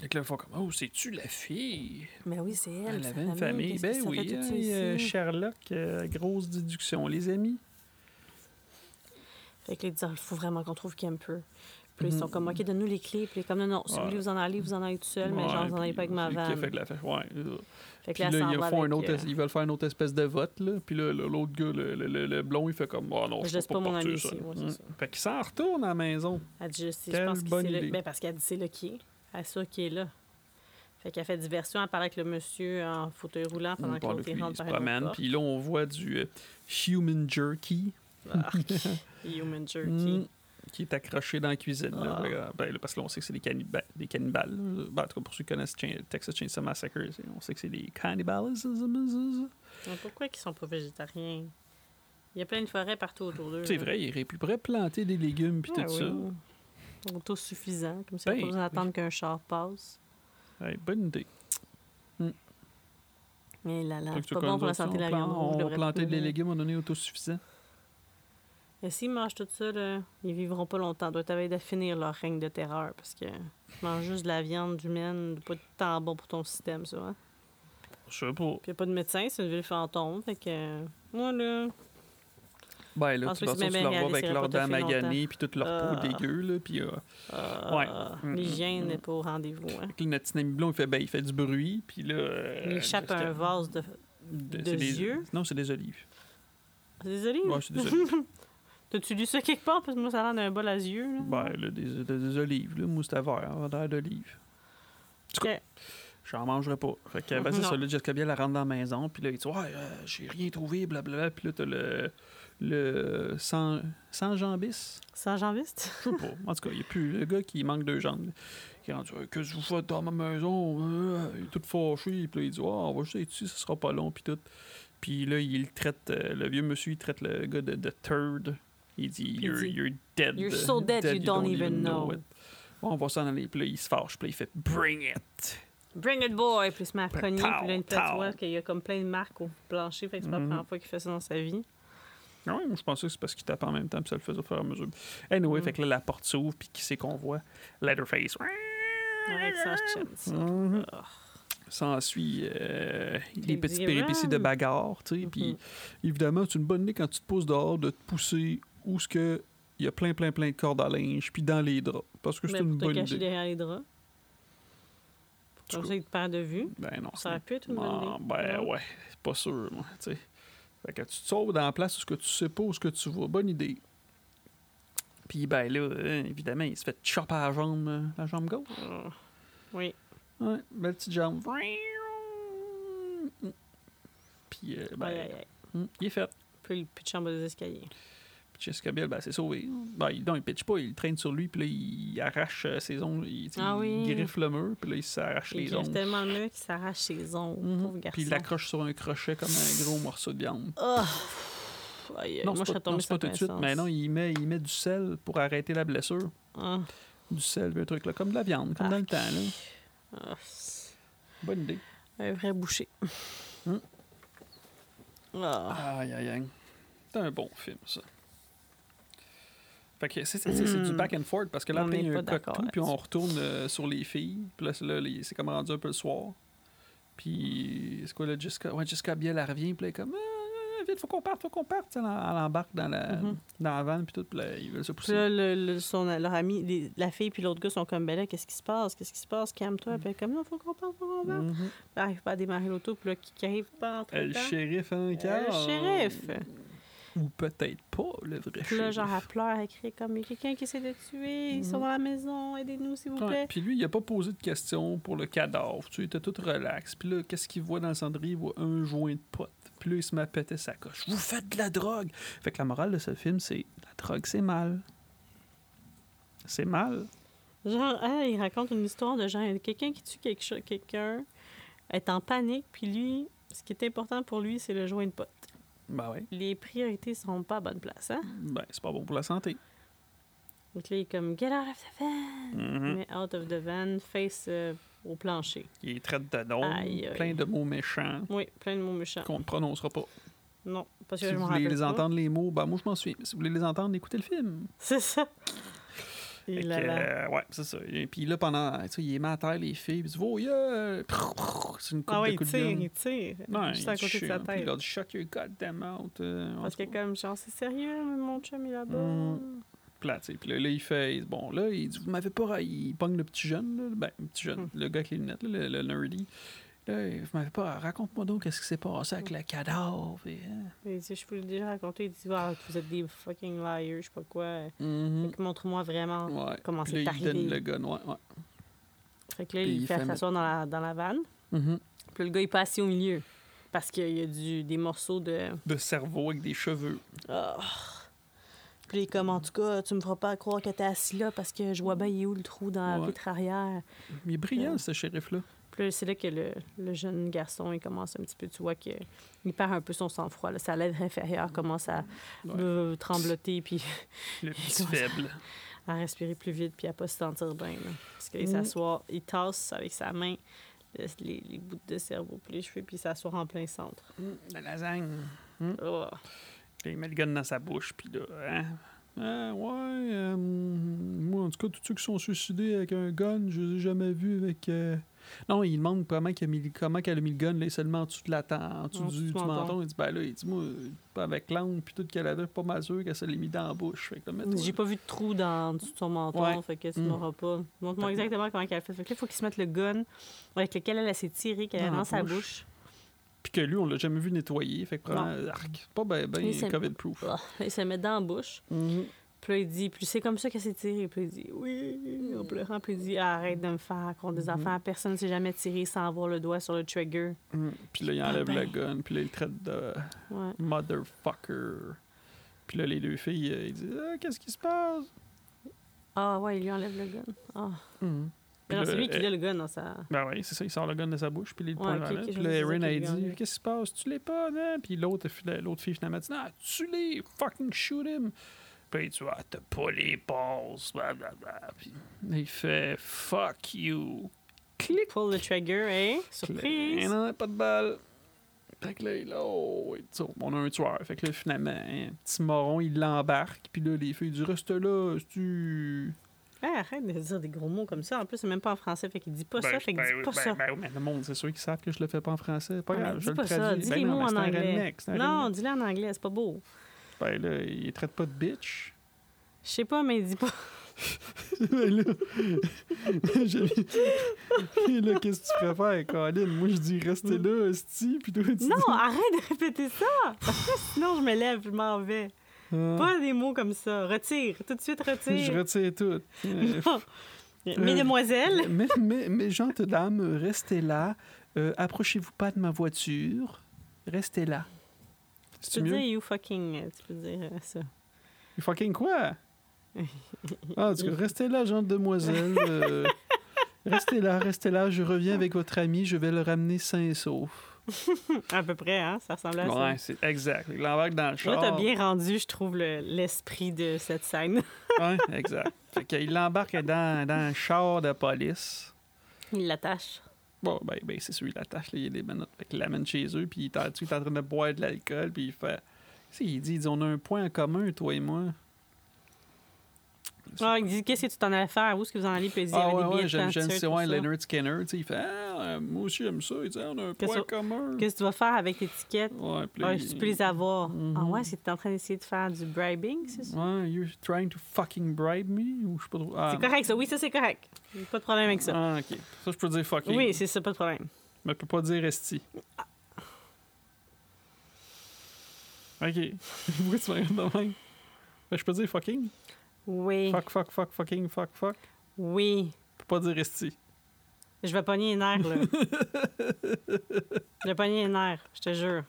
Speaker 3: Fait que là, ils font comme, oh, c'est-tu la fille?
Speaker 2: Mais oui, c'est elle.
Speaker 3: Elle
Speaker 2: sa
Speaker 3: avait une famille.
Speaker 2: Qu'est-ce
Speaker 3: Ben
Speaker 2: que ça fait
Speaker 3: oui,
Speaker 2: tout ça
Speaker 3: hein,
Speaker 2: ici?
Speaker 3: euh, Sherlock, euh, grosse déduction, les amis.
Speaker 2: Fait que là, ils disent, il faut vraiment qu'on trouve Camper. Puis ils sont
Speaker 3: Mhm.
Speaker 2: comme, OK, donne-nous les clés. Puis ils sont comme, non, non, si vous
Speaker 3: Ouais.
Speaker 2: voulez vous en aller, vous en allez tout seul, mais
Speaker 3: Ouais,
Speaker 2: genre, vous en allez
Speaker 3: puis
Speaker 2: pas avec ma
Speaker 3: c'est le
Speaker 2: vanne.
Speaker 3: qui a fait que la fête, ouais.
Speaker 2: Fait que
Speaker 3: Puis là,
Speaker 2: Ah, elle s'en
Speaker 3: ils,
Speaker 2: va
Speaker 3: font un
Speaker 2: avec,
Speaker 3: autre,
Speaker 2: euh,
Speaker 3: es- ils veulent faire une autre espèce de vote, là. Puis là, le- l'autre gars, le, le- le- le blond, il fait comme, oh non,
Speaker 2: Je
Speaker 3: je,
Speaker 2: laisse
Speaker 3: peux
Speaker 2: pas
Speaker 3: pas
Speaker 2: mon
Speaker 3: partir,
Speaker 2: ami
Speaker 3: ça.
Speaker 2: ici, ouais, c'est
Speaker 3: Mm.
Speaker 2: ça.
Speaker 3: Fait qu'il s'en retourne à la maison.
Speaker 2: Elle dit, je, sais- je
Speaker 3: Quelle
Speaker 2: pense que
Speaker 3: bonne
Speaker 2: c'est là.
Speaker 3: idée.
Speaker 2: Ben, parce qu'elle dit, c'est là qui est. Elle ça qui est là. Fait qu'elle fait diversion, elle parle avec le monsieur en fauteuil roulant pendant
Speaker 3: On
Speaker 2: que
Speaker 3: Mm, parle
Speaker 2: l'autre
Speaker 3: puis
Speaker 2: il
Speaker 3: il
Speaker 2: rentre
Speaker 3: se
Speaker 2: par une
Speaker 3: promène.
Speaker 2: autre
Speaker 3: Puis là, on voit du euh, human jerky.
Speaker 2: porte. Ah, Human jerky.
Speaker 3: Mm. Qui est accroché dans la cuisine. là.
Speaker 2: Ah.
Speaker 3: Regarde, ben, là, parce que là, on sait que c'est des, canniba- des cannibales. là. Ben, en tout cas, pour ceux qui connaissent Chain- Texas Chainsaw Massacre, c'est- on sait que c'est des hein, cannibales.
Speaker 2: Mais pourquoi qu'ils sont pas végétariens? Il y a plein de forêts partout autour d'eux.
Speaker 3: C'est
Speaker 2: là.
Speaker 3: vrai, ils auraient pu pourraient planter des légumes puis
Speaker 2: Ah
Speaker 3: tout
Speaker 2: oui.
Speaker 3: ça.
Speaker 2: Autosuffisant, comme ça,
Speaker 3: Ben,
Speaker 2: pas besoin d'attendre qu'un char passe.
Speaker 3: Ouais, bonne idée.
Speaker 2: Mais là, là,
Speaker 3: Fait que
Speaker 2: Ah, c'est
Speaker 3: tu
Speaker 2: pas
Speaker 3: connais
Speaker 2: bon pour la
Speaker 3: ça,
Speaker 2: santé de la
Speaker 3: on
Speaker 2: viande.
Speaker 3: plan-
Speaker 2: rouge,
Speaker 3: On
Speaker 2: devrait
Speaker 3: va planter
Speaker 2: plus,
Speaker 3: des
Speaker 2: là.
Speaker 3: légumes, on en est autosuffisant.
Speaker 2: Et s'ils mangent tout ça, là, ils vivront pas longtemps. Ils doivent être à finir leur règne de terreur parce que tu manges juste de la viande humaine, pas tant bon pour ton système, ça. Hein?
Speaker 3: Je sais pas.
Speaker 2: Puis y a pas de médecin, c'est une ville fantôme. Fait que euh, moi, là,
Speaker 3: Ben
Speaker 2: Je
Speaker 3: là,
Speaker 2: pense
Speaker 3: de toute
Speaker 2: que
Speaker 3: façon,
Speaker 2: Ah, c'est
Speaker 3: tu
Speaker 2: bien
Speaker 3: leur vois
Speaker 2: réaliste,
Speaker 3: avec
Speaker 2: ils auraient
Speaker 3: leurs
Speaker 2: pas
Speaker 3: dents
Speaker 2: tout fait
Speaker 3: maganées puis toute leur
Speaker 2: Ah.
Speaker 3: peau dégueu, là, puis... euh,
Speaker 2: euh,
Speaker 3: Ouais. Mm,
Speaker 2: l'hygiène
Speaker 3: mm,
Speaker 2: n'est pas au rendez-vous. hein.
Speaker 3: Fait que là, notre tsunami blond, il fait, ben, il fait du bruit, puis là... euh,
Speaker 2: Il échappe à
Speaker 3: c'est-
Speaker 2: un vase de.
Speaker 3: de-
Speaker 2: de
Speaker 3: c'est des-
Speaker 2: yeux.
Speaker 3: Non, c'est des olives.
Speaker 2: Désolée.
Speaker 3: Ouais, c'est des olives.
Speaker 2: T'as-tu lu ça quelque part? Parce que moi, ça a l'air d'un bol à yeux. là.
Speaker 3: Ben, là, des, des- des olives, là, mousse à verre, hein, odeur d'olive.
Speaker 2: Ok.
Speaker 3: J'en mangerai pas. Fait que, ben, c'est
Speaker 2: Non.
Speaker 3: ça, là, Jessica Biel, elle rentre dans la maison, puis là, il dit, ouais, euh, j'ai rien trouvé, blablabla. Puis là, t'as le. Le. Sans, sans jambis.
Speaker 2: Sans jambiste?
Speaker 3: Je sais pas. En tout cas, il n'y a plus le gars qui manque deux jambes. Qui est rendu, Hey, qu'est-ce que vous faites dans ma maison? Euh, Il est tout fâché. Puis là, il dit, Ah, on va juste être ici, ce sera pas long. Puis tout. Puis là, il le traite, euh, le vieux monsieur, il traite le gars de, de third. Il dit,
Speaker 2: il
Speaker 3: you're,
Speaker 2: dit,
Speaker 3: you're dead.
Speaker 2: You're so dead, you don't even know
Speaker 3: it. Bon, on va s'en aller. Puis là, il se fâche. Puis là, il fait, bring it.
Speaker 2: Bring it boy! Puis il se met à
Speaker 3: Puis
Speaker 2: cogner, puis là, il
Speaker 3: tao, tao.
Speaker 2: fait qu'il y a comme plein de marques au plancher. Fait que c'est pas la
Speaker 3: Mhm.
Speaker 2: première fois qu'il fait ça dans sa vie.
Speaker 3: Ah ouais, moi, je pensais que c'est parce qu'il tapait en même temps. Puis ça le faisait au fur et à mesure. Anyway,
Speaker 2: Mm.
Speaker 3: fait que là, la porte s'ouvre. Puis qui c'est qu'on voit? Leatherface.
Speaker 2: Avec sa chaîne, ça.
Speaker 3: Mhm.
Speaker 2: Ah.
Speaker 3: s'ensuit euh, les
Speaker 2: Les
Speaker 3: petites
Speaker 2: petits
Speaker 3: péripéties de
Speaker 2: runs.
Speaker 3: bagarre, tu sais. Puis
Speaker 2: Mhm.
Speaker 3: évidemment, c'est une bonne idée quand tu te pousses dehors de te pousser où ce que il y a plein plein plein de cordes à linge puis dans les draps parce que c'est
Speaker 2: Mais pour
Speaker 3: une
Speaker 2: te
Speaker 3: bonne
Speaker 2: cacher
Speaker 3: idée.
Speaker 2: derrière les draps.
Speaker 3: tout
Speaker 2: Comme
Speaker 3: cas.
Speaker 2: ça, il te perd de vue.
Speaker 3: Ben non,
Speaker 2: Ça aurait pu être une bonne idée.
Speaker 3: non, ben
Speaker 2: Non?
Speaker 3: ouais, c'est pas sûr moi, tu sais. Fait que tu te sauves dans la place où ce que tu sais pas où ce que tu vas, bonne idée. Puis ben là, euh, évidemment, il se fait chopper à la jambe, euh, la jambe gauche.
Speaker 2: Ah. Oui.
Speaker 3: Ouais, belle petite jambe. Euh, Puis euh, ben,
Speaker 2: Aïe, aïe, aïe.
Speaker 3: hum, il est fait.
Speaker 2: Puis le pitch en bas des escaliers.
Speaker 3: Puis Jessica Biel, ben, c'est sauvé. Ben, il, non, il pitche pas, il traîne sur lui, puis là, il arrache euh, ses ongles, il, tu sais,
Speaker 2: Ah
Speaker 3: il
Speaker 2: oui.
Speaker 3: griffe le mur, puis là, il s'arrache
Speaker 2: Il
Speaker 3: les
Speaker 2: griffe
Speaker 3: ongles.
Speaker 2: tellement mieux qu'il s'arrache ses ongles.
Speaker 3: Mhm.
Speaker 2: Pauvre garçon.
Speaker 3: Puis il l'accroche sur un crochet comme un gros morceau de viande.
Speaker 2: Ah! Aïe, aïe.
Speaker 3: non,
Speaker 2: moi, je
Speaker 3: c'est
Speaker 2: serais
Speaker 3: pas, non,
Speaker 2: tombée
Speaker 3: c'est pas
Speaker 2: sur
Speaker 3: tout de suite, mais non, il met, il met du sel pour arrêter la blessure.
Speaker 2: Ah.
Speaker 3: Du sel, puis un truc, là, comme de la viande, comme dans le
Speaker 2: Arc.
Speaker 3: temps. Là.
Speaker 2: Ah, c'est
Speaker 3: Bonne idée.
Speaker 2: Un vrai boucher.
Speaker 3: Hum.
Speaker 2: Ah.
Speaker 3: Aïe, aïe, aïe. C'est un bon film, ça. Fait que c'est, c'est- c'est- c'est du back and forth parce que là,
Speaker 2: Hmm. On
Speaker 3: après, il y a
Speaker 2: n'est
Speaker 3: un
Speaker 2: pas
Speaker 3: coq
Speaker 2: d'accord
Speaker 3: tout, puis on
Speaker 2: là-dessus.
Speaker 3: retourne euh, sur les filles. Puis là, c'est, là, les- c'est comme rendu un peu le soir. Puis, c'est quoi là, Jessica? Ouais, Jessica Biel, elle revient, puis là, elle est comme, Ah, vite, faut qu'on parte, faut qu'on parte. Tu sais, Elle, en- elle embarque dans la,
Speaker 2: Mhm.
Speaker 3: dans la vanne, puis tout, puis là, ils veulent se
Speaker 2: Puis
Speaker 3: pousser.
Speaker 2: là, le, le- son, leur ami, les- la fille puis l'autre gars sont comme, ben là, qu'est-ce qui se passe? Qu'est-ce qui se passe? Calme-toi. Puis elle est comme, non, faut qu'on parte, faut qu'on parte.
Speaker 3: Hmm. Mhm.
Speaker 2: Elle n'arrive pas à démarrer l'auto, puis là, qui qui arrive pas en
Speaker 3: Euh,
Speaker 2: train
Speaker 3: Le
Speaker 2: de
Speaker 3: shérif, hein,
Speaker 2: Le shérif.
Speaker 3: Ou peut-être pas le vrai
Speaker 2: Puis là,
Speaker 3: shérif.
Speaker 2: genre, elle pleure, elle crie comme, il y a quelqu'un qui essaie de tuer, ils
Speaker 3: Mhm.
Speaker 2: sont dans la maison, aidez-nous, s'il vous
Speaker 3: Ouais,
Speaker 2: plaît.
Speaker 3: Puis lui, il n'a pas posé de questions pour le cadavre. Tu sais, il était tout relax. Puis là, qu'est-ce qu'il voit dans le cendrier? Il voit un joint de pote. Puis là, il se met à péter sa coche. Vous faites de la drogue! Fait que la morale de ce film, c'est la drogue, c'est mal. C'est mal.
Speaker 2: Genre, ah, il raconte une histoire de genre, quelqu'un qui tue quelque cho- quelqu'un, est en panique, puis lui, ce qui est important pour lui, c'est le joint de pote.
Speaker 3: Ben ouais.
Speaker 2: Les priorités sont pas à bonne place, hein?
Speaker 3: Ben, c'est pas bon pour la santé.
Speaker 2: Donc là, il est comme, get out of the van!
Speaker 3: Mhm.
Speaker 2: Mais out of the van, face euh, au plancher.
Speaker 3: Il traite de dons,
Speaker 2: Aïe, aïe.
Speaker 3: plein de mots méchants
Speaker 2: Oui, plein de mots méchants.
Speaker 3: qu'on ne prononcera pas.
Speaker 2: Non, parce que
Speaker 3: Si
Speaker 2: je
Speaker 3: vous
Speaker 2: m'en
Speaker 3: voulez
Speaker 2: rappelle
Speaker 3: les
Speaker 2: pas.
Speaker 3: entendre, les mots, ben moi, je m'en souviens. Si vous voulez les entendre, écoutez le film.
Speaker 2: C'est ça.
Speaker 3: Fait
Speaker 2: Il
Speaker 3: que,
Speaker 2: a la...
Speaker 3: euh, ouais, c'est ça. Et puis là, pendant, tu sais, il est mis à terre, les filles, puis il dit, oh, yeah! C'est une coupe
Speaker 2: Ah ouais,
Speaker 3: de
Speaker 2: il
Speaker 3: coups de
Speaker 2: tire,
Speaker 3: gun.
Speaker 2: il tire.
Speaker 3: Non,
Speaker 2: juste à côté de sa
Speaker 3: Il
Speaker 2: tête.
Speaker 3: a dit shut your goddamn mouth. euh, en
Speaker 2: Parce
Speaker 3: tout
Speaker 2: que
Speaker 3: cas.
Speaker 2: comme genre, c'est sérieux, mon chum est là-bas.
Speaker 3: Mm. Puis là, tu sais, puis là, là, il fait bon là il dit vous m'avez pas ra- il pogne le petit jeune là, ben le petit jeune
Speaker 2: Hmm.
Speaker 3: le gars avec les lunettes là, le, le nerdy. Là, il- vous m'avez pas raconte-moi donc qu'est-ce qui s'est passé
Speaker 2: Hmm.
Speaker 3: avec le cadavre. et, hein.
Speaker 2: Et si je vous l'ai déjà raconté, il dit Ah, vous êtes des fucking liars, je sais pas quoi.
Speaker 3: Mhm.
Speaker 2: Fait que montre-moi vraiment.
Speaker 3: Ouais.
Speaker 2: comment
Speaker 3: Mm. Puis
Speaker 2: c'est
Speaker 3: là, il
Speaker 2: arrivé.
Speaker 3: donne le gun ouais. ouais.
Speaker 2: Fait que là,
Speaker 3: Puis
Speaker 2: il
Speaker 3: il
Speaker 2: fait
Speaker 3: fait-
Speaker 2: s'asseoir dans la, dans la vanne.
Speaker 3: Mhm.
Speaker 2: Puis le gars, il est assis au milieu. Parce qu'il y a du, des morceaux de.
Speaker 3: De cerveau avec des cheveux.
Speaker 2: Ah. Puis il est comme, en tout cas, tu me feras pas croire que t'es assis là parce que je vois bien il est où le trou dans la
Speaker 3: Ouais.
Speaker 2: vitre arrière.
Speaker 3: Il est brillant
Speaker 2: Ouais.
Speaker 3: ce shérif là.
Speaker 2: Puis là, c'est là que le, le jeune garçon, il commence un petit peu, tu vois, que il perd un peu son sang-froid. là. Sa lèvre inférieure commence à
Speaker 3: Ouais.
Speaker 2: euh, trembloter, puis
Speaker 3: Le petit
Speaker 2: Comment ça-
Speaker 3: faible.
Speaker 2: à respirer plus vite, puis à pas se sentir bien. là. Parce qu'il
Speaker 3: Mm.
Speaker 2: s'assoit, il tasse avec sa main le- les, les bouts de cerveau, puis les cheveux, puis il s'assoit en plein centre.
Speaker 3: Hmm, La lasagne.
Speaker 2: Oh.
Speaker 3: Puis il met le gun dans sa bouche, puis là, hein? Ah, ouais, euh, moi, en tout cas, tous ceux qui sont suicidés avec un gun, je les ai jamais vus avec... euh, Non, il demande comment qu'elle a, mis- comment qu'elle a mis le gun, là, seulement en dessous de la tête, en dessous
Speaker 2: En
Speaker 3: du,
Speaker 2: dessous du
Speaker 3: du
Speaker 2: menton.
Speaker 3: menton. Il dit, ben là, il dit, moi, pas avec l'angle, puis tout qu'elle avait, pas mal sûr qu'elle se l'ait mis dans la bouche. Fait que là, mais toi,
Speaker 2: J'ai pas vu de trou dans en dessous de son menton,
Speaker 3: Ouais.
Speaker 2: fait que tu
Speaker 3: Mm.
Speaker 2: m'auras pas. Montre-moi exactement comment elle fait. Fait que là, il faut qu'il se mette le gun avec lequel elle a s'est tirée, qu'elle a
Speaker 3: Dans la
Speaker 2: dans sa
Speaker 3: bouche.
Speaker 2: bouche.
Speaker 3: puis
Speaker 1: que lui, on l'a jamais vu nettoyer. Fait que
Speaker 2: Non.
Speaker 1: probablement, arc, pas ben, ben
Speaker 2: Oui, c'est- Mm-hmm.
Speaker 1: COVID-proof.
Speaker 2: Ah, il se met dans la bouche. Puis là, il dit, puis c'est comme ça qu'elle s'est tirée. Puis il dit, oui, en pleurant. Puis il dit, ah, arrête de me faire raconter des affaires. Personne ne s'est jamais tiré sans avoir le doigt sur le trigger.
Speaker 1: Mhm. Puis là, il enlève
Speaker 2: Ah ben.
Speaker 1: la gun, puis là, il le traite de
Speaker 2: Ouais.
Speaker 1: motherfucker. Puis là, les deux filles, euh, ils disent Ah, Qu'est-ce qui se passe
Speaker 2: Ah ouais, il lui enlève le gun. Ah.
Speaker 1: Puis
Speaker 2: Mais non,
Speaker 1: là,
Speaker 2: c'est lui qui
Speaker 1: elle-
Speaker 2: a le gun dans sa...
Speaker 1: Ben oui, c'est ça, il sort le gun de sa bouche, puis il le
Speaker 2: Ouais, ok,
Speaker 1: pointe dans
Speaker 2: ok,
Speaker 1: la-
Speaker 2: je
Speaker 1: Puis
Speaker 2: me
Speaker 1: là,
Speaker 2: disais
Speaker 1: Erin,
Speaker 2: qu'il
Speaker 1: elle
Speaker 2: le gardait.
Speaker 1: dit Qu'est-ce qui se passe Tu l'es pas, non Puis l'autre l'autre fille, finalement, dit Non, tu l'es, fucking shoot him. Puis il dit Ah, t'as pas les passes, blablabla. Puis il fait Fuck you. Clic
Speaker 2: Pull the trigger, hein?
Speaker 1: Et
Speaker 2: Surprise!
Speaker 1: non, hein, pas de balle. Fait que là, il oh, il tire. on a un tueur. Fait que là, finalement, un petit moron, il l'embarque. Puis là, les filles du reste là, c'est tu.
Speaker 2: Ah, arrête de dire des gros mots comme ça. En plus, c'est même pas en français. Fait qu'il dit
Speaker 1: Ben,
Speaker 2: pas ça. Fait qu'il dit pas ça.
Speaker 1: mais le monde, c'est sûr qu'ils savent que je le fais pas en français. Pas
Speaker 2: Ah, mais
Speaker 1: grave,
Speaker 2: dis
Speaker 1: je le
Speaker 2: pas ça,
Speaker 1: traduis.
Speaker 2: dis
Speaker 1: Ben
Speaker 2: les
Speaker 1: non,
Speaker 2: mots
Speaker 1: mais
Speaker 2: en
Speaker 1: c'est un
Speaker 2: anglais.
Speaker 1: redneck, c'est un
Speaker 2: non,
Speaker 1: redneck.
Speaker 2: dis-le en anglais, c'est pas beau.
Speaker 1: Ben là, il traite pas de bitch.
Speaker 2: Je sais pas, mais dis pas.
Speaker 1: Ben là, j'ai- là, qu'est-ce que tu préfères, Colin? Moi, je dis restez là, esti, puis toi, tu dis-
Speaker 2: Non, arrête de répéter ça! Parce que sinon, je me lève, je m'en vais.
Speaker 1: Ah,
Speaker 2: Pas des mots comme ça. Retire, tout de suite,
Speaker 1: je
Speaker 2: retire.
Speaker 1: retire tout. Euh,
Speaker 2: Non. Mesdemoiselles,
Speaker 1: Mais, mais, mais gentes dames, restez là. Euh, Approchez-vous pas de ma voiture. Restez là.
Speaker 2: tu
Speaker 1: C'est
Speaker 2: peux
Speaker 1: mieux.
Speaker 2: dire you fucking, tu peux dire euh, ça.
Speaker 1: Fucking quoi? Ah, en tout cas, restez là, gentes demoiselles. euh, restez là, restez là. Je reviens avec votre ami. Je vais le ramener sain et sauf.
Speaker 2: À peu près, hein? Ça ressemble à ça.
Speaker 1: c'est exact. Il l'embarque dans le
Speaker 2: Là, t'as bien rendu, je trouve, le- l'esprit de cette scène.
Speaker 1: Ouais, exact. Fait qu'il l'embarque dans, dans le char de police.
Speaker 2: Il l'attache.
Speaker 1: Bon, ben, ben c'est sûr, il l'attache, là, il y a des menottes. Fait qu'il l'amène chez eux, puis il est en- tu sais, il est en train de boire de l'alcool, puis il fait. Tu sais, il dit, il dit, on a un point en commun, toi et moi.
Speaker 2: Ah, il dit Qu'est-ce que tu t'en allais faire Où est-ce que vous en allez Puis il dit, il y
Speaker 1: ah
Speaker 2: avait
Speaker 1: ouais,
Speaker 2: des billets
Speaker 1: ouais,
Speaker 2: de
Speaker 1: j'aime,
Speaker 2: temps
Speaker 1: j'aime
Speaker 2: de
Speaker 1: c'est
Speaker 2: surf,
Speaker 1: ouais,
Speaker 2: tout ça.
Speaker 1: Leonard Skinner. Tu sais, il fait, ah, euh, moi aussi, j'aime ça. Il dit, on a un
Speaker 2: Qu'est-ce
Speaker 1: point en
Speaker 2: que-
Speaker 1: commun.
Speaker 2: Qu'est-ce que tu vas faire avec l'étiquette
Speaker 1: Ouais, puis là,
Speaker 2: Ah,
Speaker 1: il-
Speaker 2: Tu peux les avoir.
Speaker 1: Mhm.
Speaker 2: Ah ouais, c'est que t'es en train d'essayer de faire du bribing, c'est ça
Speaker 1: Ouais, you're trying to fucking bribe me? Ou je sais pas trop. Ah,
Speaker 2: C'est correct, ça. Oui, ça, c'est correct. Pas de problème avec ça.
Speaker 1: Ah, ok. Ça, je peux dire fucking.
Speaker 2: Oui, c'est ça, pas de problème.
Speaker 1: Mais je peux pas dire esti. Ok. Pourquoi tu me regardes de même? Ben, je peux dire fucking?
Speaker 2: Oui,
Speaker 1: Fuck, fuck, fuck, fucking, fuck, fuck.
Speaker 2: oui.
Speaker 1: Je peux pas dire esti.
Speaker 2: Je vais pogner les nerfs, là. je vais pogner les nerfs, je te jure.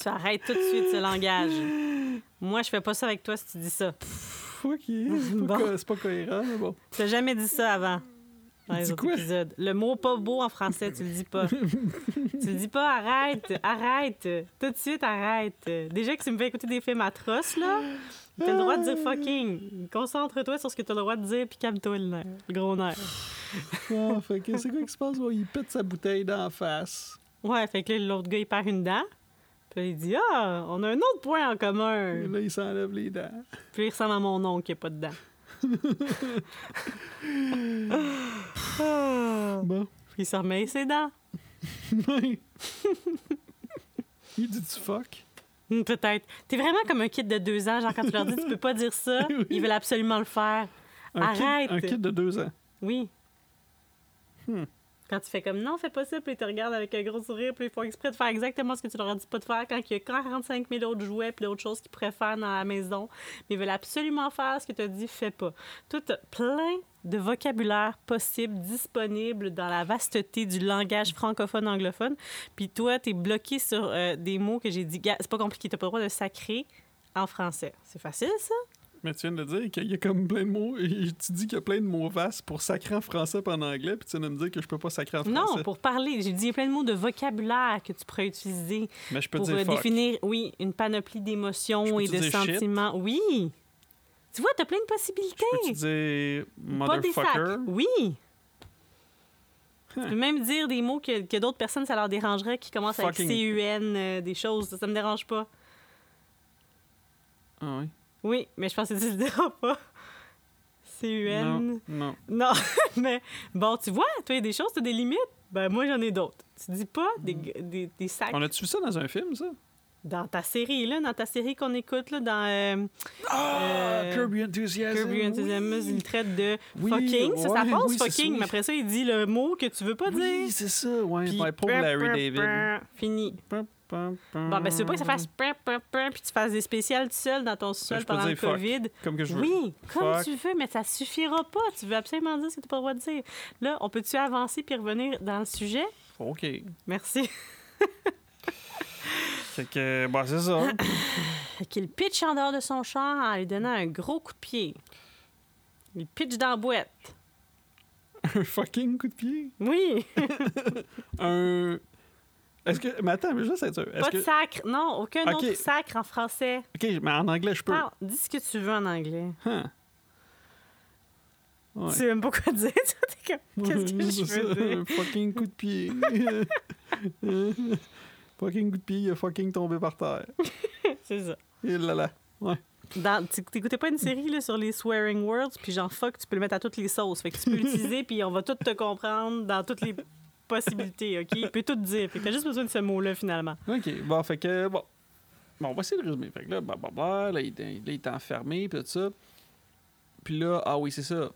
Speaker 2: Tu arrêtes tout de suite ce langage. Moi, je fais pas ça avec toi si tu dis ça.
Speaker 1: Pff, Ok. C'est
Speaker 2: Bon.
Speaker 1: pas, co- c'est pas cohérent, mais bon.
Speaker 2: Tu n'as jamais dit ça avant. Dans
Speaker 1: Il
Speaker 2: les
Speaker 1: dit
Speaker 2: autres
Speaker 1: quoi?
Speaker 2: épisodes. Le mot pas beau en français, tu le dis pas. tu le dis pas, arrête, arrête. Tout de suite, arrête. Déjà que tu me fais écouter des films atroces, là, t'as le droit de dire fucking. Concentre-toi sur ce que t'as le droit de dire, puis calme-toi le nerf, le gros nerf.
Speaker 1: Ah, fait que c'est quoi qui se passe? Ouais, il pète sa bouteille d'en face.
Speaker 2: Ouais, fait que là, l'autre gars, il perd une dent. Puis là, il dit, ah, on a un autre point en
Speaker 1: Et
Speaker 2: commun.
Speaker 1: là, il s'enlève les dents.
Speaker 2: Puis là, il ressemble à mon oncle qui a pas de dent. Ah.
Speaker 1: Bon.
Speaker 2: Puis il se remet ses dents.
Speaker 1: il dit du fuck.
Speaker 2: Hmm, Peut-être. T'es vraiment comme un kid de deux ans, genre quand tu leur dis tu peux pas dire ça,
Speaker 1: Oui.
Speaker 2: ils veulent absolument le faire.
Speaker 1: Un kid-
Speaker 2: Arrête.
Speaker 1: un kid de deux ans.
Speaker 2: Oui.
Speaker 1: Hmm.
Speaker 2: Quand tu fais comme non, fais pas ça, puis ils te regardent avec un gros sourire, puis ils font exprès de faire exactement ce que tu leur as dit pas de faire quand il y a 45 000 autres jouets puis d'autres choses qu'ils pourraient faire dans la maison, mais ils veulent absolument faire ce que tu as dit, fais pas. Tout plein de vocabulaire possible, disponible dans la vasteté du langage francophone-anglophone, puis toi, t'es bloqué sur euh, des mots que j'ai dit. Gars, C'est pas compliqué, t'as pas le droit de sacrer en français. C'est facile, ça?
Speaker 1: Mais tu viens de dire qu'il y a comme plein de mots. et Tu dis qu'il y a plein de mots vastes pour sacrer en français pas en anglais, puis tu viens de me dire que je peux pas sacrer en français.
Speaker 2: Non, pour parler, j'ai dit plein de mots de vocabulaire que tu pourrais utiliser.
Speaker 1: Mais je peux
Speaker 2: pour
Speaker 1: dire
Speaker 2: euh,
Speaker 1: fuck.
Speaker 2: définir, oui, une panoplie
Speaker 1: Je
Speaker 2: d'émotions
Speaker 1: peux
Speaker 2: et
Speaker 1: te
Speaker 2: de
Speaker 1: dire shit?
Speaker 2: sentiments. Oui. Tu vois, t'as plein de possibilités.
Speaker 1: Peux-tu dire
Speaker 2: Pas des sacs.
Speaker 1: motherfucker?
Speaker 2: Oui.
Speaker 1: Huh.
Speaker 2: Tu peux même dire des mots que, que d'autres personnes, ça leur dérangerait, qui commencent
Speaker 1: Fucking.
Speaker 2: avec C-U-N, euh, des choses. Ça, ça me dérange pas.
Speaker 1: Ah oui.
Speaker 2: Oui, mais je pense que tu le diras pas. C-U-N.
Speaker 1: Non, non.
Speaker 2: Non, mais bon, tu vois, toi, il y a des choses, tu as des
Speaker 1: Mm.
Speaker 2: limites. Ben, moi, j'en ai d'autres. Tu dis pas des, des, des sacs.
Speaker 1: On a-tu vu ça dans un film, ça?
Speaker 2: Dans ta série, là, dans ta série qu'on écoute, là, dans euh,
Speaker 1: Ah,
Speaker 2: Euh,
Speaker 1: Curb Your Enthusiasm.
Speaker 2: Curb Your Enthusiasm,
Speaker 1: oui.
Speaker 2: il traite de
Speaker 1: Oui,
Speaker 2: fucking. ça, ça
Speaker 1: ouais,
Speaker 2: passe
Speaker 1: oui, c'est ça,
Speaker 2: fucking,
Speaker 1: oui.
Speaker 2: mais après ça, il dit le mot que tu veux pas
Speaker 1: Oui,
Speaker 2: dire.
Speaker 1: c'est ça, ouais.
Speaker 2: Puis,
Speaker 1: ouais, pauvre
Speaker 2: pam,
Speaker 1: Larry
Speaker 2: pam,
Speaker 1: David.
Speaker 2: pam, Fini.
Speaker 1: Pam, pam, pam.
Speaker 2: Bon, ben, c'est pas que ça fasse pam, pam, pam, puis tu fasses des spéciales tout seul dans ton
Speaker 1: Ben,
Speaker 2: sol
Speaker 1: je peux
Speaker 2: pendant
Speaker 1: dire
Speaker 2: le
Speaker 1: fuck,
Speaker 2: COVID.
Speaker 1: Comme que je veux.
Speaker 2: Oui, comme
Speaker 1: Fuck.
Speaker 2: tu veux, mais ça suffira pas. Tu veux absolument dire ce que tu n'as pas le droit de dire. Là, on peut-tu avancer puis revenir dans le sujet?
Speaker 1: OK.
Speaker 2: Merci.
Speaker 1: Fait que, bon, c'est ça.
Speaker 2: Fait qu'il pitch en dehors de son char en lui donnant un gros coup de pied. Il pitch dans la boîte.
Speaker 1: un fucking coup de pied.
Speaker 2: Oui,
Speaker 1: Un. Est-ce que. Mais attends, mais juste être sûr. Est-ce
Speaker 2: pas de
Speaker 1: que.
Speaker 2: sacre. Non, aucun
Speaker 1: Ok.
Speaker 2: autre sacre en français.
Speaker 1: OK, mais en anglais, je peux.
Speaker 2: Parle, dis ce que tu veux en anglais.
Speaker 1: Huh. Ouais.
Speaker 2: Tu sais même pas quoi dire. toi, t'es comme, Qu'est-ce que je
Speaker 1: C'est
Speaker 2: veux
Speaker 1: ça,
Speaker 2: dire?
Speaker 1: un fucking coup de pied. fucking coup de pied, il a fucking tombé par terre.
Speaker 2: C'est ça.
Speaker 1: Et là là. Ouais.
Speaker 2: Dans- t'éc- T'écoutais pas une série là, sur les swearing words, puis genre fuck, tu peux le mettre à toutes les sauces. Fait que tu peux l'utiliser, puis on va tout te comprendre dans toutes les possibilités, OK? Il peut tout dire. Fait que t'as juste besoin de ce mot-là, finalement.
Speaker 1: OK, bon, fait que, bon. Bon, on va essayer de résumer. Fait que là, blablabla, là, il, est- là, il est enfermé, puis tout ça. Puis là, ah oui, c'est ça.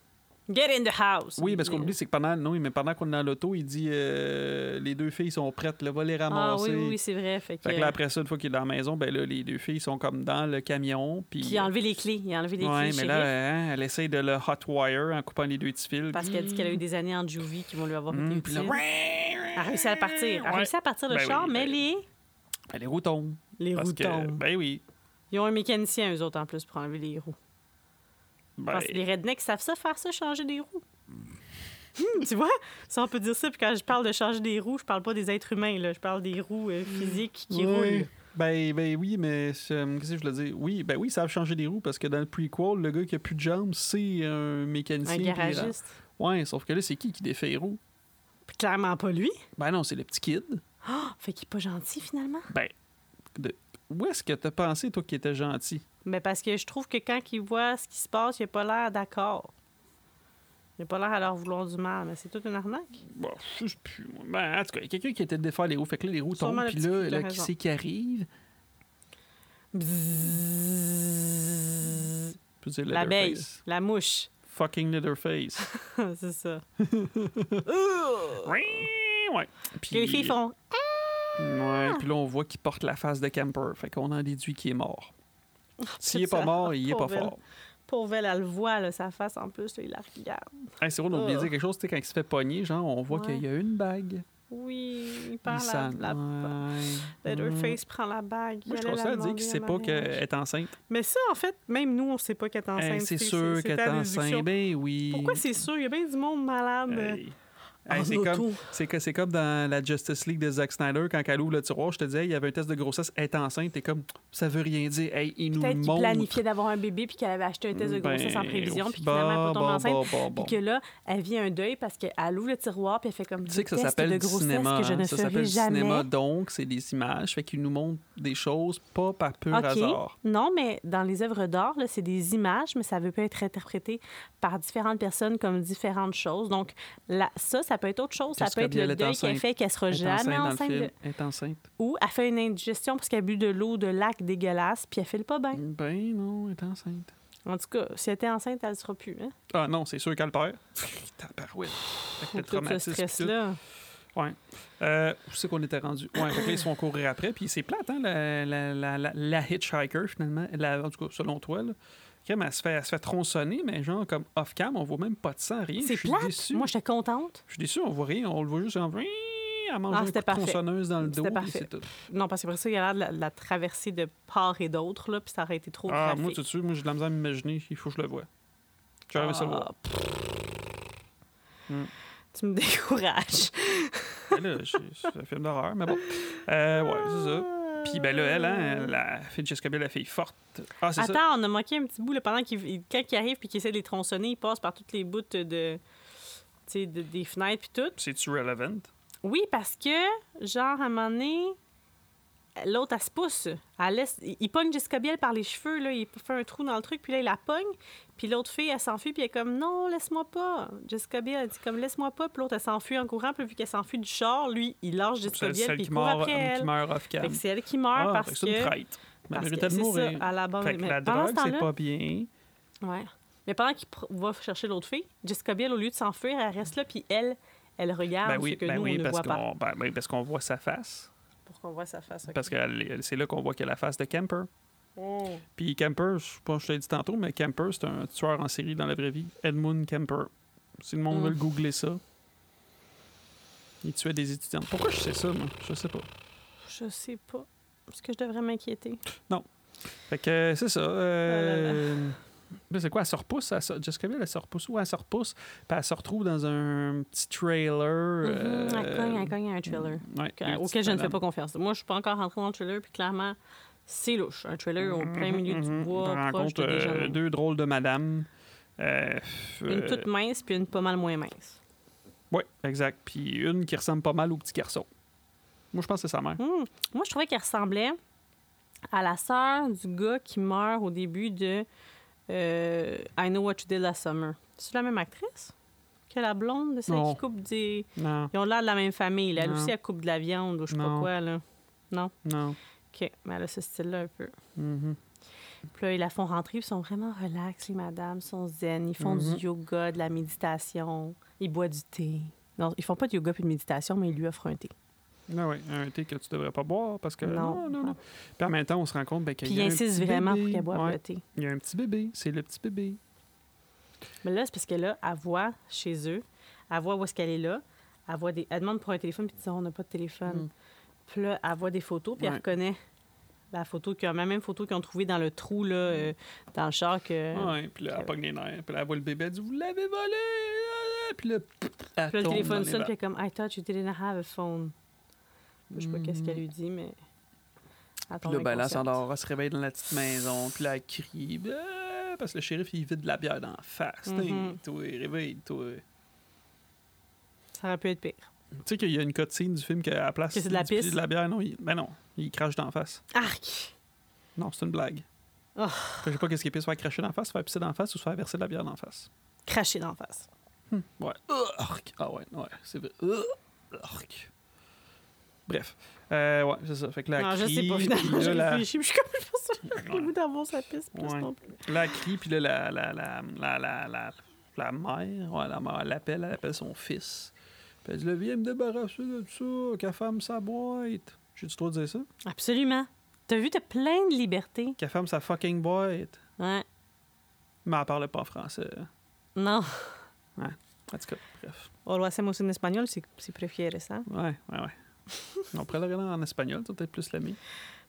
Speaker 2: Get in the house!
Speaker 1: Oui, parce qu'on oublie, c'est que pendant, non, mais pendant qu'on est dans l'auto, il dit euh, les deux filles sont prêtes, là, va les
Speaker 2: Ah
Speaker 1: ramasser.
Speaker 2: oui, oui, oui, c'est vrai. Fait que,
Speaker 1: Fait que là, après ça, une fois qu'il est dans la maison, ben là, les deux filles sont comme dans le camion. Puis,
Speaker 2: Puis il a enlevé les clés. Il a enlevé les
Speaker 1: Ouais,
Speaker 2: clés,
Speaker 1: mais
Speaker 2: chez
Speaker 1: là,
Speaker 2: elle,
Speaker 1: hein, elle essaye de le hot wire en coupant les deux petits fils.
Speaker 2: Parce qu'elle dit qu'elle a eu des années en juvie qui vont lui avoir été
Speaker 1: Hum, puis là,
Speaker 2: utiles. Elle a réussi à partir. Elle a
Speaker 1: Ouais.
Speaker 2: réussi à partir le
Speaker 1: Ben oui,
Speaker 2: char,
Speaker 1: ben-
Speaker 2: mais les...
Speaker 1: Ben, les roues tombent.
Speaker 2: Les
Speaker 1: Parce
Speaker 2: roues
Speaker 1: que-
Speaker 2: tombent.
Speaker 1: Ben oui.
Speaker 2: Ils ont un mécanicien, eux autres, en plus, pour enlever les roues.
Speaker 1: Ben,
Speaker 2: Parce que les rednecks savent ça, faire ça, changer des roues. Hum, tu vois? Ça, on peut dire ça. Puis quand je parle de changer des roues, je parle pas des êtres humains, là. Je parle des roues euh, physiques qui
Speaker 1: oui.
Speaker 2: roulent.
Speaker 1: Ben, ben oui, mais c'est, euh, qu'est-ce que je voulais dire? Oui, ben oui, ça a changé des roues parce que dans le prequel, le gars qui a plus de jambes, c'est un mécanicien.
Speaker 2: Un
Speaker 1: puis il rentre.
Speaker 2: garagiste.
Speaker 1: Ouais, sauf que là, c'est qui qui défait les roues?
Speaker 2: Puis clairement pas lui.
Speaker 1: Ben non, c'est le petit kid.
Speaker 2: Ah, fait qu'il est pas gentil, finalement.
Speaker 1: Ben, de- où est-ce que t'as pensé, toi, qui était gentil?
Speaker 2: Mais parce que je trouve que quand il voit ce qui se passe, il a pas l'air d'accord. Il a pas l'air à leur vouloir du mal, mais c'est toute une arnaque.
Speaker 1: Bon, je sais plus. moi. Ben, en tout cas, il y a quelqu'un qui était de défaire les roues. Fait que là, les roues
Speaker 2: Sûrement
Speaker 1: tombent.
Speaker 2: le
Speaker 1: Puis
Speaker 2: petit
Speaker 1: là,
Speaker 2: kid,
Speaker 1: là
Speaker 2: t'as
Speaker 1: qui
Speaker 2: raison.
Speaker 1: c'est qui arrive?
Speaker 2: Bzzz.
Speaker 1: Je peux dire
Speaker 2: L'abeille,
Speaker 1: Leatherface.
Speaker 2: la mouche.
Speaker 1: Fucking Leatherface.
Speaker 2: c'est ça. Ouh!
Speaker 1: Oui, ouais. Puis
Speaker 2: Puis les filles font
Speaker 1: Ouais, puis là, on voit qu'il porte la face de Camper. Fait qu'on en déduit qu'il est mort. S'il est
Speaker 2: putain.
Speaker 1: pas mort, il est pas
Speaker 2: Pauvre
Speaker 1: fort.
Speaker 2: Pauvre elle, elle le voit, là, sa face en plus, là, il la regarde.
Speaker 1: Hey, c'est drôle, on oublié de
Speaker 2: Oh.
Speaker 1: dire quelque chose. Tu sais, quand il se fait pogner, genre, on voit
Speaker 2: Ouais.
Speaker 1: qu'il y a une bague.
Speaker 2: Oui, il
Speaker 1: Il
Speaker 2: parle à
Speaker 1: s'en-
Speaker 2: la
Speaker 1: ouais.
Speaker 2: Leatherface prend la bague.
Speaker 1: Moi, je
Speaker 2: il allait
Speaker 1: pense
Speaker 2: la
Speaker 1: à dire
Speaker 2: demander
Speaker 1: qu'il
Speaker 2: en
Speaker 1: sait pas
Speaker 2: mariage.
Speaker 1: qu'elle est enceinte.
Speaker 2: Mais ça, en fait, même nous, on sait pas qu'elle est enceinte.
Speaker 1: Hey, c'est
Speaker 2: c'est-
Speaker 1: sûr
Speaker 2: c'est
Speaker 1: qu'elle est
Speaker 2: ta déduction.
Speaker 1: enceinte. Ben oui.
Speaker 2: Pourquoi c'est sûr? Il y a bien du monde malade. euh,
Speaker 1: Hey. Hey,
Speaker 2: en
Speaker 1: c'est comme,
Speaker 2: auto.
Speaker 1: c'est que- c'est comme dans la Justice League de Zack Snyder, quand elle ouvre le tiroir, je te disais, il y avait un test de grossesse, elle est enceinte, t'es comme, ça veut rien dire. Hey, il nous
Speaker 2: Peut-être qu'il
Speaker 1: montre.
Speaker 2: planifiait d'avoir un bébé puis qu'elle avait acheté un test de grossesse en
Speaker 1: Ben,
Speaker 2: prévision puis que
Speaker 1: bon,
Speaker 2: finalement elle est pas tombée
Speaker 1: bon,
Speaker 2: enceinte.
Speaker 1: bon, bon, bon.
Speaker 2: Puis que là, elle vit un deuil parce qu'elle ouvre le tiroir puis elle fait comme
Speaker 1: Tu sais que ça
Speaker 2: Test de
Speaker 1: s'appelle du
Speaker 2: grossesse
Speaker 1: cinéma.
Speaker 2: que je
Speaker 1: hein.
Speaker 2: ne
Speaker 1: ça
Speaker 2: ferai
Speaker 1: s'appelle du
Speaker 2: jamais.
Speaker 1: cinéma, donc c'est des images. Fait qu'ils nous montrent des choses pas par pur
Speaker 2: OK.
Speaker 1: hasard.
Speaker 2: Non, mais dans les œuvres d'art, là, c'est des images, mais ça peut être interprété par différentes personnes comme différentes choses. Donc, là, ça, ça peut être autre chose. Ça
Speaker 1: Jessica
Speaker 2: peut être
Speaker 1: Biel
Speaker 2: le
Speaker 1: est
Speaker 2: deuil qu'elle
Speaker 1: enceinte.
Speaker 2: fait qu'elle sera
Speaker 1: Elle est enceinte
Speaker 2: jamais
Speaker 1: dans le
Speaker 2: enceinte.
Speaker 1: film.
Speaker 2: de-
Speaker 1: Elle est enceinte.
Speaker 2: Ou elle fait une indigestion parce qu'elle a bu de l'eau de lac dégueulasse, puis elle file pas bien.
Speaker 1: Ben non, elle est enceinte.
Speaker 2: En tout cas, si elle était enceinte, elle ne sera plus. Hein?
Speaker 1: Ah non, c'est sûr qu'elle perd. Tabarouette. Fait que le
Speaker 2: Tout ce
Speaker 1: traumatisme. pis tout.
Speaker 2: stress-là.
Speaker 1: Euh, où c'est qu'on était rendu? Ouais, fait que là, ils se font courir après. Puis c'est plate, hein, la, la, la, la, la hitchhiker, finalement. La- en tout cas, selon toi, là. Crème, elle se, fait, elle se fait tronçonner, mais genre, comme off-cam, on voit même pas de sang, rien.
Speaker 2: C'est
Speaker 1: Je suis
Speaker 2: plate.
Speaker 1: déçu.
Speaker 2: Moi, j'étais contente.
Speaker 1: Je suis déçu, on voit rien. On le voit juste en. Elle mange
Speaker 2: Ah,
Speaker 1: un coup de
Speaker 2: c'était parfait.
Speaker 1: tronçonneuse dans le dos.
Speaker 2: C'était
Speaker 1: puis
Speaker 2: parfait.
Speaker 1: c'est tout.
Speaker 2: Non, parce que après ça, il y a l'air de la, de la traversée de part et d'autre, là, puis ça aurait été trop
Speaker 1: Ah,
Speaker 2: graphique.
Speaker 1: moi, tout de suite, moi, j'ai de la misère à m'imaginer. Il faut que je le voie. J'arrive à ça le voir.
Speaker 2: Ah, pfff.
Speaker 1: Hmm.
Speaker 2: Tu me décourages.
Speaker 1: Mais là, j'ai- c'est un film d'horreur, mais bon. Euh, ouais, c'est ça. Puis, ben là, elle, hein, la fille de Jessica Biel, la fille forte. Ah, c'est ça.
Speaker 2: Euh, Attends, on a manqué un petit bout. Là, pendant qu'il, il- quand il arrive puis qu'il essaie de les tronçonner, il passe par toutes les bouts de, tu sais, de- des fenêtres puis tout.
Speaker 1: C'est-tu relevant?
Speaker 2: Oui, parce que, genre, à un moment donné, l'autre, elle se pousse. Elle laisse... Il il pogne Jessica Biel par les cheveux, là. Il fait un trou dans le truc, puis là, il la pogne. Puis l'autre fille, elle s'enfuit, puis elle est comme, non, laisse-moi pas. Jessica Biel, elle dit comme, laisse-moi pas. Puis l'autre, elle s'enfuit en courant, puis vu qu'elle s'enfuit du char, lui, il lâche Jessica
Speaker 1: Celle,
Speaker 2: Biel,
Speaker 1: celle
Speaker 2: puis il
Speaker 1: qui,
Speaker 2: court
Speaker 1: meurt, euh,
Speaker 2: après elle.
Speaker 1: qui meurt off-cam.
Speaker 2: Fait que c'est elle qui meurt
Speaker 1: Ah, fait
Speaker 2: parce
Speaker 1: que c'est une
Speaker 2: que...
Speaker 1: traite. Mais elle
Speaker 2: parce que
Speaker 1: méritait de
Speaker 2: c'est
Speaker 1: mourir.
Speaker 2: ça, à la bande.
Speaker 1: Fait que
Speaker 2: Mais
Speaker 1: la
Speaker 2: pendant
Speaker 1: drogue,
Speaker 2: ce
Speaker 1: c'est
Speaker 2: temps-là-
Speaker 1: pas bien.
Speaker 2: Ouais. Mais pendant qu'il pr- va chercher l'autre fille, Jessica Biel, au lieu de s'enfuir, elle reste là, puis elle, elle regarde
Speaker 1: Ben oui,
Speaker 2: ce que
Speaker 1: ben
Speaker 2: nous,
Speaker 1: oui,
Speaker 2: on ne
Speaker 1: parce
Speaker 2: voit pas.
Speaker 1: qu'on ben oui, parce qu'on voit sa face.
Speaker 2: Pour qu'on voit sa face. ok.
Speaker 1: Parce que elle- elle- c'est là qu'on voit qu'elle a la face de Kemper.
Speaker 2: Oh.
Speaker 1: Puis Kemper, je sais pas, je te l'ai dit tantôt, mais Kemper, c'est un tueur en série dans la vraie vie. Edmund Kemper. Si le monde
Speaker 2: Mm.
Speaker 1: veut le googler ça. Il tuait des étudiants. Pourquoi je sais ça, moi? Je sais pas.
Speaker 2: Je sais pas. Est-ce que je devrais m'inquiéter?
Speaker 1: Fait que euh, c'est ça.
Speaker 2: Ah
Speaker 1: euh, là, C'est quoi? Elle se repousse? Elle se- Jessica Biel, elle se repousse? Où elle se repousse? Puis elle se retrouve dans un petit trailer. euh, mm,
Speaker 2: Mhm, Elle cogne, elle cogne à un thriller.
Speaker 1: Ouais,
Speaker 2: que-
Speaker 1: une
Speaker 2: auquel
Speaker 1: petite
Speaker 2: je ne fais
Speaker 1: madame.
Speaker 2: pas confiance. Moi, je suis pas encore rentrée dans le thriller, puis clairement, c'est louche. Un thriller au plein milieu
Speaker 1: Mhm,
Speaker 2: du bois,
Speaker 1: on
Speaker 2: proche
Speaker 1: rencontre,
Speaker 2: de des
Speaker 1: euh,
Speaker 2: jeunes.
Speaker 1: deux drôles de madame. Euh,
Speaker 2: Une
Speaker 1: euh,
Speaker 2: toute mince, puis une pas mal moins mince.
Speaker 1: Ouais, exact. Puis une qui ressemble pas mal au petit garçon. Moi, je pense que c'est sa mère.
Speaker 2: Hmm. Moi, je trouvais qu'elle ressemblait à la sœur du gars qui meurt au début de euh, I Know What You Did Last Summer. C'est la même actrice que la blonde de celle
Speaker 1: Non.
Speaker 2: qui coupe des.
Speaker 1: Non,
Speaker 2: Ils ont l'air de la même famille. là. Elle
Speaker 1: Non.
Speaker 2: aussi, elle coupe de la viande ou je sais pas
Speaker 1: Non.
Speaker 2: quoi. Là.
Speaker 1: non.
Speaker 2: OK, mais elle a ce style-là un peu. Mm-hmm.
Speaker 1: mhm.
Speaker 2: Puis là, ils la font rentrer, puis ils sont vraiment relax, les madames, ils sont zen, ils font
Speaker 1: Mhm.
Speaker 2: du yoga, de la méditation, ils boivent du thé. Non, ils font pas de yoga puis de méditation, mais ils lui offrent un thé.
Speaker 1: Ah ouais, un thé que tu devrais pas boire parce que.
Speaker 2: Non.
Speaker 1: Non, non, non. Puis en même temps, on se rend compte ben, qu'il
Speaker 2: Puis
Speaker 1: y
Speaker 2: ils
Speaker 1: a un
Speaker 2: insistent
Speaker 1: petit
Speaker 2: vraiment pour
Speaker 1: bébé.
Speaker 2: qu'elle boive
Speaker 1: Ouais,
Speaker 2: le thé.
Speaker 1: Il y a un petit bébé. C'est le petit bébé.
Speaker 2: Mais là, c'est parce que là, elle voit chez eux, elle voit où est-ce qu'elle est là, elle, voit des... elle demande pour un téléphone, puis elle dit on n'a pas de téléphone.
Speaker 1: Mm.
Speaker 2: Puis là, elle voit des photos, puis elle
Speaker 1: Ouais.
Speaker 2: reconnaît la photo, qu'ils ont- la même photo qu'ils ont trouvée dans le trou, là, euh, dans le char. Que...
Speaker 1: Ouais, puis là, elle
Speaker 2: ok.
Speaker 1: pogne les nerfs. Puis là, elle voit le bébé. Elle dit Vous l'avez volé Ah, Puis là, pff, elle
Speaker 2: Puis là, le
Speaker 1: tombe dans
Speaker 2: téléphone
Speaker 1: les
Speaker 2: sonne,
Speaker 1: vagues.
Speaker 2: puis elle est comme I thought you didn't have a phone. Je sais pas qu'est-ce qu'elle lui dit, mais. Attends,
Speaker 1: Puis là, ben, là, elle s'endort, elle se réveille dans la petite maison, puis là, elle crie, Ah! parce que le shérif, il vide la bière d'en face. T'sais,
Speaker 2: Mhm.
Speaker 1: Toi, réveille-toi.
Speaker 2: Ça aurait pu être pire.
Speaker 1: Tu sais qu'il y a une cutscene du film qu'à la place
Speaker 2: Que c'est de la
Speaker 1: du pied
Speaker 2: pisse?
Speaker 1: de la bière, non, il, ben non, il crache d'en face.
Speaker 2: Arc!
Speaker 1: Non, c'est une blague.
Speaker 2: Oh.
Speaker 1: Fait que Je sais pas qu'est-ce qui est pire, se faire cracher d'en face, se faire pisser d'en face ou se faire verser de la bière d'en face.
Speaker 2: Craché d'en face.
Speaker 1: Ouais. Urk. Ah ouais, ouais, c'est vrai. Urk. Bref. Euh, ouais, c'est ça. Fait que là,
Speaker 2: non,
Speaker 1: elle crie,
Speaker 2: je sais pas, finalement.
Speaker 1: puis
Speaker 2: Je
Speaker 1: là, la-
Speaker 2: réfléchis, puis je suis comme, je pense que j'ai
Speaker 1: Ouais.
Speaker 2: le goût d'avoir sa piste plus
Speaker 1: Ouais.
Speaker 2: non plus.
Speaker 1: Là, elle crie, puis là, la, la, la, la, la, la, la mère, ouais, la mère, elle appelle, elle appelle son fils. Puis elle dit, là, viens me débarrasser de ça, qu'elle ferme sa boîte. J'ai-tu trop dire ça?
Speaker 2: Absolument. T'as vu, t'as plein de liberté.
Speaker 1: Qu'elle ferme sa fucking boîte.
Speaker 2: Ouais.
Speaker 1: Mais elle parlait pas en français.
Speaker 2: Non.
Speaker 1: En tout cas, bref.
Speaker 2: O lo hacemos en espagnol si, si prefieres, hein?
Speaker 1: Ouais, ouais, ouais. On pourrait le regarder en espagnol, c'est peut-être plus l'ami.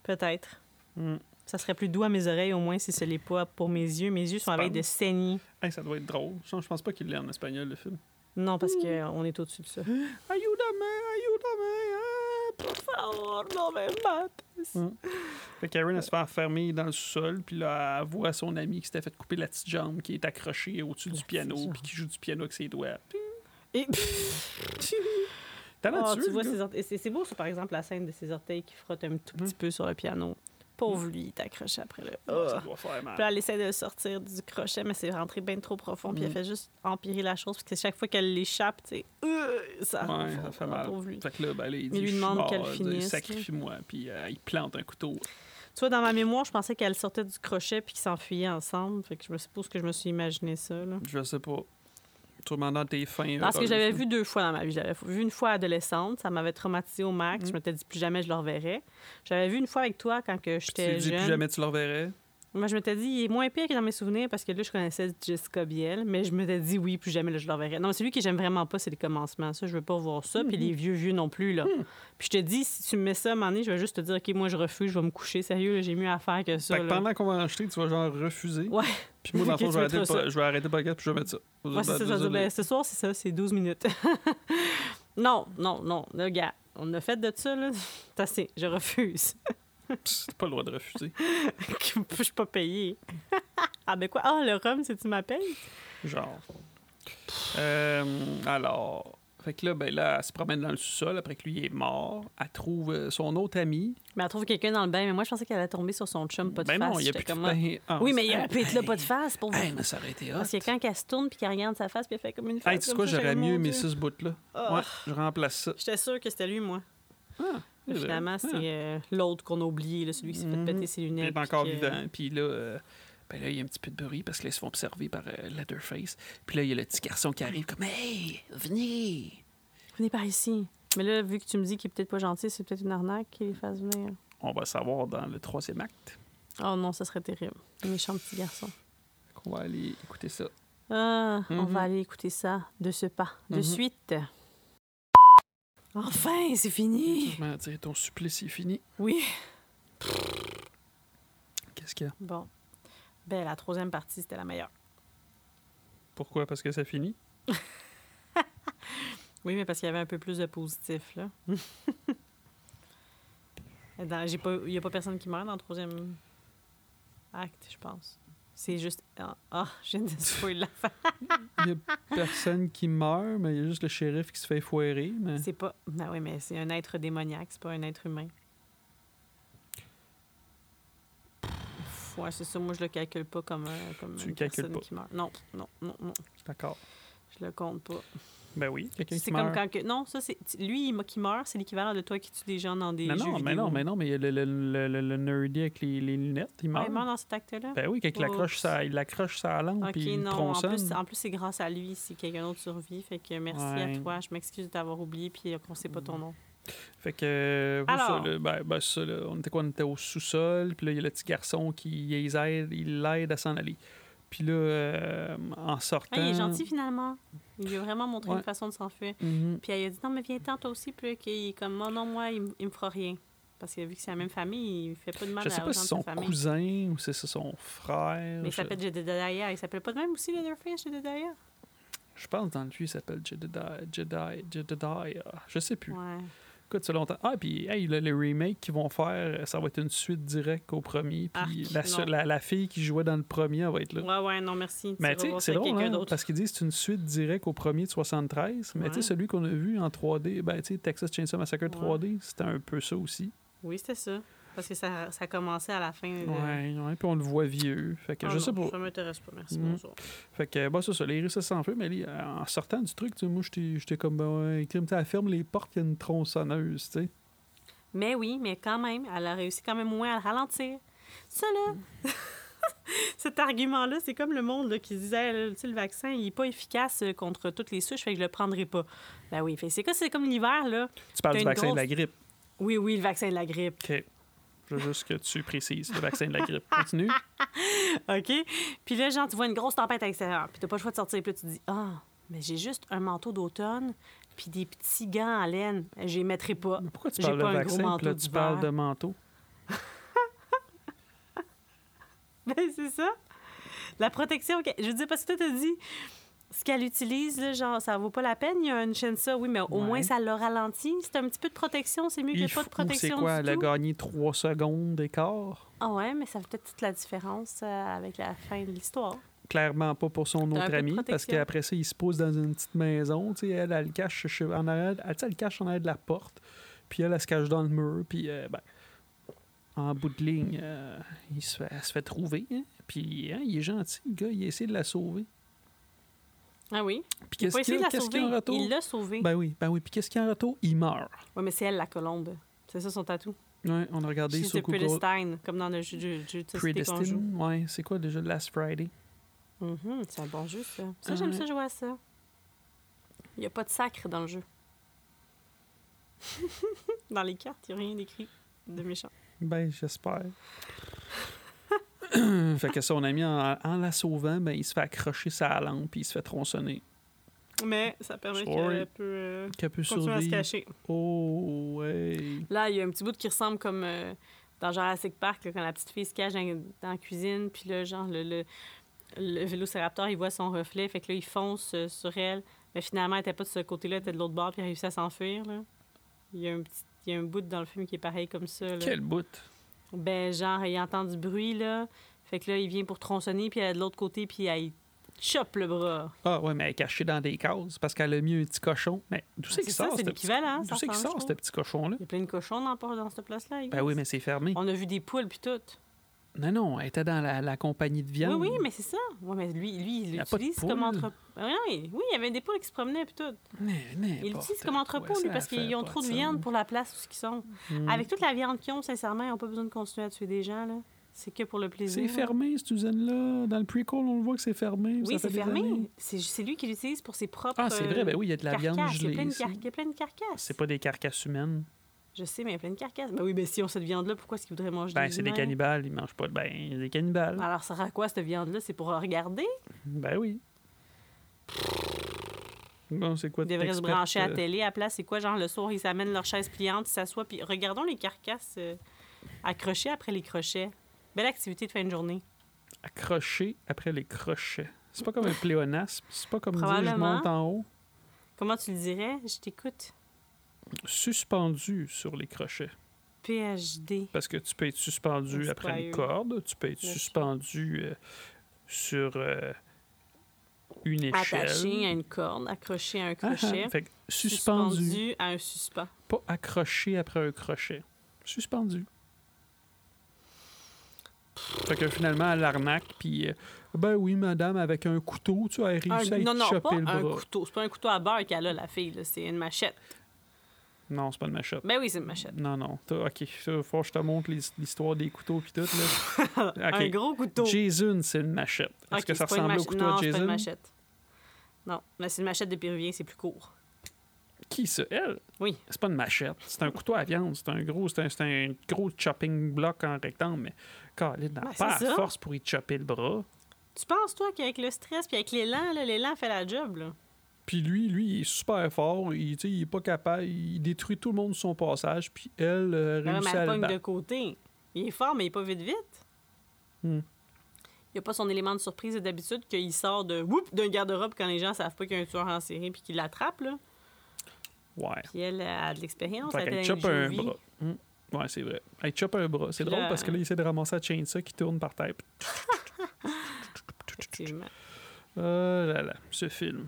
Speaker 2: Peut-être.
Speaker 1: Mm.
Speaker 2: Ça serait plus doux à mes oreilles, au moins, si ce n'est pas pour mes yeux. Mes yeux sont à
Speaker 1: Tu
Speaker 2: veille de
Speaker 1: penses?
Speaker 2: saigner.
Speaker 1: Hey, ça doit être drôle. Je je pense pas qu'il l'ait en espagnol, le film.
Speaker 2: Non,
Speaker 1: Mm.
Speaker 2: parce qu'on est au-dessus de ça.
Speaker 1: Ayúdame, ayúdame, ah,
Speaker 2: favor, no me mates.
Speaker 1: Fait que Karen, elle se fait enfermer dans le sol, puis là, elle voit son ami qui s'était fait couper la petite jambe, qui est accrochée au-dessus
Speaker 2: La
Speaker 1: du
Speaker 2: petite
Speaker 1: piano,
Speaker 2: jambe.
Speaker 1: puis qui joue du piano avec ses doigts.
Speaker 2: Et... Oh,
Speaker 1: Talentueux,
Speaker 2: Ah, tu vois
Speaker 1: le gars.
Speaker 2: ses orteils. Et C'est c'est beau, ça, par exemple, la scène de ses orteils qui frottent un tout
Speaker 1: Mm.
Speaker 2: petit peu sur le piano. Pauvre lui, il t'accroche après le.
Speaker 1: Ah,
Speaker 2: Oh.
Speaker 1: Ça doit faire
Speaker 2: Puis là,
Speaker 1: mal.
Speaker 2: elle essaie de sortir du crochet, mais c'est rentré bien trop profond. Puis
Speaker 1: Mm.
Speaker 2: elle fait juste empirer la chose, parce que chaque fois qu'elle l'échappe, tu sais, euh, ça,
Speaker 1: Ouais, ça fait mal.
Speaker 2: Pauvre lui.
Speaker 1: Fait que là, ben, là, il dit,
Speaker 2: lui
Speaker 1: je suis
Speaker 2: demande
Speaker 1: mort,
Speaker 2: qu'elle
Speaker 1: euh,
Speaker 2: finisse, là.
Speaker 1: Sacrifie-moi, puis euh, il plante un couteau.
Speaker 2: Tu vois, dans ma mémoire, je pensais qu'elle sortait du crochet puis qu'ils s'enfuyaient ensemble. Fait que je me suppose que je me suis imaginé ça. Là.
Speaker 1: Je sais pas. Sûrement dans tes fins. euh,
Speaker 2: Parce que
Speaker 1: heureuses,
Speaker 2: j'avais
Speaker 1: là.
Speaker 2: vu deux fois dans ma vie. J'avais vu une fois adolescente, ça m'avait traumatisée au max.
Speaker 1: Mm.
Speaker 2: Je m'étais dit plus jamais je le reverrais. J'avais vu une fois avec toi quand que
Speaker 1: Puis tu lui
Speaker 2: j'étais
Speaker 1: dis
Speaker 2: jeune.
Speaker 1: plus jamais tu le reverrais.
Speaker 2: Moi, je m'étais dit, il est moins pire que dans mes souvenirs parce que là, je connaissais Jessica Biel, mais je m'étais dit, oui, plus jamais là, je le reverrai. Non, mais celui que j'aime vraiment pas, c'est les commencements. Ça, je veux pas voir ça. Puis les
Speaker 1: Mhm.
Speaker 2: vieux, vieux non plus, là.
Speaker 1: Hmm.
Speaker 2: Puis je te dis, si tu me mets ça à un moment donné, je vais juste te dire, OK, moi, je refuse, je vais me coucher. Sérieux, là, j'ai mieux à faire que ça.
Speaker 1: Fait que
Speaker 2: là.
Speaker 1: pendant qu'on va enregistrer, tu vas genre refuser.
Speaker 2: Ouais.
Speaker 1: Puis moi, dans le
Speaker 2: Ok,
Speaker 1: fond,
Speaker 2: tu
Speaker 1: je vais arrêter
Speaker 2: mettras
Speaker 1: le po- je vais arrêter le podcast, puis je vais mettre ça.
Speaker 2: Moi, c'est ça, ça veut dire,
Speaker 1: Désolé.
Speaker 2: ben, ce soir, c'est ça, c'est 12 minutes. non, non, non. Là, gars, on a fait de ça, là. C'est assez, je refuse.
Speaker 1: Psst, T'as pas le droit de refuser.
Speaker 2: je suis pas payée. ah, ben quoi? Ah, le rhum, c'est tu m'appelles?
Speaker 1: Genre. Euh, alors, Fait que là, ben là, elle se promène dans le sous-sol après que lui il est mort. Elle trouve euh, son autre ami.
Speaker 2: Mais elle trouve quelqu'un dans le bain. Mais moi, je pensais qu'elle allait tomber sur son chum, pas de
Speaker 1: ben
Speaker 2: face.
Speaker 1: non, il y a
Speaker 2: J'étais
Speaker 1: plus de
Speaker 2: comme, euh,
Speaker 1: bain. Ah,
Speaker 2: Oui,
Speaker 1: c'est-
Speaker 2: mais il aurait pu être là, pas de face, pour vous.
Speaker 1: Hey, mais ça aurait été hot.
Speaker 2: Parce que quand elle se tourne puis qu'elle regarde sa face puis elle fait comme une face.
Speaker 1: Hey, tu sais
Speaker 2: comme
Speaker 1: quoi,
Speaker 2: ça,
Speaker 1: j'aurais
Speaker 2: j'avais mon
Speaker 1: mieux mes
Speaker 2: Dieu.
Speaker 1: six bouts-là.
Speaker 2: Ah.
Speaker 1: Ouais, je remplace ça.
Speaker 2: J'étais sûre que c'était lui, moi.
Speaker 1: Ah,
Speaker 2: Mais Finalement, c'est
Speaker 1: Ah.
Speaker 2: euh, l'autre qu'on a oublié, là, celui qui s'est fait
Speaker 1: Mhm.
Speaker 2: péter ses
Speaker 1: Il
Speaker 2: lunettes.
Speaker 1: est encore
Speaker 2: puis que-
Speaker 1: vivant. Puis là, euh, ben là, il y a un petit peu de bruit parce que là, ils se font observer par euh, Leatherface. Puis là, il y a le petit garçon qui arrive comme Hey, venez!
Speaker 2: Venez par ici. Mais là, vu que tu me dis qu'il est peut-être pas gentil, c'est peut-être une arnaque qu'il les fasse venir.
Speaker 1: On va savoir dans le troisième acte.
Speaker 2: Oh non, ça serait terrible. Méchant petit garçon.
Speaker 1: On va aller écouter ça.
Speaker 2: Ah, on
Speaker 1: Mhm.
Speaker 2: va aller écouter ça de ce pas, de
Speaker 1: Mhm.
Speaker 2: suite. Enfin, c'est fini.
Speaker 1: Comment dire, ton supplice est fini.
Speaker 2: Oui.
Speaker 1: Qu'est-ce qu'il y a?
Speaker 2: Bon. Ben, la troisième partie, c'était la meilleure.
Speaker 1: Pourquoi? Parce que ça finit?
Speaker 2: Oui, mais parce qu'il y avait un peu plus de positif, là. Dans- j'ai pas- Il n'y a pas personne qui meurt dans le troisième acte, je pense. C'est juste... Ah, ah, je viens de spoiler la fin.
Speaker 1: Il n'y a
Speaker 2: Ah.
Speaker 1: personne qui meurt, mais il y a juste le shérif qui se fait foirer. Mais...
Speaker 2: C'est pas... Ben oui, mais c'est un être démoniaque, c'est pas un être humain. Ouais, c'est ça. Moi, je le calcule pas comme, un- comme
Speaker 1: Tu
Speaker 2: une
Speaker 1: le calcules
Speaker 2: personne
Speaker 1: pas.
Speaker 2: qui meurt. Non, non, non, non.
Speaker 1: D'accord.
Speaker 2: Je le compte pas.
Speaker 1: Ben oui, quelqu'un
Speaker 2: C'est
Speaker 1: qui
Speaker 2: comme
Speaker 1: meurt.
Speaker 2: quand... Que... Non, ça, c'est... Lui, il- qui meurt, c'est l'équivalent de toi qui tue des gens dans des
Speaker 1: Mais
Speaker 2: jeux
Speaker 1: non, mais
Speaker 2: vidéo.
Speaker 1: non, mais non, mais il y a le, le, le, le- le nerdy avec les, les lunettes, il
Speaker 2: Ah,
Speaker 1: meurt.
Speaker 2: il meurt dans cet acte-là?
Speaker 1: Ben oui, quand il accroche
Speaker 2: Oups.
Speaker 1: sa, il accroche sa langue,
Speaker 2: Ok,
Speaker 1: puis il
Speaker 2: non. En
Speaker 1: tronçonne.
Speaker 2: plus, en plus, c'est grâce à lui si quelqu'un d'autre survit. Fait que merci
Speaker 1: Ouais.
Speaker 2: à toi. Je m'excuse de t'avoir oublié puis euh, qu'on sait pas ton nom.
Speaker 1: Fait que, euh, pour
Speaker 2: Alors.
Speaker 1: ça, là, ben, ben, ça, là, on était quoi? On était au sous-sol, puis là, il y a le petit garçon qui les aide, il l'aide à s'en aller. Puis là, euh, en sortant...
Speaker 2: Ah, il est gentil finalement. Il lui a vraiment montré
Speaker 1: Ouais.
Speaker 2: une façon de s'enfuir.
Speaker 1: Mhm.
Speaker 2: Puis elle a dit non, mais viens tente toi aussi. Puis là, qu'il est comme oh, non, moi, il, m- il me fera rien. Parce que vu que c'est la même famille, il fait pas de mal
Speaker 1: Je
Speaker 2: à
Speaker 1: sais
Speaker 2: la
Speaker 1: pas si c'est son
Speaker 2: famille.
Speaker 1: cousin ou c'est c'est son frère.
Speaker 2: Mais il
Speaker 1: je-
Speaker 2: s'appelle Jedediah. Il s'appelle pas de même aussi Leatherface, Jedediah?
Speaker 1: Je pense dans le lui, il s'appelle Jedediah. Jedediah. Jedediah. Je sais plus.
Speaker 2: Ouais.
Speaker 1: Écoute, ça fait longtemps. Ah, puis hey, le, le remake qu'ils vont faire, ça va être une suite directe au premier. Puis
Speaker 2: Arc,
Speaker 1: la, so-
Speaker 2: Ah, non.
Speaker 1: la, la fille qui jouait dans le premier, elle va être là.
Speaker 2: Ouais, ouais, non, merci. Tu
Speaker 1: Mais tu sais,
Speaker 2: revois
Speaker 1: c'est
Speaker 2: ça avec
Speaker 1: drôle,
Speaker 2: quelqu'un
Speaker 1: hein,
Speaker 2: d'autre.
Speaker 1: parce qu'ils disent que c'est une suite directe au premier de 73. Mais tu sais,
Speaker 2: Ouais.
Speaker 1: celui qu'on a vu en 3D, ben, tu sais, Texas Chainsaw Massacre 3D, c'était un peu ça aussi.
Speaker 2: Oui, c'était ça. Parce que ça, ça commençait à la fin. de-
Speaker 1: Ouais, ouais, puis on le voit vieux. Fait que
Speaker 2: Ah
Speaker 1: je sais
Speaker 2: non,
Speaker 1: pas.
Speaker 2: Ça m'intéresse pas, merci.
Speaker 1: Mm.
Speaker 2: Bonsoir.
Speaker 1: Fait que, bah, ça, ça, les risques, ça s'en fait, mais les- en sortant du truc, tu sais, moi, j'étais j'étais comme, ben, ouais, crime, tu sais, elle ferme les portes, il y a une tronçonneuse, tu sais.
Speaker 2: Mais oui, mais quand même, elle a réussi quand même au moins à le ralentir. Ça, là, cet argument-là, c'est comme le monde là, qui disait, là, tu sais, le vaccin, il n'est pas efficace euh, contre toutes les souches, fait que je le prendrai pas. Ben oui, fait, c'est quoi, c'est comme l'hiver, là.
Speaker 1: Tu parles
Speaker 2: T'as
Speaker 1: du
Speaker 2: une
Speaker 1: vaccin de la
Speaker 2: grosse-
Speaker 1: grippe.
Speaker 2: Oui, oui, le vaccin de la grippe.
Speaker 1: OK. Je veux juste que tu précises le vaccin de la grippe. Continue.
Speaker 2: OK? Puis là, genre, tu vois une grosse tempête à l'extérieur, puis tu pas le choix de sortir. Puis là, tu te dis, ah, mais j'ai juste un manteau d'automne, puis des petits gants en laine. Je les mettrai pas.
Speaker 1: Mais pourquoi tu
Speaker 2: J'ai
Speaker 1: parles de
Speaker 2: pas un gros
Speaker 1: vaccin, puis là,
Speaker 2: manteau
Speaker 1: tu parles de
Speaker 2: d'hiver.
Speaker 1: manteau?
Speaker 2: Ben, c'est ça. La protection, que- je veux dire, parce que toi, t'as dit, ce qu'elle utilise, là, genre, ça vaut pas la peine, il y a une chaîne ça, oui, mais au
Speaker 1: Ouais.
Speaker 2: moins, ça l'a ralenti. C'est un petit peu de protection, c'est mieux qu'il n'y
Speaker 1: Il
Speaker 2: ait pas de
Speaker 1: faut- c'est
Speaker 2: protection
Speaker 1: quoi?
Speaker 2: du
Speaker 1: Elle a
Speaker 2: tout.
Speaker 1: gagné 3 secondes d'écart?
Speaker 2: Ah ouais, mais ça fait peut-être toute la différence euh, avec la fin de l'histoire.
Speaker 1: clairement pas pour son
Speaker 2: T'as un peu
Speaker 1: autre
Speaker 2: de
Speaker 1: ami parce
Speaker 2: protection.
Speaker 1: qu'après ça il se pose dans une petite maison tu sais elle elle le cache chez- en arrière elle, tu sais, elle le cache en arrière de la porte puis elle elle se cache dans le mur puis euh, ben, en bout de ligne euh, il se fait, elle se fait trouver hein. puis hein, il est gentil le gars il essaie de la sauver
Speaker 2: Ah oui?
Speaker 1: puis
Speaker 2: Il a
Speaker 1: qu'est-ce
Speaker 2: pas
Speaker 1: qu'il
Speaker 2: essayé
Speaker 1: y
Speaker 2: de
Speaker 1: a
Speaker 2: la
Speaker 1: qu'est-ce qu'il y a en
Speaker 2: sauver.
Speaker 1: retour
Speaker 2: Il l'a sauvée.
Speaker 1: ben oui ben oui puis qu'est-ce qu'il y a en retour il meurt
Speaker 2: Oui, mais c'est elle, la colombe. C'est ça son tatou.
Speaker 1: ouais, on a regardé
Speaker 2: She's
Speaker 1: sur
Speaker 2: the
Speaker 1: Google
Speaker 2: Predestine, comme dans le jeu de jeu de société qu'on joue.
Speaker 1: Predestined ouais c'est quoi déjà Last Friday
Speaker 2: Mhm, c'est un bon jeu, ça. Ça, j'aime
Speaker 1: Ouais.
Speaker 2: ça jouer à ça. Il n'y a pas de sacre dans le jeu. dans les cartes, il n'y a rien d'écrit de méchant.
Speaker 1: Ben, j'espère. fait que son ami, en, en la sauvant, ben, il se fait accrocher sa lampe puis il se fait tronçonner.
Speaker 2: Mais ça permet
Speaker 1: Sorry.
Speaker 2: qu'elle peut euh,
Speaker 1: Qu'elle peut
Speaker 2: continuer à se
Speaker 1: survivre.
Speaker 2: cacher.
Speaker 1: Oh, ouais.
Speaker 2: Là, il y a un petit bout qui ressemble comme euh, dans Jurassic Park, là, quand la petite fille se cache dans, dans la cuisine, puis là, genre, le, le, le vélociraptor, il voit son reflet, fait que là, il fonce euh, sur elle. Mais finalement, elle n'était pas de ce côté-là, elle était de l'autre bord, puis elle a réussi à s'enfuir. là. Il y a un petit. Il y a un bout dans le film qui est pareil comme ça. là.
Speaker 1: Quel bout.
Speaker 2: Ben, genre, il entend du bruit, là. Fait que là, il vient pour tronçonner, puis elle est de l'autre côté, puis elle chope le bras.
Speaker 1: Ah ouais, mais elle est cachée dans des cases parce qu'elle a mis un petit cochon. Mais d'où c'est
Speaker 2: Ah, C'est
Speaker 1: qu'il
Speaker 2: ça,
Speaker 1: sort,
Speaker 2: c'est
Speaker 1: ce petit-
Speaker 2: l'équivalent. hein,
Speaker 1: d'où
Speaker 2: ça
Speaker 1: c'est qu'il
Speaker 2: ressemble,
Speaker 1: sort,
Speaker 2: je
Speaker 1: ce
Speaker 2: trouve.
Speaker 1: petit cochon-là?
Speaker 2: Il y a plein de cochons dans, dans cette place-là. I
Speaker 1: Ben
Speaker 2: guess.
Speaker 1: oui, mais c'est fermé.
Speaker 2: On a vu des poules puis tout.
Speaker 1: Non, non, elle était dans la, la compagnie de viande.
Speaker 2: Oui, oui, mais c'est ça. Oui, mais lui, lui il
Speaker 1: y a pas de
Speaker 2: l'utilise comme
Speaker 1: poules.
Speaker 2: entrepôt. Oui, oui, il y avait des poules qui se promenaient puis tout.
Speaker 1: mais...
Speaker 2: Ils
Speaker 1: n'importe
Speaker 2: l'utilisent comme
Speaker 1: quoi,
Speaker 2: entrepôt,
Speaker 1: ça
Speaker 2: lui, parce
Speaker 1: fait
Speaker 2: qu'ils ont
Speaker 1: pas
Speaker 2: trop de
Speaker 1: sens.
Speaker 2: viande pour la place où ils sont.
Speaker 1: Hmm.
Speaker 2: Avec toute la viande qu'ils ont, sincèrement, ils n'ont pas besoin de continuer à tuer des gens. là. C'est que pour le plaisir.
Speaker 1: C'est fermé, cette usine-là. Dans le prequel, on le voit que c'est fermé.
Speaker 2: Oui,
Speaker 1: ça
Speaker 2: c'est
Speaker 1: fait des
Speaker 2: fermé.
Speaker 1: années.
Speaker 2: C'est ju- c'est lui qui l'utilise pour ses propres.
Speaker 1: Ah, c'est vrai, ben oui, il y a de la viande
Speaker 2: carcasses. Il y a
Speaker 1: gelée.
Speaker 2: plein de,
Speaker 1: ici.
Speaker 2: car- il y a plein de carcasses.
Speaker 1: C'est pas des carcasses humaines.
Speaker 2: Je sais, mais il y a plein de carcasses. Ben oui, ben si on cette viande-là, pourquoi est-ce qu'ils voudraient manger
Speaker 1: Ben,
Speaker 2: des
Speaker 1: c'est des
Speaker 2: humains?
Speaker 1: cannibales, ils mangent pas de. Ben, des cannibales.
Speaker 2: Alors, ça sert à quoi cette viande-là? C'est pour regarder?
Speaker 1: Ben oui. Bon, c'est quoi
Speaker 2: Ils devraient se
Speaker 1: t'expertes,
Speaker 2: brancher à
Speaker 1: euh,
Speaker 2: la télé. À la place, c'est quoi? Genre, le soir, ils s'amènent leur chaise pliante, ils s'assoient, puis regardons les carcasses euh, accrochées après les crochets. Belle activité de fin de journée.
Speaker 1: Accrocher après les crochets. C'est pas comme un pléonasme. C'est pas comme dire je
Speaker 2: Probablement.
Speaker 1: monte en haut.
Speaker 2: Comment tu le dirais? Je t'écoute.
Speaker 1: Suspendu sur les crochets.
Speaker 2: PhD.
Speaker 1: Parce que tu peux être suspendu
Speaker 2: Inspire.
Speaker 1: après une corde, tu peux être
Speaker 2: Le chien.
Speaker 1: suspendu euh, sur euh, une échelle.
Speaker 2: Attaché à une corde, accroché à un
Speaker 1: Ah, ah.
Speaker 2: crochet.
Speaker 1: Fait que suspendu.
Speaker 2: suspendu à un suspens.
Speaker 1: Pas accroché après un crochet. Suspendu. Fait que finalement, à l'arnaque, puis euh, ben oui, madame, avec un couteau, tu as réussi
Speaker 2: Un-
Speaker 1: à
Speaker 2: non,
Speaker 1: te
Speaker 2: non,
Speaker 1: choper
Speaker 2: pas
Speaker 1: le
Speaker 2: un
Speaker 1: bras.
Speaker 2: couteau. C'est pas un couteau à beurre qu'elle a, la fille. là. C'est une machette.
Speaker 1: Non, c'est pas de ma chope.
Speaker 2: Ben oui, c'est une machette.
Speaker 1: Non, non. T'as- OK, ça, faut que je te montre les- l'histoire des couteaux puis tout. Là. OK.
Speaker 2: Un gros couteau.
Speaker 1: Jason, c'est une machette. Est-ce
Speaker 2: Ok,
Speaker 1: que ça
Speaker 2: c'est pas une
Speaker 1: ressemble au
Speaker 2: machette. non,
Speaker 1: couteau à
Speaker 2: c'est pas une
Speaker 1: Jason?
Speaker 2: machette. Non, mais c'est une machette de péruvien, c'est plus court.
Speaker 1: Qui ça? Elle?
Speaker 2: Oui.
Speaker 1: C'est pas une machette. C'est un couteau à viande. C'est un gros, c'est un, c'est un gros chopping block en rectangle, mais Caroline n'a
Speaker 2: Ben, c'est
Speaker 1: pas la
Speaker 2: ça.
Speaker 1: force pour y chopper le bras.
Speaker 2: Tu penses, toi, qu'avec le stress puis avec l'élan, là, l'élan fait la job, là?
Speaker 1: Puis lui, lui, il est super fort. Il, tu sais, il est pas capable. Il détruit tout le monde de son passage. Puis elle euh,
Speaker 2: Ben,
Speaker 1: réussit
Speaker 2: mais
Speaker 1: à
Speaker 2: elle
Speaker 1: le
Speaker 2: pogne de
Speaker 1: battre.
Speaker 2: côté. Il est fort, mais il est pas vite vite.
Speaker 1: Hmm.
Speaker 2: Il a pas son élément de surprise d'habitude qu'il sort de whoop d'un garde-robe quand les gens savent pas qu'il y a un tueur en série puis qu'il l'attrape, là.
Speaker 1: Ouais.
Speaker 2: Puis elle elle a de l'expérience,
Speaker 1: Fait
Speaker 2: elle a
Speaker 1: qu'elle
Speaker 2: de
Speaker 1: chope un
Speaker 2: jovie.
Speaker 1: bras. Hmm. Ouais, c'est vrai. Elle chope un bras. C'est
Speaker 2: Puis
Speaker 1: drôle
Speaker 2: là- hein.
Speaker 1: parce que là, il essaie de ramasser la chainsaw qui tourne par terre.
Speaker 2: Effectivement.
Speaker 1: Oh là là, ce film.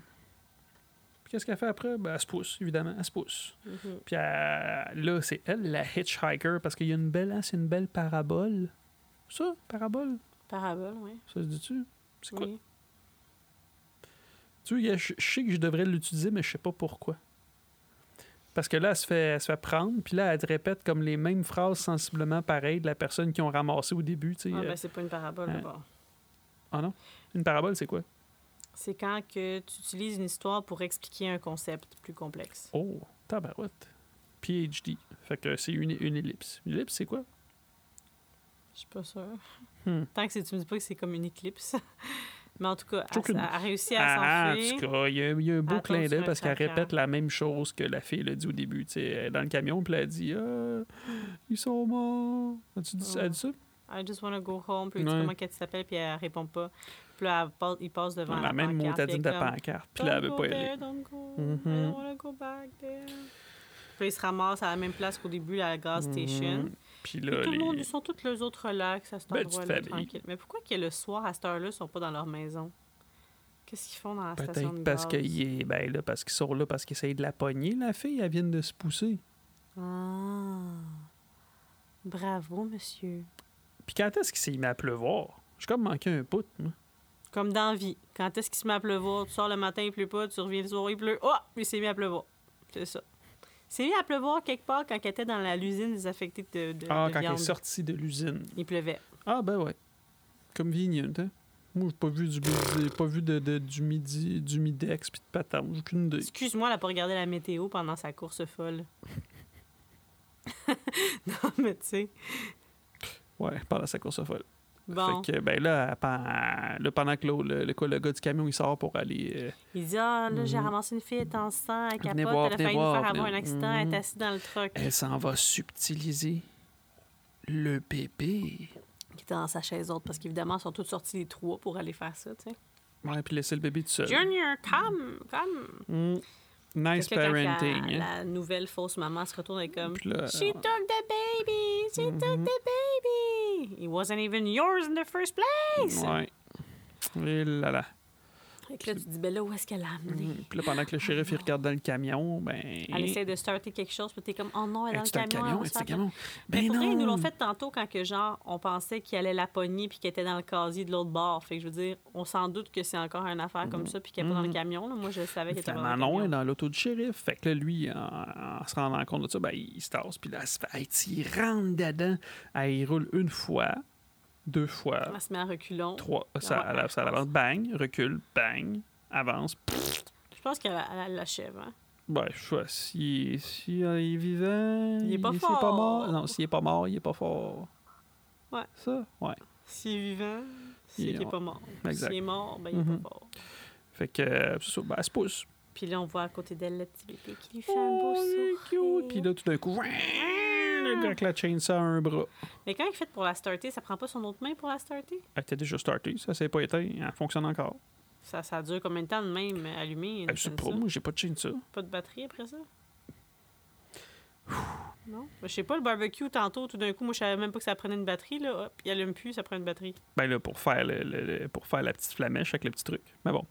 Speaker 1: Puis qu'est-ce qu'elle fait après? Ben, elle se pousse, évidemment. Elle se pousse.
Speaker 2: Mhm.
Speaker 1: Puis elle- là, c'est elle, la hitchhiker, parce qu'il y a une belle, hein, c'est une belle parabole. Ça, parabole,
Speaker 2: Parabole, oui.
Speaker 1: ça se dit-tu? C'est quoi?
Speaker 2: Oui.
Speaker 1: Tu vois, je, je sais que je devrais l'utiliser, mais je sais pas pourquoi. Parce que là, elle se fait, elle se fait prendre, puis là, elle te répète comme les mêmes phrases sensiblement pareilles de la personne qui ont ramassé au début. tu sais,
Speaker 2: Ah,
Speaker 1: euh,
Speaker 2: ben, c'est pas une parabole,
Speaker 1: hein.
Speaker 2: d'abord.
Speaker 1: Ah non? Une parabole, c'est quoi?
Speaker 2: C'est quand que tu utilises une histoire pour expliquer un concept plus complexe.
Speaker 1: Oh, tabarouette. PhD. Fait que c'est une, une ellipse. Une ellipse, c'est quoi?
Speaker 2: Je suis pas sûre.
Speaker 1: Hmm.
Speaker 2: Tant que c'est- tu me dis pas que c'est comme une éclipse. Mais en tout cas,
Speaker 1: J'ai
Speaker 2: elle,
Speaker 1: aucune-
Speaker 2: elle a réussi
Speaker 1: Ah,
Speaker 2: à
Speaker 1: en tout
Speaker 2: s'enfuir.
Speaker 1: cas, il y, a- il y a un beau
Speaker 2: Elle
Speaker 1: clin
Speaker 2: tombe sur
Speaker 1: d'œil
Speaker 2: un
Speaker 1: parce qu'elle
Speaker 2: craquant.
Speaker 1: répète la même chose que la fille a dit au début. tu sais, elle est dans le camion, puis elle a dit Ah, Ils sont morts. As-tu dit, elle a dit ça
Speaker 2: I just wanna go home. Puis elle dit
Speaker 1: Ouais.
Speaker 2: comment qu'elle s'appelle, puis elle répond pas. Puis là, elle passe- il passe devant
Speaker 1: Dans
Speaker 2: la,
Speaker 1: la même
Speaker 2: pancarte,
Speaker 1: motadine de
Speaker 2: puis elle est comme,
Speaker 1: pancarte, puis là, elle veut
Speaker 2: Don't
Speaker 1: pas
Speaker 2: go
Speaker 1: y aller.
Speaker 2: there, don't go. I
Speaker 1: Mhm.
Speaker 2: don't wanna go back there. Puis là, il se ramasse à la même place qu'au début, à la gas station.
Speaker 1: Mhm. Puis
Speaker 2: Puis
Speaker 1: là,
Speaker 2: tout le
Speaker 1: les-
Speaker 2: monde, ils sont tous les autres relax à cet
Speaker 1: Ben, tu te
Speaker 2: endroit-là,
Speaker 1: fais-
Speaker 2: tranquille. Mais pourquoi que le soir, à cette heure-là, ils sont pas dans leur maison? Qu'est-ce qu'ils font dans la station de
Speaker 1: peut-être parce
Speaker 2: gaz?
Speaker 1: qu'ils ben là, parce qu'ils sont là, parce qu'ils essayent de la pogner, la fille. Elle vient de se pousser.
Speaker 2: Ah. Bravo, monsieur.
Speaker 1: Puis quand est-ce qu'il s'est mis à pleuvoir J'ai comme manqué un pout. moi.
Speaker 2: Euh, Comme dans la vie. Quand est-ce qu'il se met à pleuvoir? Tu sors le matin, il pleut pas. Tu reviens le soir, il pleut. Oh! Il s'est mis à pleuvoir. C'est ça. Il s'est mis à pleuvoir quelque part quand il était dans la- l'usine désaffectée de, de,
Speaker 1: Ah,
Speaker 2: de
Speaker 1: quand il est
Speaker 2: viande.
Speaker 1: sorti de l'usine.
Speaker 2: Il pleuvait.
Speaker 1: Ah ben ouais. Convenient, hein? Moi, j'ai pas vu du j'ai pas vu de, de- du midi, du midex puis de patente, j'ai aucune idée.
Speaker 2: Excuse-moi, elle a pas regardé la météo pendant sa course folle. non, mais tu sais.
Speaker 1: Ouais, par la sa course folle.
Speaker 2: Bon.
Speaker 1: Fait que ben là, elle pen- là, pendant que l'autre- le, le, quoi, le gars du camion il sort pour aller euh,
Speaker 2: Il dit Ah, là, j'ai
Speaker 1: Mhm.
Speaker 2: ramassé une fille, elle est en sang, elle capote,
Speaker 1: Venez voir,
Speaker 2: elle a
Speaker 1: venez
Speaker 2: failli nous
Speaker 1: voir,
Speaker 2: faire
Speaker 1: venez-
Speaker 2: avoir un accident, elle
Speaker 1: Mhm.
Speaker 2: est assise dans le truck.
Speaker 1: elle s'en va subtiliser le bébé.
Speaker 2: Qui était dans sa chaise haute, parce qu'évidemment, ils sont tous sortis les trois pour aller faire ça, tu sais.
Speaker 1: Ouais, puis laisser le bébé tout seul.
Speaker 2: Junior, come, come.
Speaker 1: Mm. Nice
Speaker 2: Fait que là, quand la-
Speaker 1: parenting. hein. Euh,
Speaker 2: La, nouvelle fausse maman se retourne et comme
Speaker 1: Puis là,
Speaker 2: She took the baby, she
Speaker 1: Mhm.
Speaker 2: took the baby. It wasn't even yours in the first place.
Speaker 1: ouais. Et là là.
Speaker 2: Fait que là, tu te dis, ben là, où est-ce qu'elle a amené?
Speaker 1: Mhm. Puis là, pendant que le shérif il regarde dans le camion, ben.
Speaker 2: Elle essaie de starter quelque chose, puis t'es comme, oh non, elle est
Speaker 1: Elle
Speaker 2: dans
Speaker 1: est
Speaker 2: le
Speaker 1: dans le
Speaker 2: camion. elle
Speaker 1: camion,
Speaker 2: va
Speaker 1: elle
Speaker 2: se
Speaker 1: est dans
Speaker 2: faire
Speaker 1: le camion.
Speaker 2: Ben,
Speaker 1: Ben
Speaker 2: pour vrai, ils nous l'ont
Speaker 1: non!
Speaker 2: fait tantôt quand que genre on pensait qu'il allait la pogner puis qu'elle était dans le casier de l'autre bord. Fait que je veux dire, on s'en doute que c'est encore une affaire comme ça puis qu'elle n'est pas dans
Speaker 1: Mhm.
Speaker 2: le camion. là. Moi, je savais qu'elle était pas dans
Speaker 1: Finalement,
Speaker 2: le
Speaker 1: non, elle
Speaker 2: camion.
Speaker 1: est dans l'auto du shérif. Fait que là, lui, en, en se rendant compte de ça, ben, il se tasse. Puis là, elle se fait, hey, tu y rentres dedans. Elle, il roule une fois, deux fois,
Speaker 2: Elle se met en reculons.
Speaker 1: trois. Ça,
Speaker 2: Ah ouais,
Speaker 1: elle-
Speaker 2: ouais,
Speaker 1: ça
Speaker 2: je pense.
Speaker 1: avance, bang, recule, bang, avance.
Speaker 2: Je pense qu'elle elle l'achève. Hein?
Speaker 1: Ben, je sais pas, si, si euh, il est vivant,
Speaker 2: Il est pas
Speaker 1: s'il
Speaker 2: fort.
Speaker 1: mort. Non, s'il est pas mort, il est pas fort.
Speaker 2: Ouais.
Speaker 1: Ça, ouais.
Speaker 2: S'il est vivant, c'est
Speaker 1: Il est
Speaker 2: qu'il n'est
Speaker 1: mort.
Speaker 2: pas mort.
Speaker 1: Exact.
Speaker 2: S'il est mort, ben il n'est
Speaker 1: Mhm.
Speaker 2: pas mort.
Speaker 1: Fait que, euh, c'est ça, ben, elle se pousse.
Speaker 2: Puis là, on voit à côté d'elle le petit bébé qui lui fait un
Speaker 1: Oh,
Speaker 2: beau
Speaker 1: il est
Speaker 2: sourire. Ah!
Speaker 1: cute. Puis là, tout d'un coup, le gars avec la chainsaw à un bras.
Speaker 2: Mais quand il fait pour la starter, ça prend pas son autre main pour la starter?
Speaker 1: Elle était déjà startée, ça s'est pas éteint, elle fonctionne encore.
Speaker 2: Ça, ça dure combien de temps de même euh, allumée? une
Speaker 1: Euh, je sais
Speaker 2: comme
Speaker 1: pas,
Speaker 2: ça?
Speaker 1: moi, j'ai pas de chainsaw.
Speaker 2: Pas de batterie après ça? Non? Ben, Je sais pas, le barbecue tantôt, tout d'un coup, moi je savais même pas que ça prenait une batterie, là. Hop, il allume plus, ça prend une batterie.
Speaker 1: Ben là, pour faire, le, le- le- pour faire la petite flamèche avec le petit truc. Mais bon.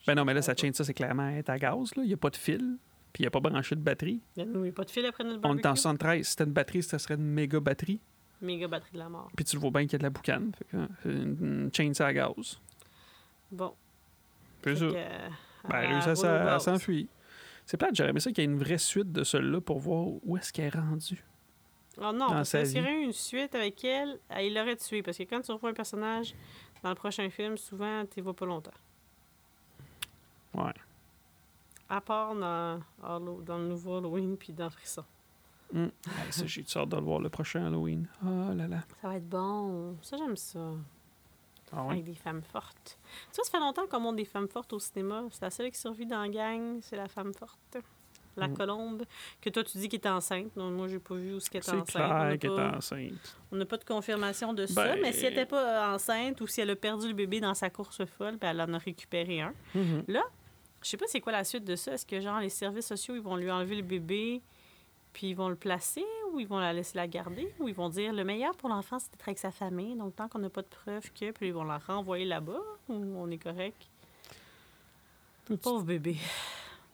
Speaker 2: Je
Speaker 1: Ben non, mais là,
Speaker 2: comprends
Speaker 1: sa
Speaker 2: pas.
Speaker 1: chainsaw, c'est clairement elle est à gaz, là. Il y a pas de fil, puis il y a pas branché de batterie.
Speaker 2: Ben, Il n'y a pas de fil après notre
Speaker 1: On est
Speaker 2: barbecue.
Speaker 1: en 73, si c'était une batterie, ça serait une méga batterie.
Speaker 2: Méga batterie de la mort.
Speaker 1: Puis tu le vois bien qu'il y a de la boucane. Fait que, hein, c'est une, une chainsaw à gaz.
Speaker 2: Bon.
Speaker 1: Puis
Speaker 2: fait
Speaker 1: ça.
Speaker 2: que, euh,
Speaker 1: Ben, elle
Speaker 2: elle
Speaker 1: réussit
Speaker 2: roule
Speaker 1: à
Speaker 2: au
Speaker 1: s'en- à
Speaker 2: bord.
Speaker 1: s'enfuir. C'est plate, j'aurais aimé ça qu'il y ait une vraie suite de celle-là pour voir où est-ce qu'elle est rendue.
Speaker 2: Oh non, parce
Speaker 1: sa
Speaker 2: que s'il y
Speaker 1: vie.
Speaker 2: aurait eu une suite avec elle, elle- il l'aurait tué. Parce que quand tu revois un personnage dans le prochain film, souvent, tu vois pas longtemps.
Speaker 1: Ouais.
Speaker 2: À part dans, Hallo- dans le nouveau Halloween puis dans Frisson.
Speaker 1: Hmm. Hey, ça, j'ai hâte de le voir le prochain Halloween. Oh là là.
Speaker 2: Ça va être bon. Ça, j'aime ça.
Speaker 1: Ah
Speaker 2: Avec des femmes fortes. Tu vois, ça fait longtemps qu'on montre des femmes fortes au cinéma. C'est la seule qui survit dans la gang, c'est la femme forte. La
Speaker 1: Mm.
Speaker 2: colombe, que toi tu dis qu'elle est enceinte. Non, moi, j'ai pas vu où ce qu'elle est
Speaker 1: C'est
Speaker 2: enceinte. On n'a
Speaker 1: clair qu'elle est
Speaker 2: pas-
Speaker 1: enceinte.
Speaker 2: On n'a pas de confirmation de ça,
Speaker 1: Ben-
Speaker 2: mais si elle n'était pas enceinte ou si elle a perdu le bébé dans sa course folle, ben, elle en a récupéré un.
Speaker 1: Mhm.
Speaker 2: Je sais pas c'est quoi la suite de ça. Est-ce que genre les services sociaux, ils vont lui enlever le bébé, puis ils vont le placer, ou ils vont la laisser la garder, ou ils vont dire le meilleur pour l'enfant, c'est d'être avec sa famille, donc tant qu'on n'a pas de preuves que, puis ils vont la renvoyer là-bas, ou on est correct.
Speaker 1: Tout de
Speaker 2: Pauvre bébé.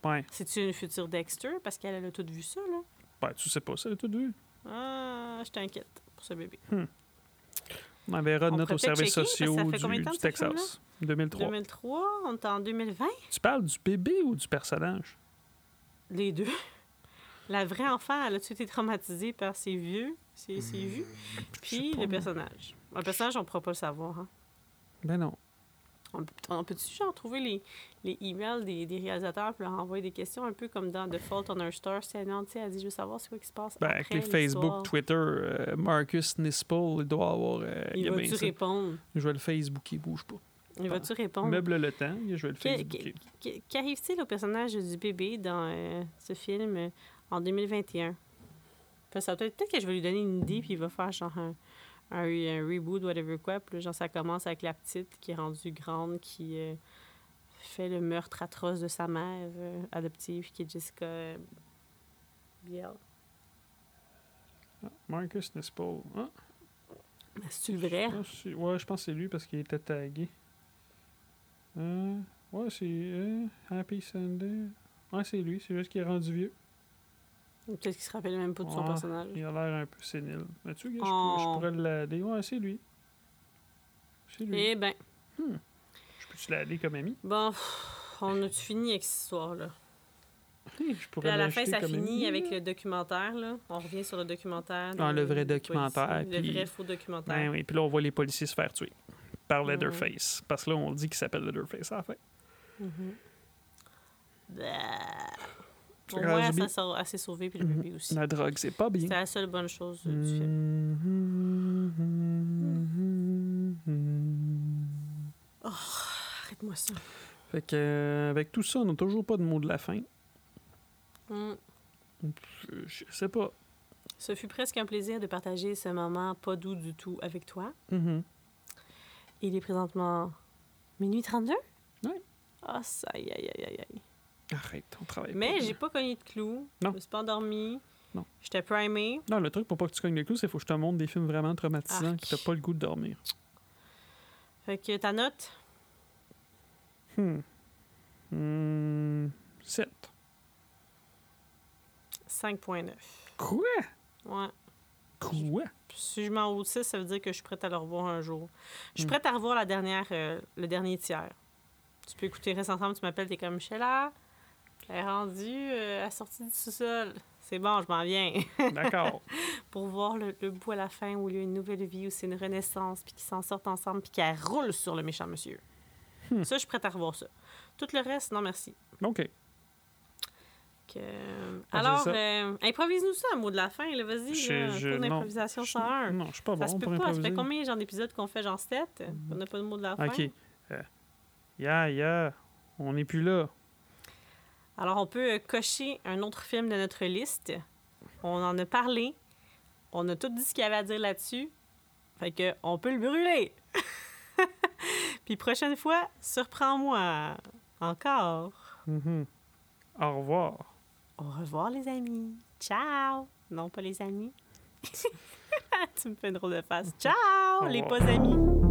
Speaker 1: Ouais.
Speaker 2: C'est-tu une future Dexter? Parce qu'elle elle a tout vu ça, là.
Speaker 1: Ben, tu sais pas, ça, tout deux.
Speaker 2: Ah, je t'inquiète pour ce bébé.
Speaker 1: On enverra
Speaker 2: On
Speaker 1: une note
Speaker 2: pourrait
Speaker 1: aux
Speaker 2: peut-être checker, parce
Speaker 1: services
Speaker 2: que ça
Speaker 1: sociaux
Speaker 2: fait combien
Speaker 1: du,
Speaker 2: de temps
Speaker 1: du
Speaker 2: que ce film-là?
Speaker 1: Texas. 2003.
Speaker 2: 2003, on est en 2020.
Speaker 1: Tu parles du bébé ou du personnage?
Speaker 2: Les deux. La vraie enfant, elle a-tu été traumatisée par ses vieux, ses, ses vues, puis
Speaker 1: Hmm. pas,
Speaker 2: le
Speaker 1: moi.
Speaker 2: personnage? Un personnage, on ne pourra pas le savoir. hein.
Speaker 1: Ben non.
Speaker 2: On, peut- on peut-tu genre trouver les, les emails des, des réalisateurs pour leur envoyer des questions, un peu comme dans The Fault on Our Star, si elle, non, tu sais, elle dit, je veux savoir c'est quoi qui se passe
Speaker 1: Ben,
Speaker 2: après
Speaker 1: avec les Facebook,
Speaker 2: l'histoire.
Speaker 1: Twitter, euh, Marcus Nispel, il doit avoir. euh, il y
Speaker 2: Il
Speaker 1: a bien
Speaker 2: va-tu
Speaker 1: ça. Ben,
Speaker 2: répondre?
Speaker 1: Je vais le Facebooker, bouge pas.
Speaker 2: Il va-tu répondre?
Speaker 1: Meuble le temps, je vais le
Speaker 2: Que-
Speaker 1: Facebooker.
Speaker 2: Qu- Qu'arrive-t-il au personnage du bébé dans euh, ce film euh, en 2021? Parce que ça peut être- Peut-être que je vais lui donner une idée, puis il va faire genre un, un re- un reboot, whatever quoi. Puis là, genre, ça commence avec la petite qui est rendue grande, qui euh, fait le meurtre atroce de sa mère euh, adoptive, qui est Jessica euh, Biel.
Speaker 1: Ah, Marcus Nispel. Ah,
Speaker 2: Mais C'est-tu le vrai?
Speaker 1: je pense que c'est- ouais, je pense que c'est lui parce qu'il était tagué. Euh, ouais, c'est euh, Happy Sunday. Ouais, c'est lui, c'est juste qu'il est rendu vieux.
Speaker 2: Ou Peut-être qu'il se rappelle même pas de son
Speaker 1: Ouais.
Speaker 2: personnage.
Speaker 1: Il a l'air un peu sénile. Mais tu sais, je,
Speaker 2: Oh.
Speaker 1: pourrais- je pourrais l'aider. Ouais, c'est lui. C'est lui.
Speaker 2: Eh ben,
Speaker 1: Je peux-tu l'aider comme ami?
Speaker 2: bon, pff, on a-tu fini avec cette histoire-là?
Speaker 1: Hey, Je
Speaker 2: Puis
Speaker 1: pourrais
Speaker 2: à la fin,
Speaker 1: l'ajouter
Speaker 2: ça
Speaker 1: comme
Speaker 2: finit
Speaker 1: ami.
Speaker 2: avec le documentaire. Là. On revient sur le documentaire.
Speaker 1: Ah,
Speaker 2: de-
Speaker 1: le vrai
Speaker 2: de
Speaker 1: documentaire,
Speaker 2: policier, Le
Speaker 1: puis-
Speaker 2: vrai faux documentaire.
Speaker 1: Ben oui, puis là, on voit les policiers se faire tuer par
Speaker 2: Ouais.
Speaker 1: Leatherface. Parce que là, on dit qu'il s'appelle Leatherface à la fin.
Speaker 2: Mhm. Bah.
Speaker 1: Tu
Speaker 2: Au moins,
Speaker 1: rases
Speaker 2: ça
Speaker 1: bien.
Speaker 2: sort- elle s'est sauvée, puis le
Speaker 1: Mhm.
Speaker 2: bébé aussi.
Speaker 1: La drogue, c'est pas bien.
Speaker 2: C'était la seule bonne chose euh, du film.
Speaker 1: Fait
Speaker 2: Oh, Arrête-moi ça.
Speaker 1: que, euh, avec tout ça, on n'a toujours pas de mot de la fin.
Speaker 2: Mm.
Speaker 1: Je- Je sais pas.
Speaker 2: Ce fut presque un plaisir de partager ce moment pas doux du tout avec toi.
Speaker 1: Mhm.
Speaker 2: Il est présentement minuit 32?
Speaker 1: Ouais.
Speaker 2: Ah, ça, aïe, aïe, aïe, aïe, aïe.
Speaker 1: Arrête, on travaille.
Speaker 2: Mais
Speaker 1: pas.
Speaker 2: j'ai pas cogné de clous.
Speaker 1: Non.
Speaker 2: Je me suis pas endormie.
Speaker 1: Non.
Speaker 2: J'étais primée.
Speaker 1: Non, le truc pour pas que tu cognes le clou, c'est faut que je te montre des films vraiment
Speaker 2: Ah.
Speaker 1: traumatisants
Speaker 2: Arc.
Speaker 1: que t'as pas le goût de dormir.
Speaker 2: Fait que ta note,
Speaker 3: Hmm. Hmm. 7.
Speaker 2: 5.9.
Speaker 3: Quoi?
Speaker 2: Ouais.
Speaker 3: Quoi?
Speaker 2: Si je m'en haut de 6, ça veut dire que je suis prête à le revoir un jour. Je suis
Speaker 3: Hmm.
Speaker 2: prête à revoir la dernière, euh, le dernier tiers. Tu peux écouter Reste ensemble, tu m'appelles, t'es comme Michela. Je l'ai rendu euh, à la sortie du sous-sol. C'est bon, je m'en viens.
Speaker 3: D'accord.
Speaker 2: Pour voir le, le bout à la fin où il y a une nouvelle vie, où c'est une renaissance, puis qu'ils s'en sortent ensemble, puis qu'elle roule sur le méchant monsieur.
Speaker 3: Hmm.
Speaker 2: Ça, je suis prête à revoir ça. Tout le reste, non merci.
Speaker 3: OK.
Speaker 2: Que-
Speaker 3: Ah, c'est
Speaker 2: Alors,
Speaker 3: ça.
Speaker 2: euh, improvise-nous ça, un mot de la fin, là, vas-y.
Speaker 3: Je-
Speaker 2: là,
Speaker 3: je-
Speaker 2: cours
Speaker 3: non.
Speaker 2: d'improvisation
Speaker 3: Je-
Speaker 2: 101.
Speaker 3: Non, je suis pas
Speaker 2: Ça
Speaker 3: bon
Speaker 2: se
Speaker 3: pour
Speaker 2: peut pas. Ça
Speaker 3: improviser. Hmm.
Speaker 2: fait combien genre d'épisodes qu'on fait, genre 7? On n'a pas de mot de la fin.
Speaker 3: OK. Euh, yeah, yeah. On n'est plus là.
Speaker 2: Alors, on peut euh, cocher un autre film de notre liste. On en a parlé. On a tout dit ce qu'il y avait à dire là-dessus. Fait que on peut le brûler. Puis prochaine fois, surprends-moi. Encore.
Speaker 3: Mhm. Au revoir.
Speaker 2: Au revoir, les amis. Ciao. Non, pas les amis. tu me fais une drôle de face. Ciao, les
Speaker 3: revoir.
Speaker 2: pas amis.